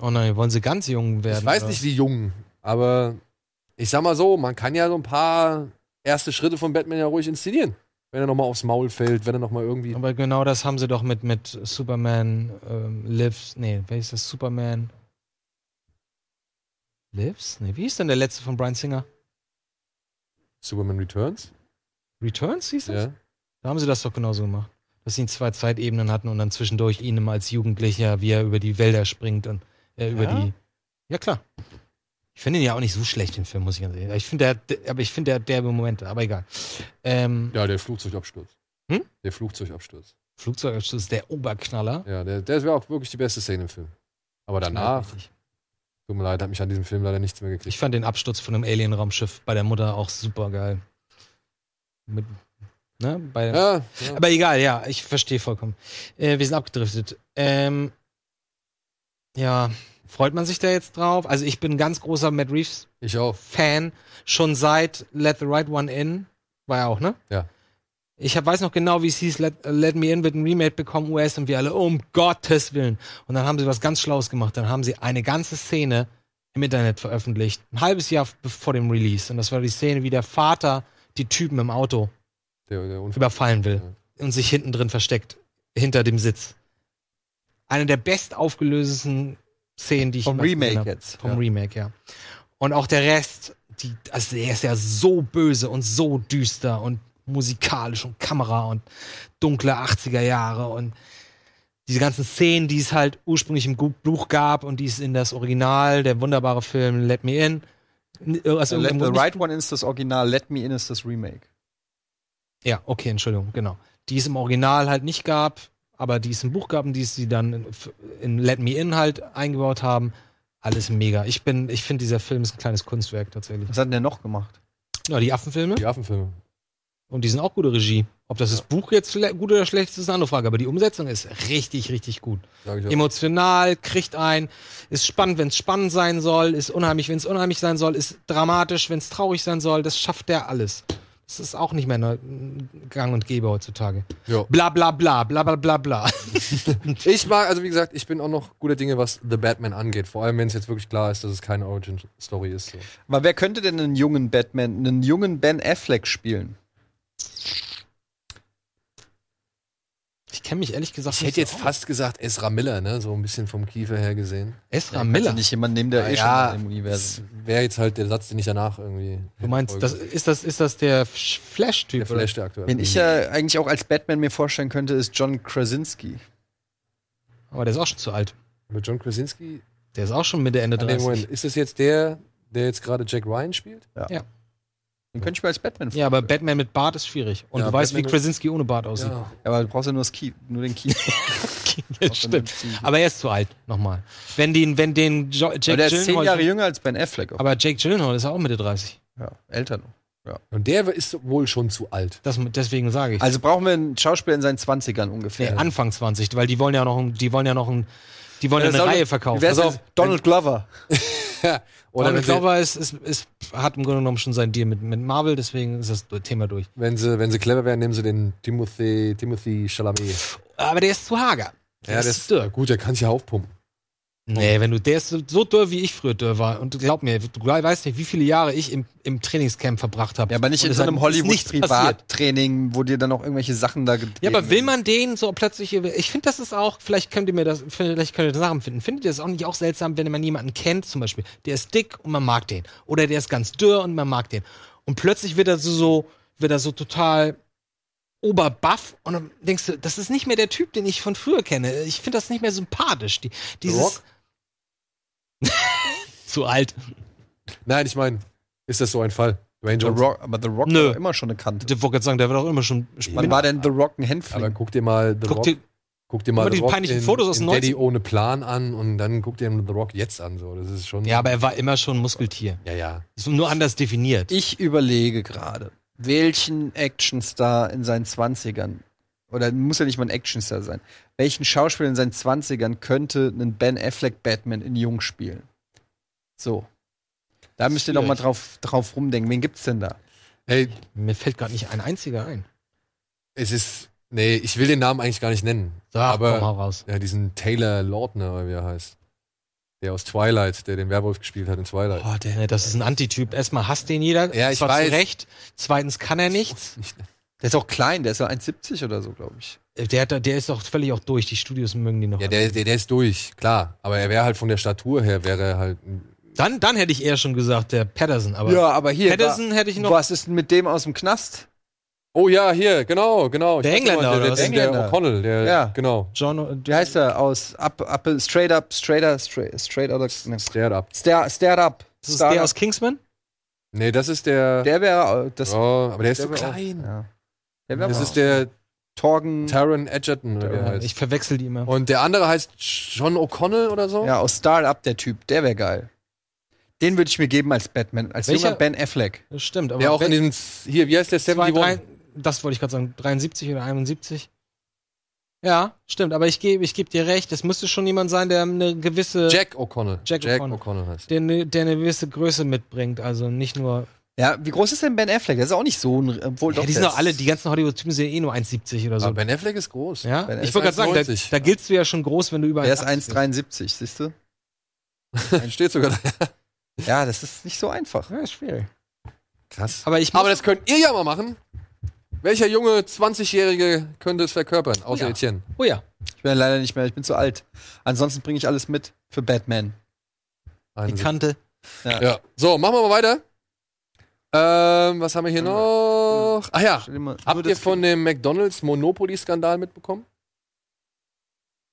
C: Oh nein, wollen sie ganz jung werden?
A: Ich weiß
C: oder?
A: nicht, wie jung, aber ich sag mal so, man kann ja so ein paar erste Schritte von Batman ja ruhig inszenieren. Wenn er nochmal aufs Maul fällt, wenn er nochmal irgendwie
C: Aber genau das haben sie doch mit, mit Superman ähm, Lives. Nee, wer ist das? Superman Lives? Nee, wie ist denn der letzte von Brian Singer?
A: Superman Returns.
C: Returns hieß das?
A: Ja.
C: Da haben sie das doch genauso gemacht. Dass sie ihn zwei Zeitebenen hatten und dann zwischendurch ihn immer als Jugendlicher, wie er über die Wälder springt und äh, über
A: Ja?
C: die. Ja, klar. Ich finde ihn ja auch nicht so schlecht, den Film, muss ich ganz ehrlich sagen. Ich finde, der hat de- aber ich finde, der hat derbe Momente, aber egal. Ähm,
A: Ja, der Flugzeugabsturz.
C: Hm?
A: Der Flugzeugabsturz.
C: Flugzeugabsturz ist der Oberknaller.
A: Ja, der, der wäre auch wirklich die beste Szene im Film. Aber danach,
C: Richtig.
A: tut mir leid, hat mich an diesem Film leider nichts mehr gekriegt.
C: Ich fand den Absturz von einem Alien-Raumschiff bei der Mutter auch super geil. Mit, ne, bei,
A: Ja, ja.
C: Aber egal, ja, ich verstehe vollkommen. Äh, wir sind abgedriftet. Ähm, ja, freut man sich da jetzt drauf? Also ich bin ein ganz großer Matt Reeves
A: Ich auch.
C: Fan, schon seit Let the Right One In, war ja auch, ne?
A: Ja.
C: Ich hab, weiß noch genau, wie es hieß, Let, Let Me In wird ein Remake bekommen, US, und wir alle, um Gottes Willen. Und dann haben sie was ganz Schlaues gemacht. Dann haben sie eine ganze Szene im Internet veröffentlicht, ein halbes Jahr f- vor dem Release. Und das war die Szene, wie der Vater die Typen im Auto
A: Der, der Unfall.
C: überfallen will und sich hinten drin versteckt, hinter dem Sitz. Eine der best aufgelösten Szenen, die ich
D: Vom
C: jemals gesehen
D: Remake
C: habe.
D: jetzt,
C: Vom
D: ja.
C: Remake, ja. Und auch der Rest, die, also der ist ja so böse und so düster und musikalisch und Kamera und dunkle 80er Jahre und diese ganzen Szenen, die es halt ursprünglich im Gu- Buch gab und die es in das Original, der wunderbare Film Let Me In, also
D: Let the
C: nicht-
D: Right One ist das Original, Let Me In ist das Remake.
C: Ja, okay, Entschuldigung, genau. Die es im Original halt nicht gab, aber die es im Buch gab und die es sie dann in, in Let Me In halt eingebaut haben. Alles mega. Ich bin, ich finde, dieser Film ist ein kleines Kunstwerk tatsächlich.
D: Was hat denn der noch gemacht?
C: Ja, die Affenfilme
A: Die Affenfilme.
C: und die sind auch gute Regie. Ob das das Buch jetzt schle- gut oder schlecht ist, ist eine andere Frage, aber die Umsetzung ist richtig, richtig gut.
A: Sag ich auch.
C: Emotional, kriegt ein, ist spannend, wenn es spannend sein soll, ist unheimlich, wenn es unheimlich sein soll, ist dramatisch, wenn es traurig sein soll, das schafft der alles. Das ist auch nicht mehr neu- gang und gäbe heutzutage.
A: Jo.
C: Bla bla bla, bla bla bla bla.
A: Ich mag, also wie gesagt, ich bin auch noch guter Dinge, was The Batman angeht. Vor allem, wenn es jetzt wirklich klar ist, dass es keine Origin-Story ist. So.
D: Aber wer könnte denn einen jungen Batman, einen jungen Ben Affleck spielen?
C: Ich kenne mich ehrlich gesagt
A: Ich hätte jetzt
C: so
A: fast gesagt Ezra Miller, ne? So ein bisschen vom Kiefer her gesehen.
C: aus. Ezra
D: Kannst du
C: Miller. Ah,
D: Nicht jemand nehmen, der eh
A: Ja,
D: schon mal im
A: Das
D: Universum.
A: wäre jetzt halt der Satz, den ich danach irgendwie.
C: Du meinst, das, ist, das, ist das der Sch-
A: der
C: Flash-Typ? oder?
A: Flash der aktuelle.
D: Wen ich ja eigentlich auch als Batman mir vorstellen könnte, ist John Krasinski.
C: Aber der ist auch schon zu alt.
A: Mit John Krasinski.
C: Der ist auch schon Mitte, Ende
A: Ah, nee,
C: 30.
A: Moment. Ist das jetzt der, der jetzt gerade Jack Ryan spielt?
D: Den könnte ich mir als Batman
C: Ja, aber Batman mit Bart ist schwierig. Und
A: Ja,
C: du weißt,
A: Batman
C: wie
A: mit-
C: Krasinski ohne Bart aussieht.
A: Ja.
D: Ja, aber du brauchst ja nur, das Key, nur den Key.
C: Das stimmt. Aber er ist zu alt, nochmal. Wenn den, wenn den jo Jake
D: aber der ist zehn
C: Gyllenhaal-
D: Jahre jünger als Ben Affleck.
C: Aber Jake Gyllenhaal ist ja auch Mitte 30.
D: ja, älter noch.
A: Und der ist wohl schon zu alt.
C: Das, deswegen sage ich.
D: Also brauchen wir einen Schauspieler in seinen 20ern ungefähr.
C: nee,
D: Also
C: Anfang 20, weil die wollen ja noch, ein- die wollen ja noch ein, die Also, wollen ja, eine
D: Sag-
C: Reihe verkaufen.
D: Wer ist
C: Pass
D: das? Donald Glover.
A: Oder
C: Donald
A: wenn sie,
C: Glover ist, ist, ist, hat im Grunde genommen schon sein Deal mit, mit Marvel, deswegen ist das Thema durch.
A: wenn, sie, wenn sie clever wären, nehmen sie den Timothy, Timothy Chalamet.
C: Aber der ist zu hager. Der
A: Ja,
C: ist
A: das
C: zu dürr.
A: Gut, der kann sich ja aufpumpen.
C: Nee, wenn du, der ist so- so dürr, wie ich früher dürr war. Und glaub mir, du weißt nicht, wie viele Jahre ich im, im Trainingscamp verbracht habe.
D: Ja, aber nicht
C: Und
D: in
C: es
D: so
C: hat-
D: einem
C: ist nichts passiert.
D: Hollywood-Privattraining, wo dir dann auch irgendwelche Sachen da gegeben
C: Ja, aber will man den so plötzlich, ich finde, das ist auch, vielleicht könnt ihr mir das, vielleicht könnt ihr das nachempfinden. Findet ihr das auch nicht auch seltsam, wenn man jemanden kennt, zum Beispiel, der ist dick und man mag den. Oder der ist ganz dürr und man mag den. Und plötzlich wird er so, so wird er so total oberbuff und dann denkst du, das ist nicht mehr der Typ, den ich von früher kenne. Ich finde das nicht mehr sympathisch. Die, dieses
A: Rock?
C: zu alt.
A: Nein, ich meine, ist das so ein Fall? Dwayne
D: The
A: Johnson.
D: Rock, aber The Rock
C: Nö.
D: war immer schon eine Kante.
C: Ich wollte gerade sagen, der wird auch immer schon
D: Wann
C: spannend.
D: war denn The Rock ein
A: Aber
D: Hänfling?
A: guck dir mal The
C: Guck
A: Rock,
C: dir,
A: guck dir mal
C: guck mal
A: The
C: die
A: Rock
C: peinlichen
A: in,
C: Fotos aus
A: in
C: 90
A: Daddy ohne Plan an und dann guck dir The Rock jetzt an. So, das ist schon.
C: ja, aber er war immer schon ein Muskeltier.
A: ja, ja.
C: Ist nur anders definiert.
D: Ich überlege gerade, welchen Actionstar in seinen 20ern, oder muss ja nicht mal ein Actionstar sein, welchen Schauspieler in seinen 20ern könnte einen Ben Affleck Batman in Jung spielen? So. Da müsst ihr doch mal
C: Schwierig.
D: drauf, drauf rumdenken. Wen gibt's denn da?
A: Hey,
C: Mir fällt gerade nicht ein einziger ein.
A: es ist. Nee, ich will den Namen eigentlich gar nicht nennen.
C: So,
A: aber
C: komm mal raus.
A: ja, diesen Taylor Lautner, oder wie er heißt. Der aus Twilight, der den Werwolf gespielt hat in Twilight.
C: Boah, der, ne, das ist ein Antityp. Erstmal hasst den jeder.
A: Ja, ich
C: zwar
A: weiß.
C: Zu Recht. Zweitens kann er nichts.
D: Der ist auch klein, der ist ja 1,70 oder so, glaube ich.
C: Äh, Der, hat, da- der ist doch völlig auch durch. Die Studios mögen die noch.
A: Ja, der, der, der ist durch, klar. Aber er wäre halt von der Statur her, wäre er halt. ein-
C: dann, dann hätte ich eher schon gesagt, der Patterson. Aber
D: Ja, aber hier.
C: Patterson hätte ich noch.
D: Was ist denn mit dem aus dem Knast?
A: Oh ja, hier, genau, genau.
C: Der
A: Ich weiß nicht, der,
C: Engländer, oder
A: der,
D: was?
A: der,
D: Engländer.
A: der O'Connell, der,
D: Ja.
A: genau.
C: John, äh,
D: Wie heißt er? Aus Up, Up, Straight Up, Straight Up, Straight, straight Out of. Ne.
A: Stare up.
D: Stare, stare Up.
C: das ist
D: Stare
C: der
D: Up.
C: aus Kingsman?
A: Nee, das ist der.
D: Der wäre. äh, Das,
A: oh, aber der ist
D: der
A: so
D: wär auch-
A: klein.
D: Ja. Der wäre
A: Das ist der
D: Torgen.
A: Taron Edgerton, oder wie er
C: Ja, Oh,
A: heißt.
C: ich verwechsel die immer.
A: Und der andere heißt John O'Connell oder so?
D: Ja, aus Start Up, der Typ. Der wäre geil. Den würde ich mir geben als Batman. Als
C: Welcher-
D: junger Ben Affleck.
C: Das stimmt. Aber
A: Der auch in
C: wenn-
A: diesem. Hier, wie heißt der?
C: zwei,
A: 71?
C: drei, das wollte ich gerade sagen, 73 oder 71. Ja, stimmt. Aber ich gebe ich geb dir recht. Es müsste schon jemand sein, der eine gewisse.
A: Jack O'Connell.
C: Jack O'Connell.
A: O'Connell heißt.
C: der eine, der eine gewisse Größe mitbringt. Also nicht nur.
D: Ja, wie groß ist denn Ben Affleck? Der ist auch nicht so ein. Obwohl,
C: Ja,
D: doch,
C: die sind
D: der
C: doch
D: ist-
C: alle, die ganzen Hollywood-Typen sind eh nur 1,70 oder so.
A: Aber Ben Affleck ist groß.
C: ja?
D: Ben-
C: Ich wollte gerade sagen, da,
A: 1,90.
C: da giltst du ja schon groß, wenn du über
D: Der ist
C: 1,80 bist.
D: 1,73, siehst du?
A: Steht sogar da.
D: Ja, das ist nicht so einfach.
C: Ja, ist schwierig.
A: Krass.
C: Aber ich muss,
A: Aber das könnt ihr ja mal machen. Welcher junge 20-Jährige könnte es verkörpern? Außer
C: Ja.
A: Etienne.
C: oh ja,
D: Ich bin ja leider nicht mehr, ich bin zu alt. Ansonsten bringe ich alles mit für Batman.
C: die
A: Eine
C: Kante.
A: Ja. So, machen wir mal weiter. Ähm, was haben wir hier noch? Ach ja.
D: Stell dir mal-
A: Habt ihr von dem McDonalds Monopoly-Skandal mitbekommen?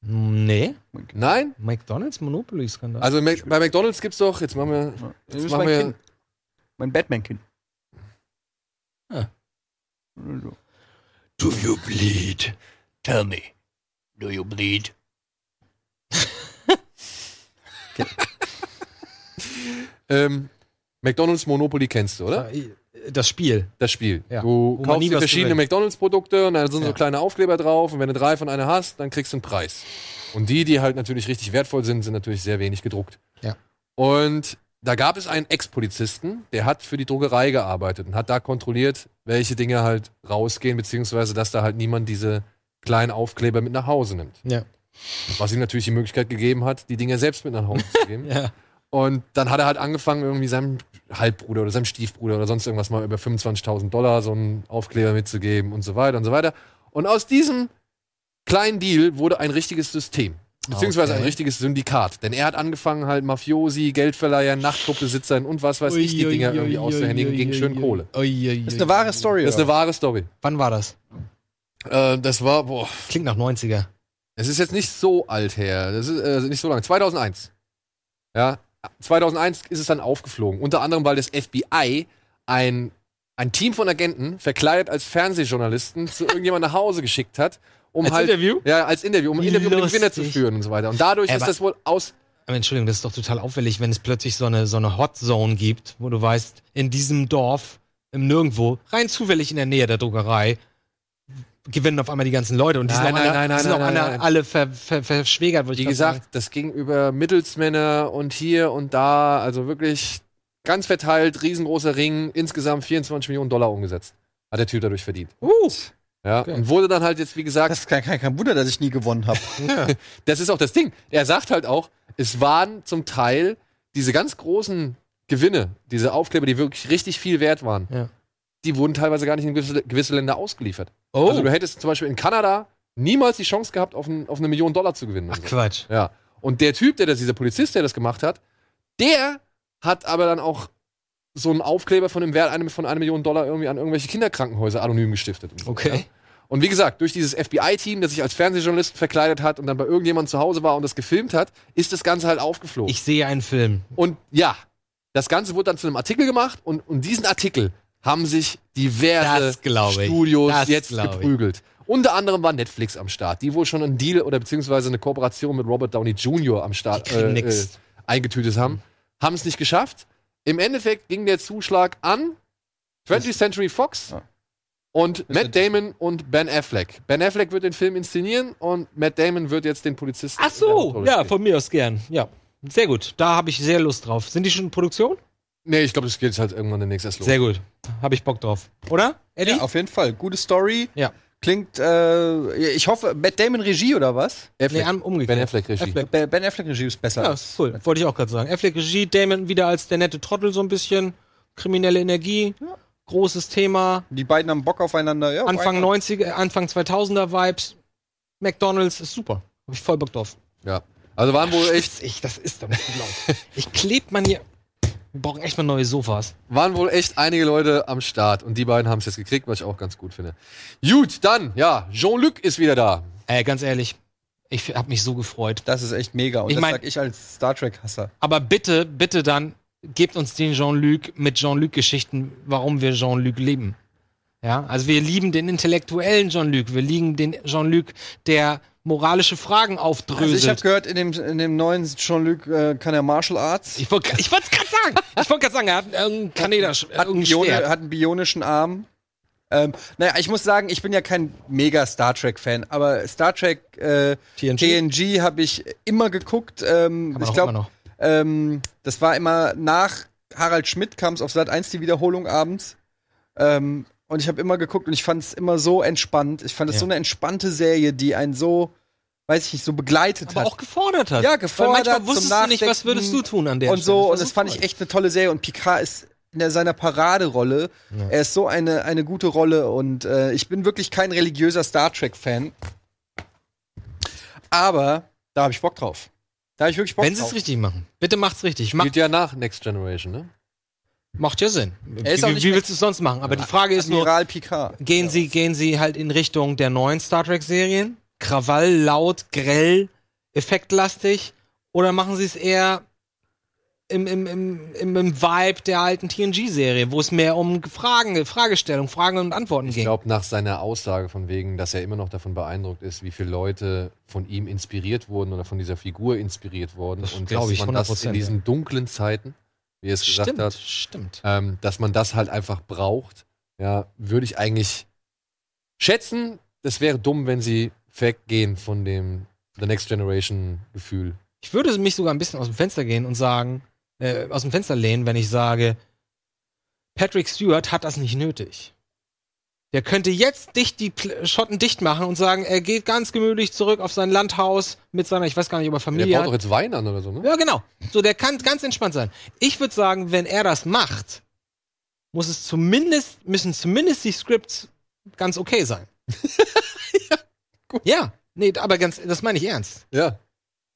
C: Hm, Nee,
A: Nein?
C: McDonalds Monopoly-Skandal.
A: Also Mac- bei McDonalds gibt's doch, jetzt machen wir.
D: Ja.
A: Jetzt
D: Das ist
A: machen
D: mein
A: wir-
D: Kind. Mein Batman-Kind.
C: Ah.
D: So.
E: Do you bleed? Tell me. Do you bleed?
A: Ähm, McDonalds Monopoly kennst du, oder?
C: Ah, das Spiel.
A: Das Spiel.
C: Ja. Wo
A: Du
C: man
A: kaufst
C: nie
A: dir
C: was
A: verschiedene
C: gewinnt.
A: McDonalds-Produkte und da sind
C: Ja.
A: so kleine Aufkleber drauf und wenn du drei von einer hast, dann kriegst du einen Preis. Und die, die halt natürlich richtig wertvoll sind, sind natürlich sehr wenig gedruckt.
C: Ja.
A: Und da gab es einen Ex-Polizisten, der hat für die Druckerei gearbeitet und hat da kontrolliert, welche Dinge halt rausgehen, beziehungsweise dass da halt niemand diese kleinen Aufkleber mit nach Hause nimmt.
C: Ja.
A: Was ihm natürlich die Möglichkeit gegeben hat, die Dinger selbst mit nach Hause zu geben.
C: Ja.
A: Und dann hat er halt angefangen, irgendwie seinem Halbbruder oder seinem Stiefbruder oder sonst irgendwas mal über 25.000 Dollar so einen Aufkleber mitzugeben und so weiter und so weiter. Und aus diesem kleinen Deal wurde ein richtiges System. Beziehungsweise
C: Okay.
A: ein richtiges Syndikat. Denn er hat angefangen, halt Mafiosi, Geldverleihern, Nachtclubbesitzern und was weiß ich, die Dinger irgendwie auszuhändigen gegen schön Kohle.
D: Das ist eine wahre Story.
A: Das ist eine wahre Story.
C: Wann war das?
A: Äh, das war, boah,
C: Klingt nach 90er.
A: es ist jetzt nicht so alt her. Das ist äh, nicht so lang. 2001. Ja. 2001 ist es dann aufgeflogen. Unter anderem, weil das FBI ein, ein Team von Agenten verkleidet als Fernsehjournalisten zu irgendjemand nach Hause geschickt hat, um
C: Als
A: halt.
C: Interview?
A: Ja, als Interview, um ein
C: Wie
A: Interview mit dem Gewinner zu
C: lustig.
A: führen und so weiter. Und dadurch
C: Aber-
A: ist das wohl aus.
C: Aber Entschuldigung, das ist doch total auffällig, wenn es plötzlich so eine, so eine Hot Zone gibt, wo du weißt, in diesem Dorf im Nirgendwo, rein zufällig in der Nähe der Druckerei, gewinnen auf einmal die ganzen Leute und die
A: Nein,
C: sind auch
A: nein,
C: alle,
A: nein,
C: die sind
A: nein,
C: auch
A: nein,
C: alle,
A: nein.
C: alle ver, ver, verschwägert, wollte
A: Wie
C: ich grad
A: gesagt,
C: sagen.
A: das ging über Mittelsmänner und hier und da, also wirklich ganz verteilt, riesengroßer Ring, insgesamt 24 Millionen Dollar umgesetzt. Hat der Typ dadurch verdient.
C: Uh.
A: Also, Ja, und wurde dann halt jetzt, wie gesagt,
D: Das
A: das,
D: ist kein, kein, kein Wunder, dass ich nie gewonnen habe.
A: ist auch das Ding. Er sagt halt auch, es waren zum Teil diese ganz großen Gewinne, diese Aufkleber, die wirklich richtig viel wert waren.
C: Ja.
A: Die wurden teilweise gar nicht in gewisse, gewisse Länder ausgeliefert.
C: Oh,
A: Also du hättest zum Beispiel in Kanada niemals die Chance gehabt, auf, ein, auf eine Million Dollar zu gewinnen.
C: ach Quatsch.
A: Ja. Und der Typ, der das, dieser Polizist, der das gemacht hat, der hat aber dann auch so einen Aufkleber von dem Wert einem, von einer Million Dollar irgendwie an irgendwelche Kinderkrankenhäuser anonym gestiftet. Und so, Ja?
C: Okay.
A: Und wie gesagt, durch dieses FBI-Team, das sich als Fernsehjournalist verkleidet hat und dann bei irgendjemandem zu Hause war und das gefilmt hat, ist das Ganze halt aufgeflogen.
C: Ich sehe einen Film.
A: und ja, das Ganze wurde dann zu einem Artikel gemacht und, und diesen Artikel haben sich diverse
C: Das glaub ich.
A: Studios
C: Das
A: jetzt
C: glaub ich.
A: geprügelt. Unter anderem war Netflix am Start, die wohl schon einen Deal oder beziehungsweise eine Kooperation mit Robert Downey Jr. am Start
C: Die kriegen
A: äh, äh,
C: nix.
A: eingetütet haben. Haben es nicht geschafft. Im Endeffekt ging der Zuschlag an 20th Century Fox
D: Ja.
A: und Matt Damon und Ben Affleck. Ben Affleck wird den Film inszenieren und Matt Damon wird jetzt den Polizisten.
C: Ach
A: in der
C: so,
A: Hauptrolle
C: ja,
A: spielen.
C: von mir aus gern. Ja, sehr gut. Da habe ich sehr Lust drauf. Sind die schon in Produktion?
A: Nee, ich glaube, das geht jetzt halt irgendwann demnächst erst los.
C: Sehr gut. Habe ich Bock drauf. Oder? Eddie?
D: Auf jeden Fall. Gute Story.
C: Ja.
D: Klingt, äh, ich hoffe, Matt Damon Regie oder was?
A: Affleck.
C: am- umgekehrt.
A: ben Affleck Regie.
C: Affleck.
D: Ben Ben Affleck Regie ist besser.
C: Ja, ist cool. Wollte ich auch gerade sagen. Affleck Regie, Damon wieder als der nette Trottel so ein bisschen. Kriminelle Energie. Großes Thema.
D: Die beiden haben Bock aufeinander. Ja,
C: Anfang
D: why not?
C: 90er, äh, Anfang 2000er Vibes. McDonalds ist super. Hab ich voll Bock drauf.
A: Ja. Also waren wohl echt,
C: Ich, das ist doch nicht zu glauben. ich klebt man hier. Wir brauchen echt mal neue Sofas.
A: waren wohl echt einige Leute am Start und die beiden haben es jetzt gekriegt, was ich auch ganz gut finde. Gut, dann, ja, Jean-Luc ist wieder da.
C: Äh, ganz ehrlich, ich habe mich so gefreut.
D: Das ist echt mega. Und
C: Ich
D: das
C: mein-
D: sag ich als Star Trek-Hasser.
C: Aber bitte, bitte dann, gebt uns den Jean-Luc mit Jean-Luc-Geschichten, warum wir Jean-Luc lieben. Ja, also wir lieben den intellektuellen Jean-Luc, wir lieben den Jean-Luc, der moralische Fragen
D: Also ich
C: aufdröselt.
D: habe gehört, in dem, in dem neuen Jean-Luc äh, kann er Martial Arts.
C: ich wollte ich wollte es gerade sagen. Ich wollte gerade sagen, er hat irgendeinen Kanäler,
D: hat, einen
C: irgendeinen
D: Bione,
C: Schwert.
D: hat einen bionischen Arm. Ähm, naja, ich muss sagen, ich bin ja kein mega Star Trek-Fan, aber Star Trek äh,
C: TNG?
D: TNG habe ich immer geguckt. Ähm,
C: man
D: ich
C: auch immer
D: glaube,
C: noch.
D: ähm, das war immer nach Harald Schmidt kam es auf Sat 1 die Wiederholung abends. Ähm, und ich habe immer geguckt und ich fand es immer so entspannt. Ich fand es
C: Ja.
D: so eine entspannte Serie, die einen so, weiß ich nicht, so begleitet
C: Aber
D: hat.
C: auch gefordert hat.
D: Ja,
C: Weil
D: gefordert,
C: manchmal
D: zum
C: wusstest du nicht, was
D: Nachdenken
C: würdest du tun an der
D: und
C: Stelle.
D: so,
C: war
D: und das fand
C: cool.
D: ich echt eine tolle Serie. Und Picard ist in der, seiner Paraderolle. Er ist so eine, eine gute Rolle. Und äh, ich bin wirklich kein religiöser Star Trek-Fan. Aber da habe ich Bock drauf. Da habe ich wirklich Bock
C: Wenn sie
D: drauf.
C: es richtig machen. Bitte macht's richtig. Mach,
A: Spielt ja nach Next Generation, ne?
C: macht ja Sinn.
D: Er ist auch
C: wie,
D: nicht
C: wie willst du es sonst machen? Aber die Frage ist nur,
D: Admiral Picard.
C: Gehen Sie, gehen Sie halt in Richtung der neuen Star Trek Serien? Krawall, laut, grell, effektlastig? Oder machen Sie es eher im, im, im, im, im Vibe der alten TNG-Serie, wo es mehr um Fragen, Fragestellung, Fragen und Antworten
A: Ich
C: ging?
A: glaube, nach seiner Aussage von wegen, dass er immer noch davon beeindruckt ist, wie viele Leute von ihm inspiriert wurden oder von dieser Figur inspiriert wurden.
C: Das
A: und
C: glaub
A: dass
C: ich,
A: man das
C: 100%,
A: in diesen dunklen Zeiten, wie er es gesagt
C: stimmt,
A: hat,
C: stimmt.
A: ähm, dass man das halt einfach braucht, ja, würde ich eigentlich schätzen. Das wäre dumm, wenn sie weggehen von dem The Next Generation Gefühl.
C: Ich würde mich sogar ein bisschen aus dem Fenster gehen und sagen, äh, aus dem Fenster lehnen, wenn ich sage, Patrick Stewart hat das nicht nötig. Der könnte jetzt dicht die Pl Schotten dicht machen und sagen, er geht ganz gemütlich zurück auf sein Landhaus mit seiner, ich weiß gar nicht, ob er
A: Der
C: Familie
A: baut doch
C: hat.
A: jetzt Wein an oder so, ne?
C: Ja, genau. So, der kann ganz entspannt sein. Ich würde sagen, wenn er das macht, muss es zumindest, müssen zumindest die Scripts ganz okay sein. ja, nee, aber ganz, das meine ich ernst.
A: Ja.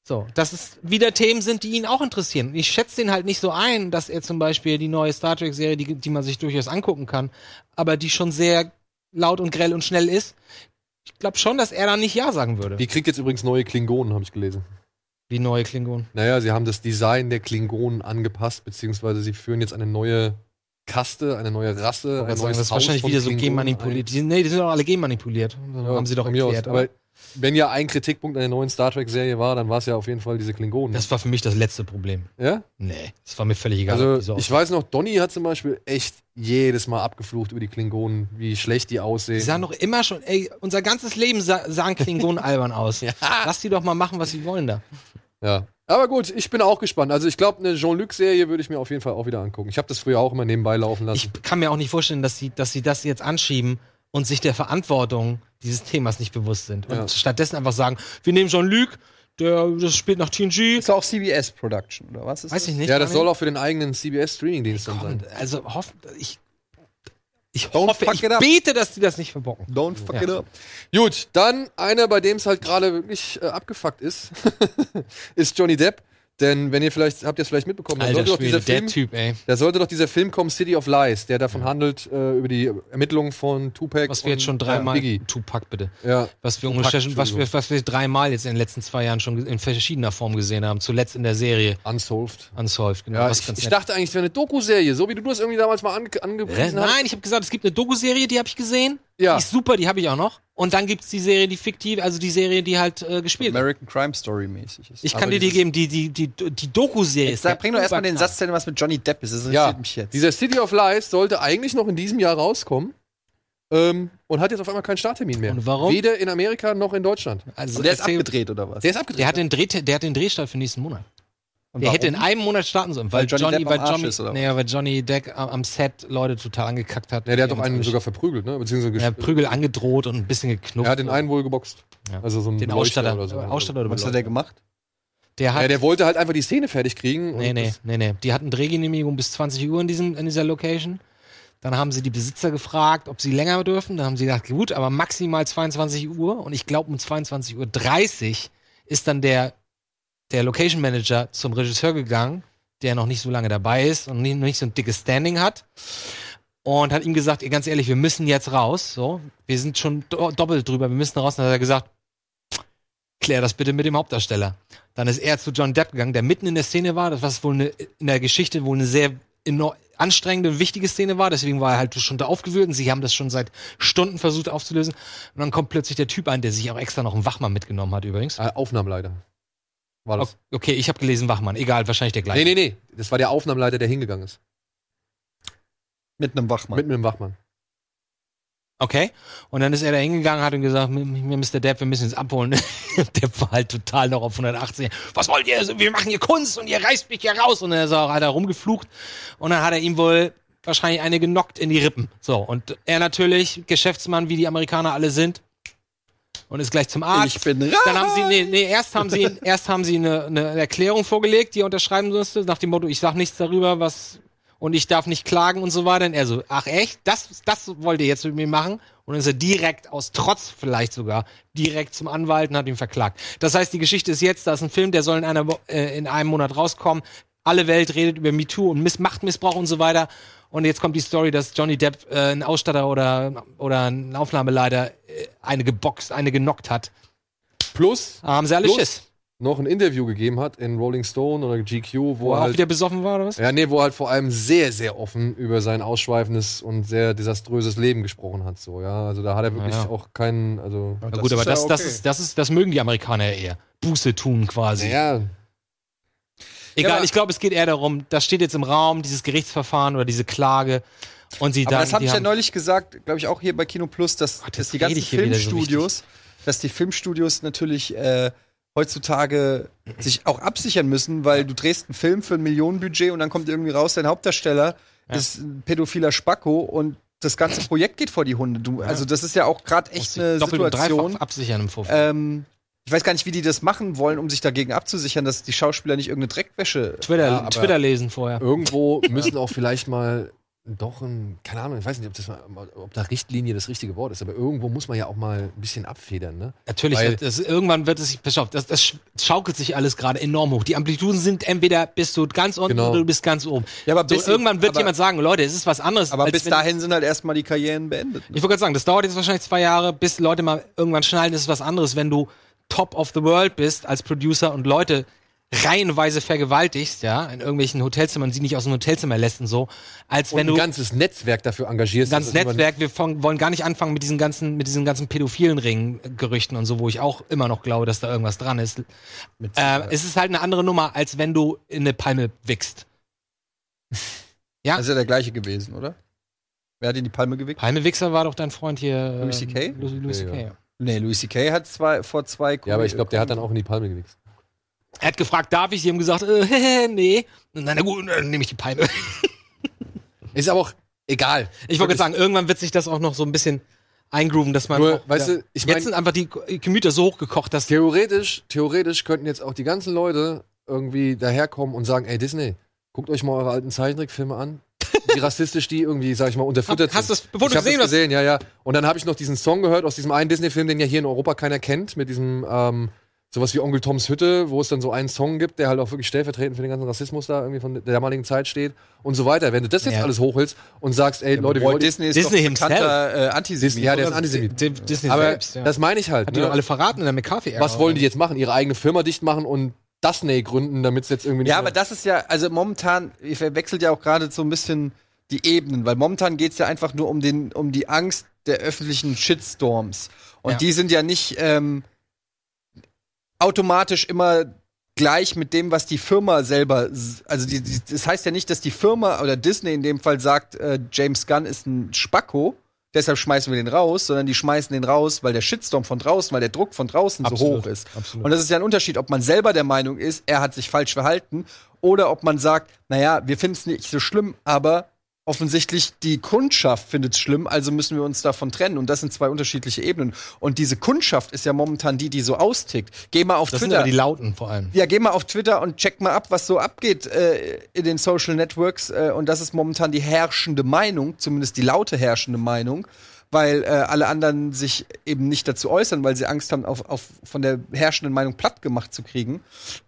C: So, dass es wieder Themen sind, die ihn auch interessieren. Ich schätze den halt nicht so ein, dass er zum Beispiel die neue Star Trek-Serie, die, die man sich durchaus angucken kann, aber die schon sehr laut und grell und schnell ist. Ich glaube schon, dass er da nicht Ja sagen würde.
A: Die kriegt jetzt übrigens neue Klingonen, habe ich gelesen.
C: Wie neue Klingonen.
A: Naja, sie haben das Design der Klingonen angepasst, beziehungsweise sie führen jetzt eine neue Kaste, eine neue Rasse, ein
C: Also, Das
A: neues
C: ist
A: Haus
C: wahrscheinlich
A: von
C: wieder so
A: Klingonen
C: genmanipuliert. Die sind- Nee, die sind doch alle genmanipuliert.
A: ein. Ja,
C: haben sie doch
A: von mir
C: erklärt.
A: Aus. Aber
C: aber
A: Wenn ja ein Kritikpunkt an der neuen Star Trek-Serie war, dann war es ja auf jeden Fall diese Klingonen.
C: Das war für mich das letzte Problem.
A: ja?
C: Nee, das war mir völlig egal. ob die so
A: Also, ich
C: aussehen.
A: weiß noch, Donny hat zum Beispiel echt jedes Mal abgeflucht über die Klingonen, wie schlecht die
C: die
A: aussehen.
C: sahen doch immer schon, ey, unser ganzes Leben sa sahen Klingonen albern aus. Lass die doch mal machen, was sie wollen da.
A: Ja. Aber gut, ich bin auch gespannt. Also, ich glaube, eine Jean-Luc-Serie würde ich mir auf jeden Fall auch wieder angucken. Ich habe das früher auch immer nebenbei laufen lassen.
C: Ich kann mir auch nicht vorstellen, dass sie, dass sie das jetzt anschieben und sich der Verantwortung dieses Themas nicht bewusst sind. Und
A: Ja.
C: stattdessen einfach sagen, wir nehmen Jean-Luc, der das spielt nach TNG.
D: Ist auch CBS Production, oder was? Ist
C: Weiß ich nicht.
A: ja, das
C: Daniel.
A: soll auch für den eigenen CBS-Streaming-Dienst dann sein.
C: Komm, also hoff, ich, ich
D: Don't
C: hoffe,
D: fuck
C: ich
D: it up.
C: bete, dass die das nicht verbocken.
D: Don't fuck it up.
A: Gut, dann einer, bei dem es halt gerade wirklich äh, abgefuckt ist, ist Johnny Depp. Denn wenn ihr vielleicht, habt ihr es vielleicht mitbekommen, dann sollte doch dieser Film,
C: Typ, ey.
A: da sollte doch dieser Film kommen, City of Lies, der davon handelt, äh, über die Ermittlungen von Tupac
C: Was wir jetzt schon
A: und, äh,
C: dreimal,
A: Biggie.
C: Tupac bitte,
A: Ja,
C: was wir,
A: Tupac,
C: Tupac, was, wir, was wir dreimal jetzt in den letzten zwei Jahren schon ge- in verschiedener Form gesehen haben, zuletzt in der Serie
A: unsolved.
C: Unsolved. Genau,
A: Ja,
C: was
A: ich,
C: ganz
A: ich
C: nett.
A: dachte eigentlich, es wäre eine Doku-Serie, so wie du das irgendwie damals mal ange
C: Hä?
A: angepriesen hast.
C: Nein, ich habe gesagt, es gibt eine Doku-Serie, die habe ich gesehen.
A: Ja.
C: Die ist super, die habe ich auch noch. Und dann gibt's die Serie, die fiktiv, also die Serie, die halt äh, gespielt wird.
D: American Crime Story mäßig ist.
C: Ich
D: Aber
C: kann dir die
D: dieses-
C: geben, die, die, die, die Doku-Serie ist.
D: Sag, bring doch erstmal den
C: überknall.
D: Satz zu Ende, was mit Johnny Depp ist. Das interessiert
A: Ja,
D: mich jetzt.
A: dieser City of Lies sollte eigentlich noch in diesem Jahr rauskommen ähm, und hat jetzt auf einmal keinen Starttermin mehr.
C: Und warum?
A: Weder in Amerika noch in Deutschland.
C: Also,
D: Und der ist
C: erzähl-
D: abgedreht, oder was?
A: Der ist abgedreht.
C: Der hat den, Dreh, der hat den Drehstart für nächsten Monat.
D: Und
C: der
D: warum?
C: hätte in einem Monat starten sollen, weil,
D: Weil Johnny
C: Johnny,
D: Depp
C: weil
D: am Arsch
C: Johnny,
D: ist, oder was?
C: nee, weil Johnny Depp am, am Set Leute total angekackt hat.
A: Ja, der hat doch einen sogar verprügelt, ne? Beziehungsweise
C: ja,
A: gesch-
C: Prügel angedroht und ein bisschen geknufft.
A: Er hat den einen wohl geboxt.
C: Ja.
A: Also so einen
C: den
A: Beleuchter
C: Ausstatter
A: oder so.
C: Ausstatter oder
D: Was hat der gemacht?
C: Der hat
A: Ja, der wollte halt einfach die Szene fertig kriegen. und
C: Nee, nee,
A: das-
C: nee, nee. Die hatten Drehgenehmigung bis 20 Uhr in, diesem, in dieser Location. Dann haben sie die Besitzer gefragt, ob sie länger dürfen. Dann haben sie gesagt, gut, aber maximal 22 Uhr. Und ich glaube, um 22.30 Uhr ist dann der, der Location Manager zum Regisseur gegangen, der noch nicht so lange dabei ist und nicht, noch nicht so ein dickes Standing hat. Und hat ihm gesagt, "Ey, ganz ehrlich, wir müssen jetzt raus. So, wir sind schon do doppelt drüber, wir müssen raus. Und dann hat er gesagt, klär das bitte mit dem Hauptdarsteller. Dann ist er zu John Depp gegangen, der mitten in der Szene war. Das war wohl eine, in der Geschichte wohl eine sehr eno- anstrengende und wichtige Szene war. Deswegen war er halt schon da aufgewühlt und sie haben das schon seit Stunden versucht aufzulösen. Und dann kommt plötzlich der Typ ein, der sich auch extra noch einen Wachmann mitgenommen hat übrigens.
A: Äh, Aufnahmeleiter. War das?
C: Okay, ich habe gelesen Wachmann. Egal, wahrscheinlich der gleiche.
A: Nee, nee, nee. Das war der Aufnahmeleiter, der hingegangen ist.
D: Mit einem Wachmann.
A: Mit einem Wachmann.
C: Okay. Und dann ist er da hingegangen, hat und gesagt, "M- m- Mr. Depp, wir müssen jetzt abholen. Depp war halt total noch auf 180. Was wollt ihr? Wir machen hier Kunst und ihr reißt mich hier raus. Und dann ist er auch hat er rumgeflucht. Und dann hat er ihm wohl wahrscheinlich eine genockt in die Rippen. So. Und er natürlich, Geschäftsmann, wie die Amerikaner alle sind. Und ist gleich zum Arzt.
D: Ich bin
C: Dann haben sie, nee, nee, erst haben sie, erst haben sie eine, eine Erklärung vorgelegt, die er unterschreiben musste, nach dem Motto, ich sag nichts darüber, was, und ich darf nicht klagen und so weiter. Und er so, ach echt, das, das wollt ihr jetzt mit mir machen? Und dann ist er direkt aus Trotz vielleicht sogar direkt zum Anwalt und hat ihn verklagt. Das heißt, die Geschichte ist jetzt, da ist ein Film, der soll in einer, Wo- äh, in einem Monat rauskommen. Alle Welt redet über MeToo und Miss Machtmissbrauch und so weiter. Und jetzt kommt die Story, dass Johnny Depp äh, einen Ausstatter oder, oder einen Aufnahmeleiter äh, eine geboxt, eine genockt hat.
A: Plus
C: Da haben sie alle
A: Los.
C: Schiss.
A: noch ein Interview gegeben hat in Rolling Stone oder GQ, wo,
C: Wo
A: er
C: er auch
A: halt.
C: wieder besoffen war oder was?
A: Ja, nee, wo er halt vor allem sehr, sehr offen über sein ausschweifendes und sehr desaströses Leben gesprochen hat. So, ja. Also da hat er wirklich
C: ja.
A: auch keinen, also.
C: Na gut, aber
D: ja
C: das, das,
D: okay.
C: ist, das, ist, das mögen die Amerikaner ja eher. Buße tun quasi.
A: Ja,
C: Egal,
D: aber-
C: ich glaube, es geht eher darum, das steht jetzt im Raum, dieses Gerichtsverfahren oder diese Klage. Und sie
D: Aber
C: dann,
D: das habe
C: die
D: ich ja
C: haben-
D: neulich gesagt, glaube ich, auch hier bei Kino Plus, dass,
C: Gott,
D: dass
C: jetzt
D: die ganzen
C: rede ich hier wieder so
D: Filmstudios, dass die Filmstudios natürlich äh, heutzutage sich auch absichern müssen, weil du drehst einen Film für ein Millionenbudget und dann kommt irgendwie raus, dein Hauptdarsteller ist ein pädophiler Spacko und das ganze Projekt geht vor die Hunde. Du, Also das ist ja auch gerade echt
C: muss
D: eine
C: sich doppelt und
D: Situation.
C: dreifach absichern im Vorfeld.
D: Ähm, ich weiß gar nicht, wie die das machen wollen, um sich dagegen abzusichern, dass die Schauspieler nicht irgendeine Dreckwäsche.
C: Twitter,
A: ja, aber-
C: Twitter lesen vorher.
D: Äh,
A: irgendwo müssen auch vielleicht mal doch ein, keine Ahnung, ich weiß nicht, ob, das mal, ob da Richtlinie das richtige Wort ist, aber irgendwo muss man ja auch mal ein bisschen abfedern, ne?
C: Natürlich,
A: weil-
C: wird das, irgendwann wird es sich, pass auf, das, das sch- schaukelt sich alles gerade enorm hoch. Die Amplituden sind entweder bist du ganz unten
A: Genau.
C: oder du bist ganz oben.
D: Ja, aber bis-
C: so, irgendwann wird
D: aber-
C: jemand sagen, Leute, es ist was anderes.
D: Aber
C: als
D: bis
C: wenn-
D: dahin sind halt erstmal die Karrieren beendet.
C: Ich wollte gerade sagen, das dauert jetzt wahrscheinlich zwei Jahre, bis Leute mal irgendwann schnallen. Das ist was anderes, wenn du top of the world bist als Producer und Leute reihenweise vergewaltigst, ja, in irgendwelchen Hotelzimmern, sie nicht aus dem Hotelzimmer lässt und so, als wenn
A: ein
C: du
A: ganzes Netzwerk dafür engagierst.
C: ganzes
A: dass es jemand-
C: Netzwerk, wir fang, wollen gar nicht anfangen mit diesen ganzen, mit diesen ganzen pädophilen Ringen, äh, Gerüchten und so, wo ich auch immer noch glaube, dass da irgendwas dran ist. Äh, es ist halt eine andere Nummer, als wenn du in eine Palme wickst.
D: Das ist ja der gleiche gewesen, oder? Wer hat in die Palme gewickt?
C: Palme-Wichser war doch dein Freund hier. ähm,
D: Louis CK?
C: Louis, Louis
A: Ja,
C: CK,
A: ja.
C: ja.
D: Nee, Louis C.K. hat zwei, vor zwei
A: Ja, aber ich glaube, der hat dann auch in die Palme gewichst.
C: Er hat gefragt, darf ich? Sie haben gesagt, äh, nee. Und dann, na gut, dann nehme ich die Palme.
A: Ist aber auch egal.
C: Ich wollte gerade sagen, irgendwann wird sich das auch noch so ein bisschen eingrooven, dass man.
A: Nur,
C: auch,
A: weißt
C: ja.
A: du, ich
C: Jetzt
A: meine,
C: sind einfach die Gemüter so hochgekocht, dass.
A: theoretisch, theoretisch könnten jetzt auch die ganzen Leute irgendwie daherkommen und sagen, ey Disney, guckt euch mal eure alten Zeichentrickfilme an. Wie rassistisch die irgendwie, sag ich mal, unterfüttert
C: Hast- hast
A: sind.
C: du's- bevor du
A: ich hab
C: gesehen
A: das
C: hast?
A: gesehen, ja, ja. Und dann habe ich noch diesen Song gehört aus diesem einen Disney-Film, den ja hier in Europa keiner kennt, mit diesem ähm, sowas wie Onkel Toms Hütte, wo es dann so einen Song gibt, der halt auch wirklich stellvertretend für den ganzen Rassismus da irgendwie von der damaligen Zeit steht und so weiter. Wenn du das jetzt
C: Ja.
A: alles hochhältst und sagst, ey Leute, wir
D: Walt
A: wollen
D: Disney ist
C: Disney
D: doch bekannter äh, Antisemit.
A: Disney, ja, der ist
D: oder?
A: Antisemit.
C: Di- Disney
A: Aber
C: selbst, ja.
A: das meine ich halt.
C: Hat die
A: ne?
C: doch alle verraten in der McCarthy-Ära.
A: Was wollen die jetzt machen? Ihre eigene Firma dicht machen und Disney gründen, damit es jetzt irgendwie nicht
D: Ja,
A: mehr-
D: aber das ist ja, also momentan, ihr verwechselt ja auch gerade so ein bisschen die Ebenen, weil momentan geht's ja einfach nur um, den, um die Angst der öffentlichen Shitstorms. Und
C: Ja.
D: die sind ja nicht ähm, automatisch immer gleich mit dem, was die Firma selber, s- also die, die, das heißt ja nicht, dass die Firma oder Disney in dem Fall sagt, äh, James Gunn ist ein Spacko, deshalb schmeißen wir den raus, sondern die schmeißen den raus, weil der Shitstorm von draußen, weil der Druck von draußen
C: Absolut,
D: so hoch ist.
C: absolut.
D: Und das ist ja ein Unterschied, ob man selber der Meinung ist, er hat sich falsch verhalten, oder ob man sagt, naja, wir finden es nicht so schlimm, aber offensichtlich die Kundschaft findet es schlimm, also müssen wir uns davon trennen. Und das sind zwei unterschiedliche Ebenen. Und diese Kundschaft ist ja momentan die, die so austickt. Geh mal auf
C: Das sind
D: Twitter.
C: aber die Lauten vor allem.
D: Ja, geh mal auf Twitter und check mal ab, was so abgeht äh, in den Social Networks. Äh, und das ist momentan die herrschende Meinung, zumindest die laute herrschende Meinung, weil äh, alle anderen sich eben nicht dazu äußern, weil sie Angst haben, auf, auf, von der herrschenden Meinung platt gemacht zu kriegen.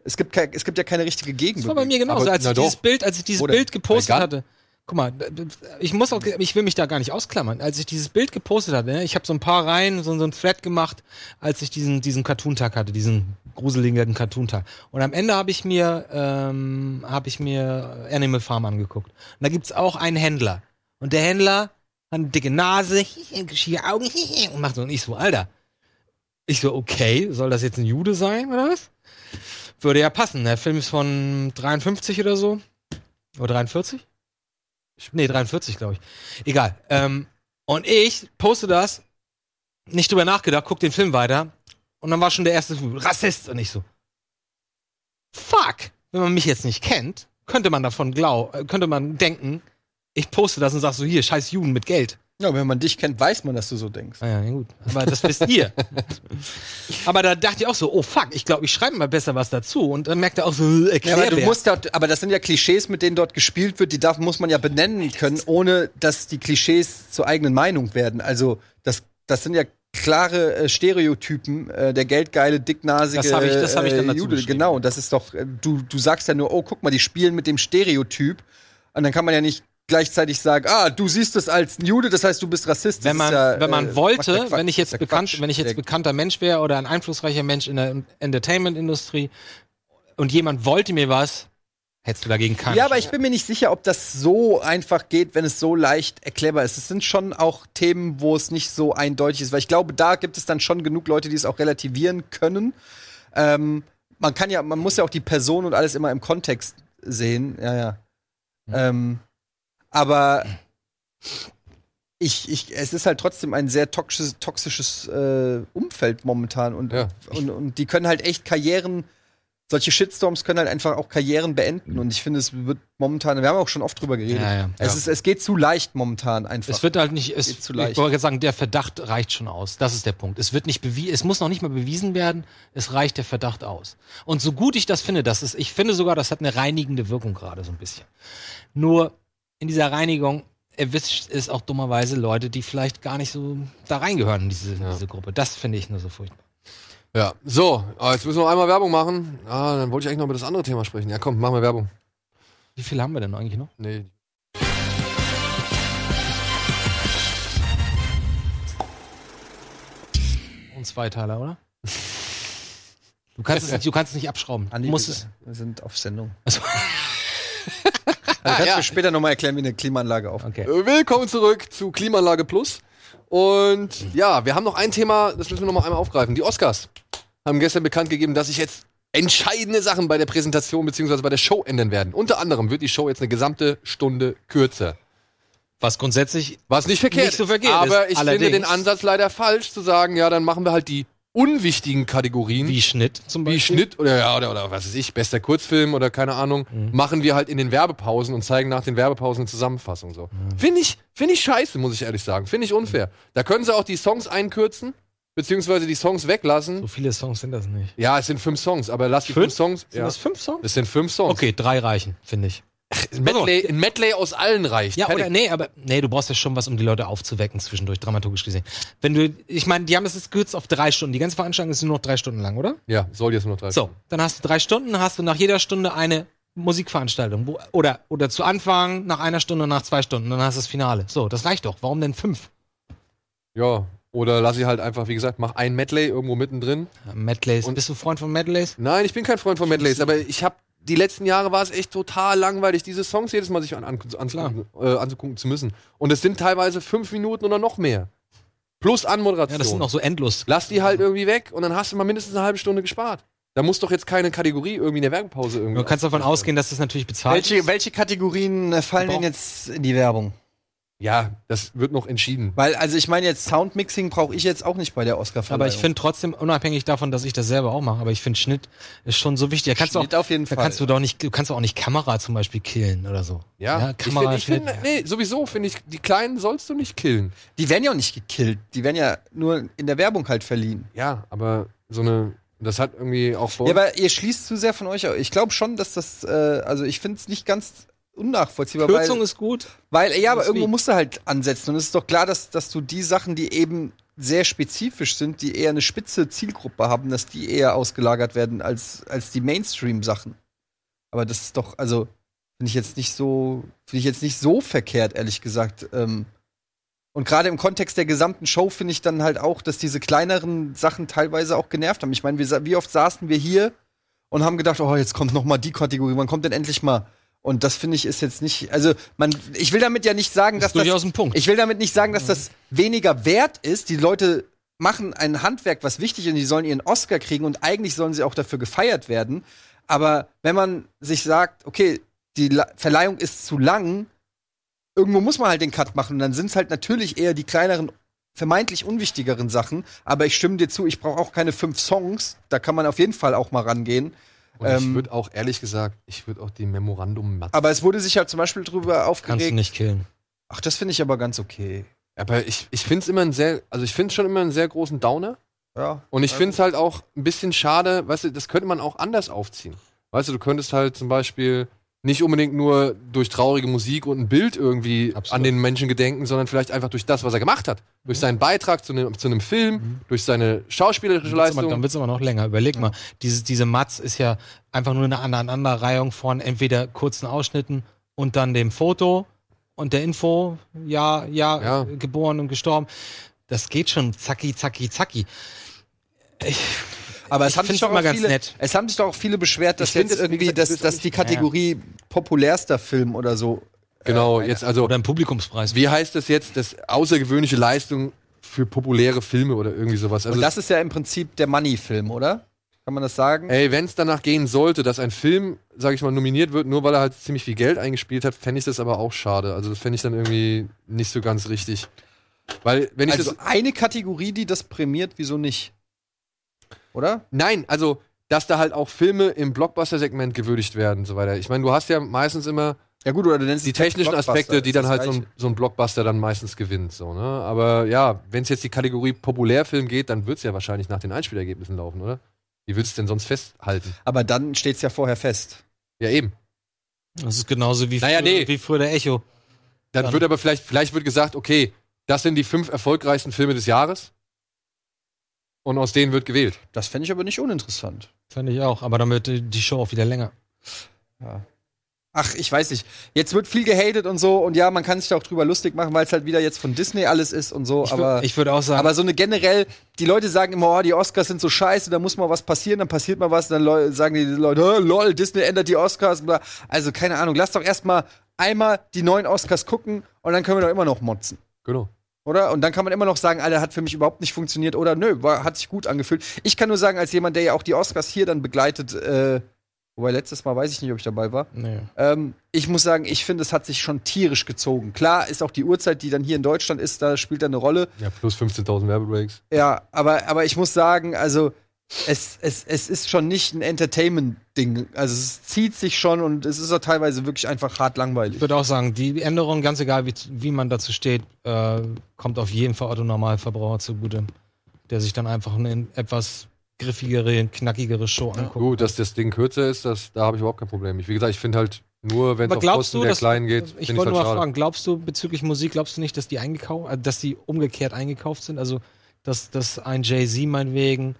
D: Es gibt, kei- es gibt ja keine richtige
C: Das war bei
D: Gegenbewegung.
C: mir genauso.
A: Aber-
C: Als
A: na
C: ich dieses
A: doch.
C: Bild, als ich dieses
D: Wo denn?
C: Bild gepostet
A: Egal.
C: hatte. Guck mal, ich muss auch, ich will mich da gar nicht ausklammern. Als ich dieses Bild gepostet hatte, ne, ich habe so ein paar Reihen, so, so ein Thread gemacht, als ich diesen diesen Cartoon-Tag hatte, diesen gruseligen Cartoon-Tag. Und am Ende habe ich mir ähm, habe ich mir Animal Farm angeguckt. Und da gibt's auch einen Händler. Und der Händler hat eine dicke Nase, schiere Augen und macht so. Und ich so, Alter. Ich so, okay, soll das jetzt ein Jude sein oder was? Würde ja passen. Der Film ist von 53 oder so. Oder 43? Ich- Nee, 43, glaube ich. Egal. Ähm, und ich poste das, nicht drüber nachgedacht, guck den Film weiter. Und dann war schon der erste Rassist. Und ich so, fuck, wenn man mich jetzt nicht kennt, könnte man davon glauben, könnte man denken, ich poste das und sag so, hier, scheiß Juden mit Geld.
D: Ja, wenn man dich kennt, weiß man, dass du so denkst.
C: Ah ja, ja, gut. Aber das wisst ihr. Aber da dachte ich auch so, oh fuck, ich glaube, ich schreibe mal besser was dazu. Und dann merkt er auch so, äh,
D: Ja, aber, du
C: Erklärbär.
D: musst da, aber das sind ja Klischees, mit denen dort gespielt wird, die darf, muss man ja benennen können, ohne dass die Klischees zur eigenen Meinung werden. Also das, das sind ja klare äh, Stereotypen, äh, der geldgeile, dicknasige
C: Das hab ich- das hab ich dann dazu
D: Jude.
C: geschrieben.
D: Genau, das ist doch, äh, du, du sagst ja nur, oh, guck mal, die spielen mit dem Stereotyp. Und dann kann man ja nicht gleichzeitig sagen, ah, du siehst es als ein Jude, das heißt, du bist Rassist.
C: wenn
D: Das
C: man,
D: ist ja,
C: wenn man
D: äh, macht
C: wollte,
D: ja Quatsch.
C: wenn ich
D: Ist ja
C: jetzt bekannt,
D: Quatsch.
C: wenn ich
D: Der-
C: jetzt bekannter Mensch wäre oder ein einflussreicher Mensch in der Entertainment-Industrie und jemand wollte mir was, hättest du dagegen keinen.
D: Ja, aber ich bin mir nicht sicher, ob das so einfach geht, wenn es so leicht erklärbar ist. Es sind schon auch Themen, wo es nicht so eindeutig ist, weil ich glaube, da gibt es dann schon genug Leute, die es auch relativieren können. Ähm, man kann ja, man muss ja auch die Person und alles immer im Kontext sehen. Ja, ja. Ähm, aber ich, ich, es ist halt trotzdem ein sehr toxisches, toxisches äh, Umfeld momentan und,
A: Ja.
D: und, und die können halt echt Karrieren, solche Shitstorms können halt einfach auch Karrieren beenden und ich finde, es wird momentan, wir haben auch schon oft drüber geredet,
C: Ja, ja.
D: Es,
C: Ja.
D: Ist, es geht zu leicht momentan einfach.
C: es wird halt nicht, es,
D: Geht zu
C: ich
D: leicht.
C: wollte jetzt sagen, der Verdacht reicht schon aus. Das ist der Punkt. Es wird nicht bewiesen, es muss noch nicht mal bewiesen werden, es reicht der Verdacht aus. Und so gut ich das finde, das ist, ich finde sogar, das hat eine reinigende Wirkung gerade so ein bisschen. Nur in dieser Reinigung erwischt es auch dummerweise Leute, die vielleicht gar nicht so da reingehören in diese, in diese Gruppe. Das finde ich nur so furchtbar.
A: Ja. So, aber jetzt müssen wir noch einmal Werbung machen. Ah, dann wollte ich eigentlich noch über das andere Thema sprechen. Ja, komm, machen wir Werbung.
C: Wie viele haben wir denn eigentlich noch?
A: Nee.
C: Und Zweiteiler, oder? Du kannst es nicht, du kannst es nicht abschrauben. Du
D: Andi,
C: musst
D: wir-
C: es.
D: Wir sind auf Sendung.
C: Also,
D: Also kannst
A: ja.
D: du mir später nochmal erklären, wie eine Klimaanlage auf.
C: okay.
A: Äh, Willkommen zurück zu Klimaanlage Plus. Und ja, wir haben noch ein Thema, das müssen wir noch mal einmal aufgreifen. Die Oscars haben gestern bekannt gegeben, dass sich jetzt entscheidende Sachen bei der Präsentation bzw. bei der Show ändern werden. Unter anderem wird die Show jetzt eine gesamte Stunde kürzer.
C: Was grundsätzlich
A: Was nicht verkehrt.
C: Nicht so verkehrt
A: ist, aber
C: ist.
A: ich
C: Allerdings-
A: finde den Ansatz leider falsch, zu sagen, ja, dann machen wir halt die unwichtigen Kategorien
C: wie Schnitt Hm? zum
A: wie
C: Beispiel.
A: Schnitt oder, ja, oder, oder was weiß ich, bester Kurzfilm oder keine Ahnung, machen wir halt in den Werbepausen und zeigen nach den Werbepausen eine Zusammenfassung so. Finde ich, finde ich scheiße, muss ich ehrlich sagen. Finde ich unfair. Da können sie auch die Songs einkürzen, beziehungsweise die Songs weglassen.
C: So viele Songs sind das nicht.
A: Ja, es sind fünf Songs, aber lass die fünf,
C: Fünf?
A: Songs.
C: Sind
A: Ja.
C: das fünf Songs?
A: Es sind fünf Songs.
C: Okay, drei reichen, finde ich.
A: Ein, Medley, ein Medley aus allen reicht.
C: Ja,
A: Fertig.
C: oder nee, aber nee, du brauchst ja schon was, um die Leute aufzuwecken zwischendurch, dramaturgisch gesehen. Wenn du, ich meine, die haben das jetzt gekürzt auf drei Stunden. Die ganze Veranstaltung ist nur noch drei Stunden lang, oder?
A: ja, soll jetzt nur noch drei.
C: So, dann hast du drei Stunden, hast du nach jeder Stunde eine Musikveranstaltung. Wo, oder, oder zu Anfang, nach einer Stunde, nach zwei Stunden, dann hast du das Finale. So, das reicht doch. Warum denn fünf?
A: Ja, oder lass ich halt einfach, wie gesagt, mach ein Medley irgendwo mittendrin.
C: Ja, Medleys.
A: Und-
C: Bist du Freund von Medleys?
A: Nein, ich bin kein Freund von Medleys, aber ich habe die letzten Jahre war es echt total langweilig, diese Songs jedes Mal sich an, an, anzugucken, äh, anzugucken zu müssen. Und es sind teilweise fünf Minuten oder noch mehr. Plus Anmoderation.
C: Ja, das sind noch so endlos.
A: Lass die halt irgendwie weg und dann hast du mal mindestens eine halbe Stunde gespart. Da muss doch jetzt keine Kategorie irgendwie in der Werbepause irgendwie.
C: Du kannst davon ausgehen, dass das natürlich bezahlt ist.
D: welche Kategorien äh, fallen denn jetzt in die Werbung?
A: Ja, das wird noch entschieden.
D: Weil, also ich meine jetzt Soundmixing brauche ich jetzt auch nicht bei der Oscar-Verleihung.
C: Aber ich finde trotzdem, unabhängig davon, dass ich das selber auch mache, aber ich finde Schnitt ist schon so wichtig. Da kannst
D: Schnitt
C: du auch,
D: auf jeden
C: da
D: Fall.
C: kannst du doch nicht, du kannst doch auch nicht Kamera zum Beispiel killen oder so.
A: Ja, ich find-
C: Kamera,
A: ich find, nee, sowieso finde ich, die Kleinen sollst du nicht killen.
D: Die werden ja auch nicht gekillt, die werden ja nur in der Werbung halt verliehen.
A: Ja, aber so eine, das hat irgendwie auch vor.
D: Ja, aber ihr schließt zu sehr von euch aus. Ich glaube schon, dass das, äh, also ich finde es nicht ganz unnachvollziehbar.
C: Kürzung
D: weil,
C: ist gut.
D: weil ja, aber
C: ist
D: irgendwo
C: wie-
D: musst du halt ansetzen. Und es ist doch klar, dass, dass du die Sachen, die eben sehr spezifisch sind, die eher eine spitze Zielgruppe haben, dass die eher ausgelagert werden als, als die Mainstream-Sachen. Aber das ist doch, also, finde ich jetzt nicht so, finde ich jetzt nicht so verkehrt, ehrlich gesagt. Ähm, und gerade im Kontext der gesamten Show finde ich dann halt auch, dass diese kleineren Sachen teilweise auch genervt haben. Ich meine, wir sa- wie oft saßen wir hier und haben gedacht, oh, jetzt kommt noch mal die Kategorie, wann kommt denn endlich mal? Und das finde ich ist jetzt nicht, also man, ich will damit ja nicht sagen, dass
C: Ist durchaus
D: das,
C: ein Punkt.
D: ich will damit nicht sagen, dass das weniger wert ist. Die Leute machen ein Handwerk, was wichtig ist, und die sollen ihren Oscar kriegen und eigentlich sollen sie auch dafür gefeiert werden. Aber wenn man sich sagt, okay, die La Verleihung ist zu lang, irgendwo muss man halt den Cut machen. Und dann sind es halt natürlich eher die kleineren, vermeintlich unwichtigeren Sachen. Aber ich stimme dir zu, ich brauche auch keine fünf Songs. Da kann man auf jeden Fall auch mal rangehen.
A: und ich
D: ähm,
A: würde auch, ehrlich gesagt, ich würde auch die Memorandum matt
D: Aber es wurde sich ja zum Beispiel drüber
C: Kannst du
D: aufgeregt.
C: nicht killen.
D: Ach, das finde ich aber ganz okay.
A: Aber ich, ich finde es immer ein sehr, also ich finde schon immer einen sehr großen Downer.
D: Ja.
A: Und
C: Ähm.
A: ich finde es halt auch ein bisschen schade, weißt du, das könnte man auch anders aufziehen. Weißt du, du könntest halt zum Beispiel nicht unbedingt nur durch traurige Musik und ein Bild irgendwie
C: Absolut. Mhm.
A: an den Menschen gedenken, sondern vielleicht einfach durch das, was er gemacht hat. Durch seinen Beitrag zu einem, zu einem Film, durch seine schauspielerische
C: Wird's aber- Mhm. Dann
A: Leistung.
C: wird es aber noch länger. Überleg mal, diese, diese Matz ist ja einfach nur eine Aneinanderreihung von entweder kurzen Ausschnitten und dann dem Foto und der Info, ja, ja,
A: Ja.
C: äh, geboren und gestorben. Das geht schon zacki, zacki, zacki.
D: Aber es
C: Ich
D: haben, sich
C: find's
D: doch
C: immer
D: auch
C: ganz
D: viele,
C: nett.
D: es haben sich doch auch viele beschwert, dass
A: Ich find
D: jetzt
A: es, wie
D: irgendwie,
A: gesagt,
D: dass,
A: das ist
D: dass
A: auch
D: die Kategorie populärster Film oder so.
A: Genau, jetzt also.
C: Oder ein Publikumspreis.
A: Wie heißt das jetzt, das außergewöhnliche Leistung für populäre Filme oder irgendwie sowas? Also
D: Und das ist ja im Prinzip der Money-Film, oder? Kann man das sagen?
A: Ey, wenn es danach gehen sollte, dass ein Film, sag ich mal, nominiert wird, nur weil er halt ziemlich viel Geld eingespielt hat, fände ich das aber auch schade. Also das fände ich dann irgendwie nicht so ganz richtig. Weil, wenn ich
D: also
A: das.
D: eine Kategorie, die das prämiert, wieso nicht? Oder?
A: Nein, also, dass da halt auch Filme im Blockbuster-Segment gewürdigt werden und so weiter. Ich meine, du hast ja meistens immer
D: Ja gut, oder du nennst
A: die
D: es halt
A: technischen
D: Blockbuster,
A: Aspekte, die dann
D: das ist
A: halt
D: das
A: so ein,
D: Gleiche.
A: so ein Blockbuster dann meistens gewinnt. So, ne? Aber ja, wenn es jetzt die Kategorie Populärfilm geht, dann wird es ja wahrscheinlich nach den Einspielergebnissen laufen, oder? Wie willst du es denn sonst festhalten?
D: Aber dann steht's ja vorher fest.
A: Ja, eben.
C: Das ist genauso wie,
A: Naja,
C: früher,
A: nee.
C: wie früher der Echo.
A: Dann,
C: Dann-
A: wird aber vielleicht, vielleicht wird gesagt, okay, das sind die fünf erfolgreichsten Filme des Jahres. Und aus denen wird gewählt.
D: Das fände ich aber nicht uninteressant.
C: äh, Fand ich auch. Aber dann wird die die Show auch wieder länger.
D: ach, ich weiß nicht. Jetzt wird viel gehatet und so und ja, man kann sich da auch drüber lustig machen, weil es halt wieder jetzt von Disney alles ist und so.
C: Ich wür-
D: aber
C: ich würde auch sagen-
D: aber so eine generell, die Leute sagen immer, oh, die Oscars sind so scheiße, da muss mal was passieren, dann passiert mal was, dann Leu sagen die Leute, "Hä, lol, Disney ändert die Oscars. und bla." Also keine Ahnung, lass doch erstmal einmal die neuen Oscars gucken und dann können wir doch immer noch motzen.
A: Genau.
D: Oder? Und dann kann man immer noch sagen, Alter, hat für mich überhaupt nicht funktioniert oder nö, war, hat sich gut angefühlt. Ich kann nur sagen, als jemand, der ja auch die Oscars hier dann begleitet, äh, wobei letztes Mal weiß ich nicht, ob ich dabei war,
C: Nee.
D: ähm, ich muss sagen, ich finde, es hat sich schon tierisch gezogen. Klar ist auch die Uhrzeit, die dann hier in Deutschland ist, da spielt dann eine Rolle.
A: Ja, plus 15.000 Werbebreaks.
D: Ja, aber, aber ich muss sagen, also es, es, es ist schon nicht ein Entertainment-Ding. Also es zieht sich schon und es ist auch teilweise wirklich einfach hart
C: Ich
D: langweilig.
C: würde auch sagen, die Änderung, ganz egal wie, wie man dazu steht, äh, kommt auf jeden Fall Otto Normalverbraucher zugute, der sich dann einfach eine etwas griffigere, knackigere Show anguckt.
A: Gut, dass das Ding kürzer ist, das, da habe ich überhaupt kein Problem. Ich, wie gesagt, ich finde halt nur, wenn es
C: Aber
A: auf
C: glaubst
A: Kosten
C: du,
A: der
C: dass,
A: Kleinen geht,
C: ich
A: find
C: wollte nur
A: halt
C: mal
A: schade.
C: fragen, glaubst du bezüglich Musik, glaubst du nicht, dass die eingekauft, äh, dass die umgekehrt eingekauft sind? Also, dass, dass ein Jay-Z meinetwegen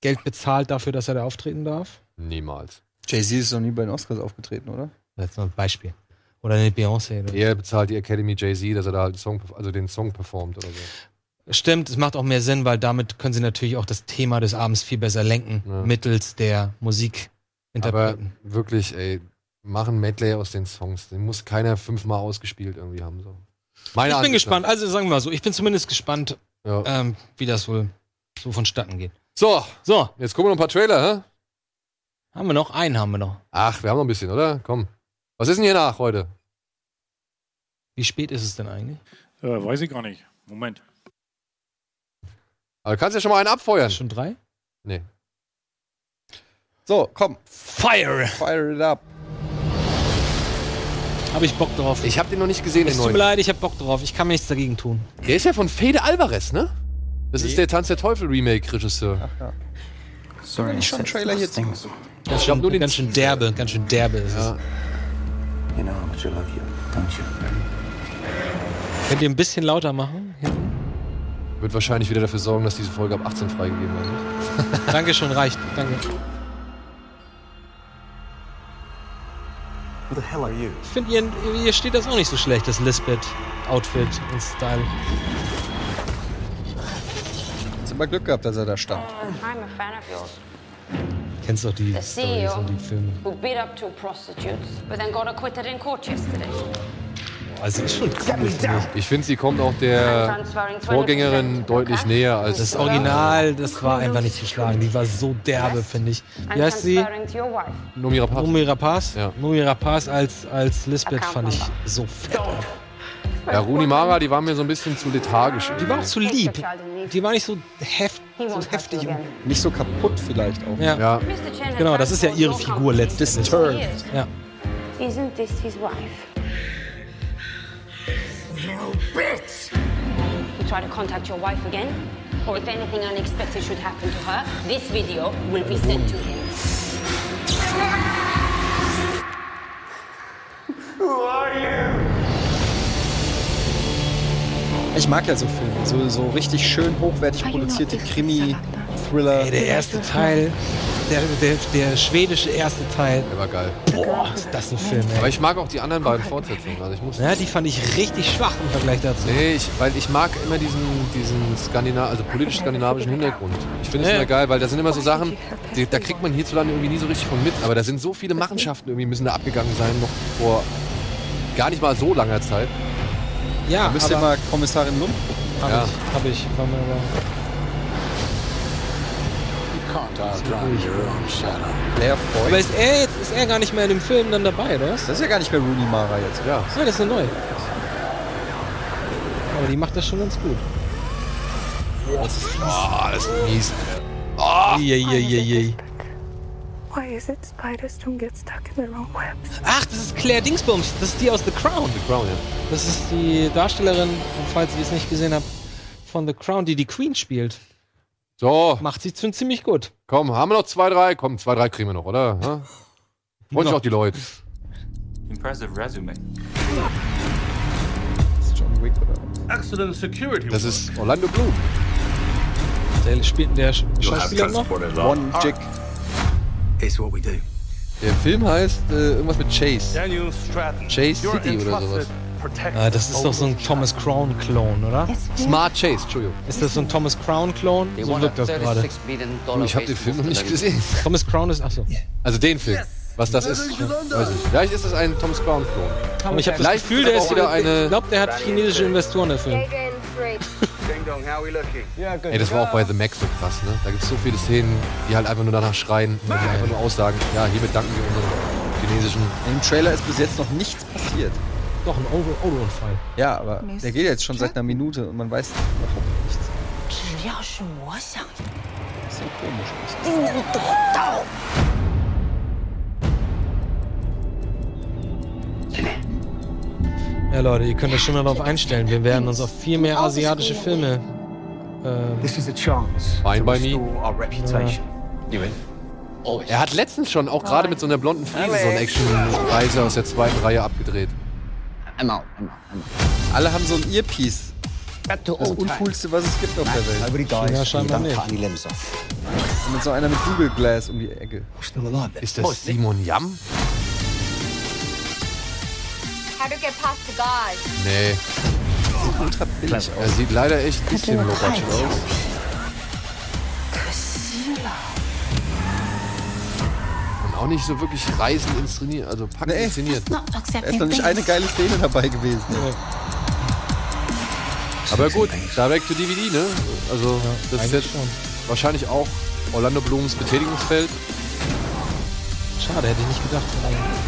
C: Geld bezahlt dafür, dass er da auftreten darf?
A: Niemals.
D: Jay-Z ist noch nie bei den Oscars aufgetreten, oder?
C: Das ist mal ein Beispiel. Oder eine Beyoncé. oder-
A: Er bezahlt die Academy Jay-Z, dass er da halt den Song, also den Song performt oder so.
C: Stimmt, es macht auch mehr Sinn, weil damit können sie natürlich auch das Thema des Abends viel besser lenken,
A: Ja.
C: mittels der
A: Aber
C: Musikinterpreten.
A: wirklich, ey, machen Medley aus den Songs. Den muss keiner fünfmal ausgespielt irgendwie haben. So. Meine
C: Ich bin
A: Ansicht
C: gespannt, also sagen wir mal so, ich bin zumindest gespannt,
A: nach. Ja.
C: ähm, wie das wohl so vonstatten geht.
A: So,
C: So,
A: jetzt gucken wir noch ein paar Trailer, hä?
C: haben wir noch? Einen haben wir noch.
A: Ach, wir haben noch ein bisschen, oder? Komm. Was ist denn hier nach heute?
C: Wie spät ist es denn eigentlich?
F: Äh, weiß ich gar nicht. Moment.
A: Aber du kannst ja schon mal einen abfeuern.
C: Schon drei?
A: Nee.
D: So, komm,
C: Fire!
D: fire it up.
C: Habe ich Bock drauf.
A: Ich habe den noch nicht gesehen,
C: es
A: den
C: tut
A: neuen.
C: mir leid, ich habe Bock drauf. Ich kann mir nichts dagegen tun.
A: Der ist ja von Fede Alvarez, ne? Das ist der Tanz der Teufel Remake Regisseur.
H: Sorry,
D: Ich schon einen Trailer hier zu.
C: Ganz
A: glaub,
C: schön,
A: nur den
C: ganz schön derbe, ganz schön derbe ist
A: Ja.
H: You know how much I love you, don't you?
C: es. Könnt ihr ein bisschen lauter machen?
A: Wird wahrscheinlich wieder dafür sorgen, dass diese Folge ab 18 freigegeben wird. ne?
C: Danke schon, reicht. Danke.
H: Who the hell are you?
C: Ich finde, ihr, ihr steht das auch nicht so schlecht, das Lisbeth-Outfit und Style.
D: Jetzt immer Glück gehabt, dass er da stand.
I: I'm a fan of yours.
C: Kennst doch die
I: The
C: Stories
I: CEO
C: und die Filme.
I: who beat up two prostitutes, but then got acquitted in court yesterday.
A: Uh,
C: Also ist schon cool.
A: Ich finde, sie kommt auch der
I: Transferring
A: Vorgängerin
I: 20%
A: deutlich
I: Lukaku.
A: näher als
C: Das Original, das war einfach nicht zu schlagen. Die war so derbe, finde ich.
I: I'm
C: Wie heißt sie?
I: transferring to your wife.
A: Nomira Pass.
C: Mumi Rapaz?
A: Ja.
C: Mumi Rapaz als, als Lisbeth fand ich so fett.
A: Ja, Rooney Mara, die war mir so ein bisschen zu lethargisch.
C: Die war auch zu lieb. Die war nicht so, heft, so heftig.
D: Nicht so kaputt vielleicht auch.
C: Ja.
A: Ja,
C: Genau, das ist ja ihre Figur letztendlich.
I: Disturbed.
C: Ja.
I: Isn't this his wife? You bitch! You try to contact your wife again, or if anything unexpected should happen to her, this video will be sent to him.
D: Ich mag ja so Filme, so, so richtig schön hochwertig produzierte Krimi-Thriller.
C: Ey, der erste Teil, der, der, der schwedische erste Teil.
A: der war geil.
C: Boah, ist das ein Film, ey.
A: Aber ich mag auch die anderen beiden Fortsetzungen. Also ich muss.
C: Ja, die fand ich richtig schwach im Vergleich dazu.
A: Nee, ich, weil ich mag immer diesen, diesen Skandinav also politisch-skandinavischen Hintergrund. Ich finde es immer geil, weil da sind immer so Sachen, die, da kriegt man hierzulande irgendwie nie so richtig von mit. Aber da sind so viele Machenschaften irgendwie müssen da abgegangen sein, noch vor gar nicht mal so langer Zeit.
C: Ja,
D: Müsst ihr
C: aber-
D: mal Kommissarin Lund?
C: Hab
A: Ja.
C: ich, hab ich. War mir aber-
E: Can't outrun your own shadow.
D: Blair
C: Aber
D: Foy.
C: ist er jetzt ist er gar nicht mehr in dem Film dann dabei, oder was?
D: Das ist ja gar nicht mehr Rooney Mara jetzt.
A: Ja.
C: Nein, das ist eine neue. Aber die macht das schon ganz gut.
A: Ah, das ist mies.
D: Ah.
J: Why is it spiders don't get stuck in their own webs?
C: Ach, das ist Claire Dingsbums. Das ist die aus The Crown.
A: The Crown, ja.
C: Das ist die Darstellerin, und falls ihr es nicht gesehen habt, von The Crown, die die Queen spielt.
A: So,
C: Macht sie schon ziemlich gut.
A: komm, haben wir noch zwei, drei? Komm, zwei, drei kriegen wir noch, oder? Ja? Freuen sich auch die Leute.
H: Impressive resume.
D: John Wick oder?
A: Das ist Orlando Bloom.
C: Der spielt der Schauspieler noch?
D: One Jig.
H: It's what we do.
A: Der Film heißt äh, irgendwas mit Chase.
K: Daniel Stratton.
A: Chase
K: you're
A: City oder
K: entrusted
A: sowas.
K: protect
C: Ah, das ist doch so ein Thomas Crown-Klon, oder?
A: Smart Chase, Entschuldigung.
C: Ist das so ein Thomas Crown-Klon? So wirkt das gerade.
A: Du,
G: Genau,
A: Ich habe den Film noch nicht gesehen.
C: Thomas Crown ist, achso.
A: Also den Film. Was das ist, weiß ich. nicht. Vielleicht ist es ein Thomas Crown Klon.
C: Aber ich habe das
A: Vielleicht
C: Gefühl, der
A: aber
C: ist
A: auch
C: wieder
A: eine-
C: eine. Ich glaube, der hat chinesische Investoren, der Film.
K: Ding dong, how we looking? Yeah, good.
A: Ey, das war auch bei The Mac so krass, ne? Da gibt es so viele Szenen, die halt einfach nur danach schreien, die einfach nur aussagen, ja, hiermit danken wir unseren chinesischen.
D: Im Trailer ist bis jetzt noch nichts passiert.
C: Doch, ein Auto- Autounfall.
D: Ja, aber der geht jetzt schon seit einer Minute und man weiß überhaupt nichts.
L: 只要是我想，
D: Das ist so komisch.
L: 定能得到。
C: Ja, Leute, ihr könnt euch schon mal darauf einstellen. Wir werden uns auf viel mehr asiatische Filme. Ähm,
K: This is a chance
A: Fine
K: to
A: by me.
K: restore our reputation. You in?
A: Er hat letztens schon auch gerade mit so einer blonden Frise so eine Action-Reise aus der zweiten Reihe abgedreht.
D: I'm out, I'm out, I'm out. Alle haben so ein Earpiece. Das Uncoolste, was es gibt auf der Welt.
C: ja, scheinbar nicht.
D: Und mit so einer mit Google Glass um die Ecke.
A: Ist das Simon Yam?
M: How to get past the guard.
A: Nee.
D: Ultra billig
A: Er sieht leider echt ein bisschen low-budget aus. Und auch nicht so wirklich reißend inszeniert, also packend
D: Nee.
A: inszeniert.
D: Da ist noch nicht eine geile Szene dabei gewesen.
A: Aber gut, direct to DVD, ne? Also, das ist
C: eigentlich
A: jetzt
C: schon.
A: wahrscheinlich auch Orlando Blums Betätigungsfeld.
C: Schade, Ah, hätte ich nicht gedacht.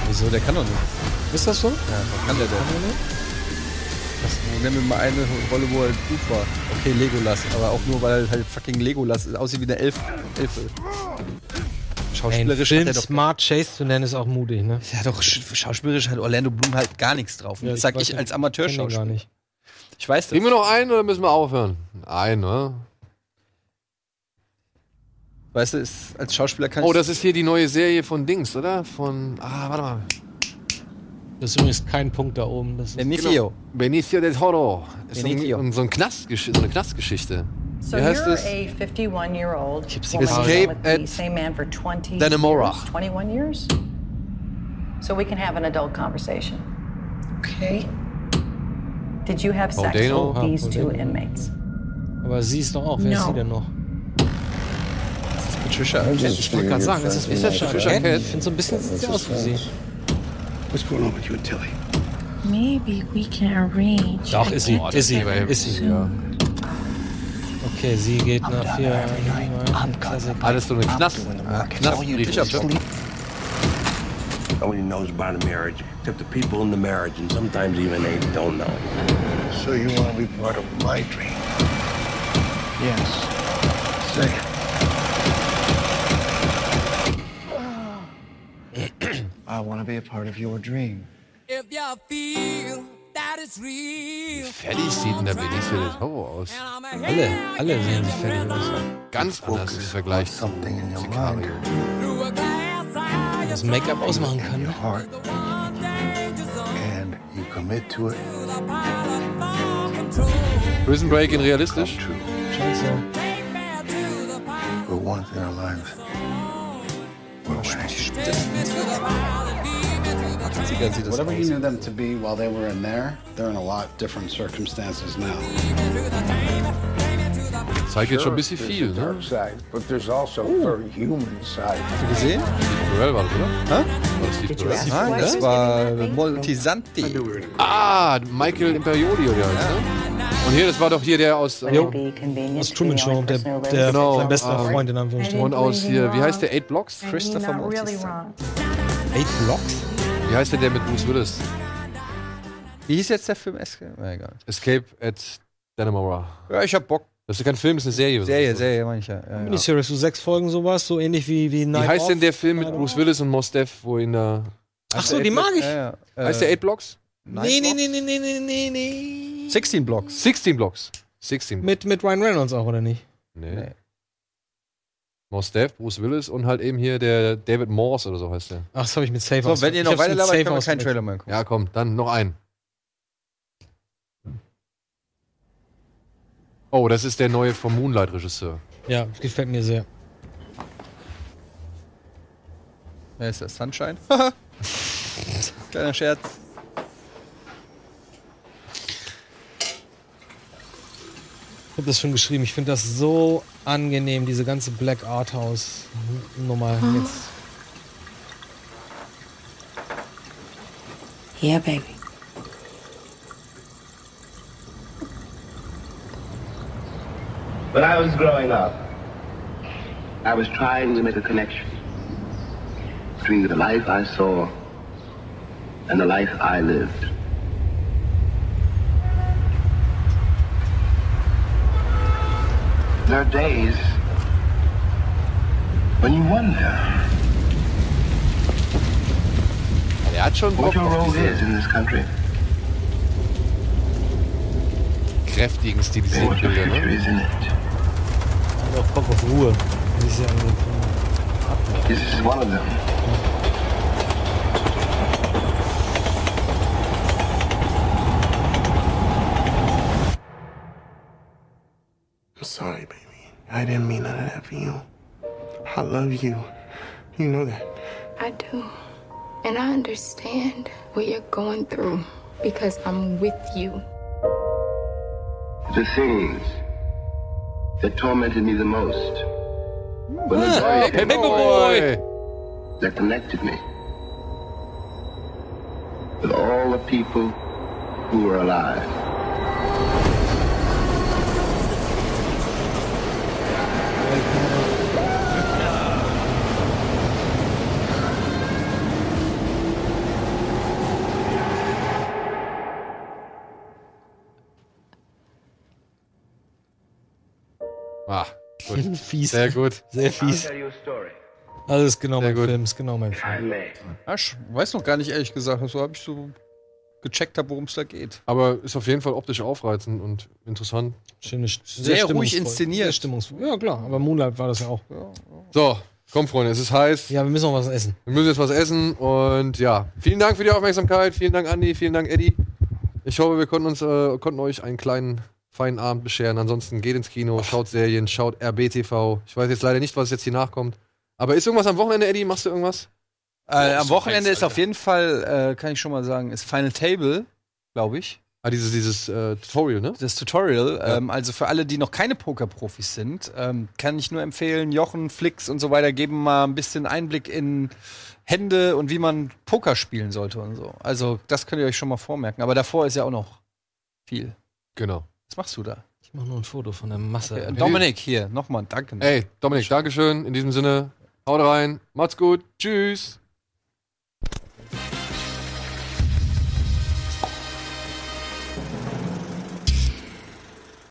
D: Wieso? Der kann doch nichts.
C: Ist das so?
D: Ja, was kann der denn? Das, nehmen wir mal eine Rolle, wo er gut war. Okay, Legolas, aber auch nur, weil er halt fucking Legolas aussieht wie eine Elf Elfe.
C: Ein
D: Schauspielerisch hat
C: Film
D: er doch,
C: Smart Chase zu nennen ist auch mutig, ne?
D: der hat doch sch- schauspielerisch halt Orlando Bloom halt gar nichts drauf.
C: Ja,
D: das
C: ich
D: sag
C: weiß
D: ich
C: nicht. Kenn
D: als
C: den gar
D: Amateurschauspieler.
C: nicht.
D: Ich weiß das.
A: Kriegen wir noch einen oder müssen wir aufhören? Einen, ne?
D: Weißt du, ist, als Schauspieler kann
A: Oh,
D: ich-
A: das ist hier die neue Serie von Dings, oder? Von. Ah, warte mal.
C: Das ist übrigens kein Punkt da oben. Das ist
D: Benicio.
A: Benicio del Toro. Ist so
D: Benicio.
A: ein, so, ein Knastgesch so eine Knastgeschichte.
N: So
A: Wie heißt
N: you're
A: es?
N: a 51 year old
A: Gypsy
N: woman
A: Escape
N: been with the
A: at
N: same man for 20
A: Dannemora.
N: years, 21 years. So we can have an adult conversation. Okay. Did you have sex
C: Bodeno?
N: with
C: Ah,
N: these two
C: Bodeno.
N: inmates?
C: Aber sie ist doch auch. Wer ist
N: No.
C: sie denn noch?
D: Patricia.
C: Ich wollte gerade sagen, ist das ist das schon
A: Fischer
C: Arquette?
A: Cat?
C: Ich finde so ein bisschen sieht sie aus wie sie.
E: What's going on with you and Tilly?
L: Maybe we can arrange.
C: Doch, ist sie.
L: a
C: Ist sie.
L: different-
C: Ist sie. Okay, sie geht nach vier. Klassiker.
A: Alles so eine Knast. Knastgeschichte.
E: Nobody knows about a marriage except the people in the marriage, and sometimes even they don't know. So you want to be part of my dream? Yes. Say it.
K: I want to be a part of your dream.
O: If you feel that it's real.
A: Fertig sieht denn der Benicio del Toro aus.
C: Alle, alle sehen sich fertig aus.
A: Ganz anders im Vergleich zu Sicario.
C: Das Make-up ausmachen kann. ne?
E: And you commit to it.
A: Prison Break in realistisch.
C: Scheint so.
E: We're one in our lives. We're away.
D: 80er sieht das
P: Whatever
D: aus.
P: you knew them to be while they were in there, they're in a lot different circumstances now.
A: Zeigt jetzt schon ein bisschen viel, ne?
E: But there's also a very human side.
D: Hast du gesehen?
A: Steve Carell war das, oder?
D: Hä?
A: War das Steve Carell?
D: Nein, das war Moltisanti.
A: Ah, Michael Imperioli oder wie heißt, ne? Und hier, das war doch hier der aus. äh,
C: Aus Truman Show, der, der
A: Genau,
C: sein bester
A: ähm,
C: Freund in Anführungsstrichen.
A: Und aus hier, wie heißt der? Eight Blocks?
D: Christopher Moltisanti.
C: Eight Blocks?
A: Wie heißt der, der mit Bruce Willis?
D: Wie hieß jetzt der Film? Eske? Na, egal.
A: Escape at Dannemora.
D: Ja, ich hab Bock.
A: Das ist kein Film, das ist eine Serie.
D: Serie, Serie, meine ich ja. ja, ja.
C: Miniseries, so sechs Folgen sowas, so ähnlich wie, wie
A: Wie
C: Night
A: heißt
C: Off. äh,
A: denn der Film mit Bruce Willis und Mos Def, wo ihn da.
C: Ach so, die mag ich.
D: Ja, ja. Äh,
A: Heißt der Eight Blocks?
C: Nee, nee, nee, nee, nee, nee, nee, nee.
D: 16 Blocks.
A: 16 Blocks. 16 Blocks.
C: Mit, mit Ryan Reynolds auch, oder nicht?
A: Nee. Mos Def, Bruce Willis und halt eben hier der David Morse oder so heißt der.
C: Ach, das habe ich mit Safe
D: So, wenn ihr noch weiter labert, kann man
C: kein
D: keinen Trailer mehr gucken.
A: Ja, komm, dann noch einen. Oh, das ist der neue vom Moonlight-Regisseur.
C: Ja, gefällt mir sehr.
D: Da ist der Sunshine. Kleiner Scherz.
Q: Ich habe das schon geschrieben. Ich finde das so angenehm, diese ganze Black Art House Nummer jetzt.
L: Yeah, baby.
E: When I was growing up, I was trying to make a connection between the life I saw and the life I lived. There are days when you wonder
A: Der hat schon
E: what
A: Bock
E: your
A: auf
E: role is in
A: diese
E: this country.
A: kräftigen, stilisierten Bilder, ne?
Q: Ich hab auch Bock auf Ruhe. Wie sie angefangen
E: This is one of them.
R: I'm sorry, baby. I didn't mean none of that for you. I love you. You know that.
J: I do. And I understand what you're going through because I'm with you.
E: The things that tormented me the most were the
A: Ah,
E: joys
A: Paper Boy.
E: that connected me with all the people who were alive.
A: Ah, gut.
Q: Fies.
A: Sehr gut.
Q: Sehr fies. Alles genau mein Film, ist genau mein Film.
D: Ja, ich weiß noch gar nicht, ehrlich gesagt, so habe ich so gecheckt, habe, worum es da geht.
A: Aber ist auf jeden Fall optisch aufreizend und interessant.
Q: Schöne,
D: Sehr, ruhig
Q: stimmungsvoll. Sehr
D: inszeniert.
Q: stimmungsvoll. Ja, klar, aber Moonlight war das ja auch.
A: So, komm, Freunde, es ist heiß.
Q: Ja, wir müssen noch was essen.
A: Wir müssen jetzt was essen und ja. Vielen Dank für die Aufmerksamkeit. Vielen Dank, Andi. Vielen Dank, Eddie. Ich hoffe, wir konnten, uns, äh, konnten euch einen kleinen, feinen Abend bescheren. Ansonsten geht ins Kino, schaut Serien, schaut RBTV. Ich weiß jetzt leider nicht, was jetzt hier nachkommt. Aber ist irgendwas am Wochenende, Eddie? Machst du irgendwas?
D: Äh, am Wochenende ist auf jeden Fall, äh, kann ich schon mal sagen, ist Final Table, glaube ich.
A: Ah, dieses, dieses äh, Tutorial, ne?
D: Das Tutorial. Ähm, also für alle, die noch keine Pokerprofis sind, ähm, kann ich nur empfehlen, Jochen, Flix und so weiter geben mal ein bisschen Einblick in Hände und wie man Poker spielen sollte und so. Also das könnt ihr euch schon mal vormerken. Aber davor ist ja auch noch viel.
A: Genau.
D: Was machst du da?
Q: Ich mache nur ein Foto von der Masse.
D: Äh, Dominik, hier, nochmal, danke.
A: Ey, Dominik, Dankeschön. In diesem Sinne, haut rein, macht's gut, tschüss.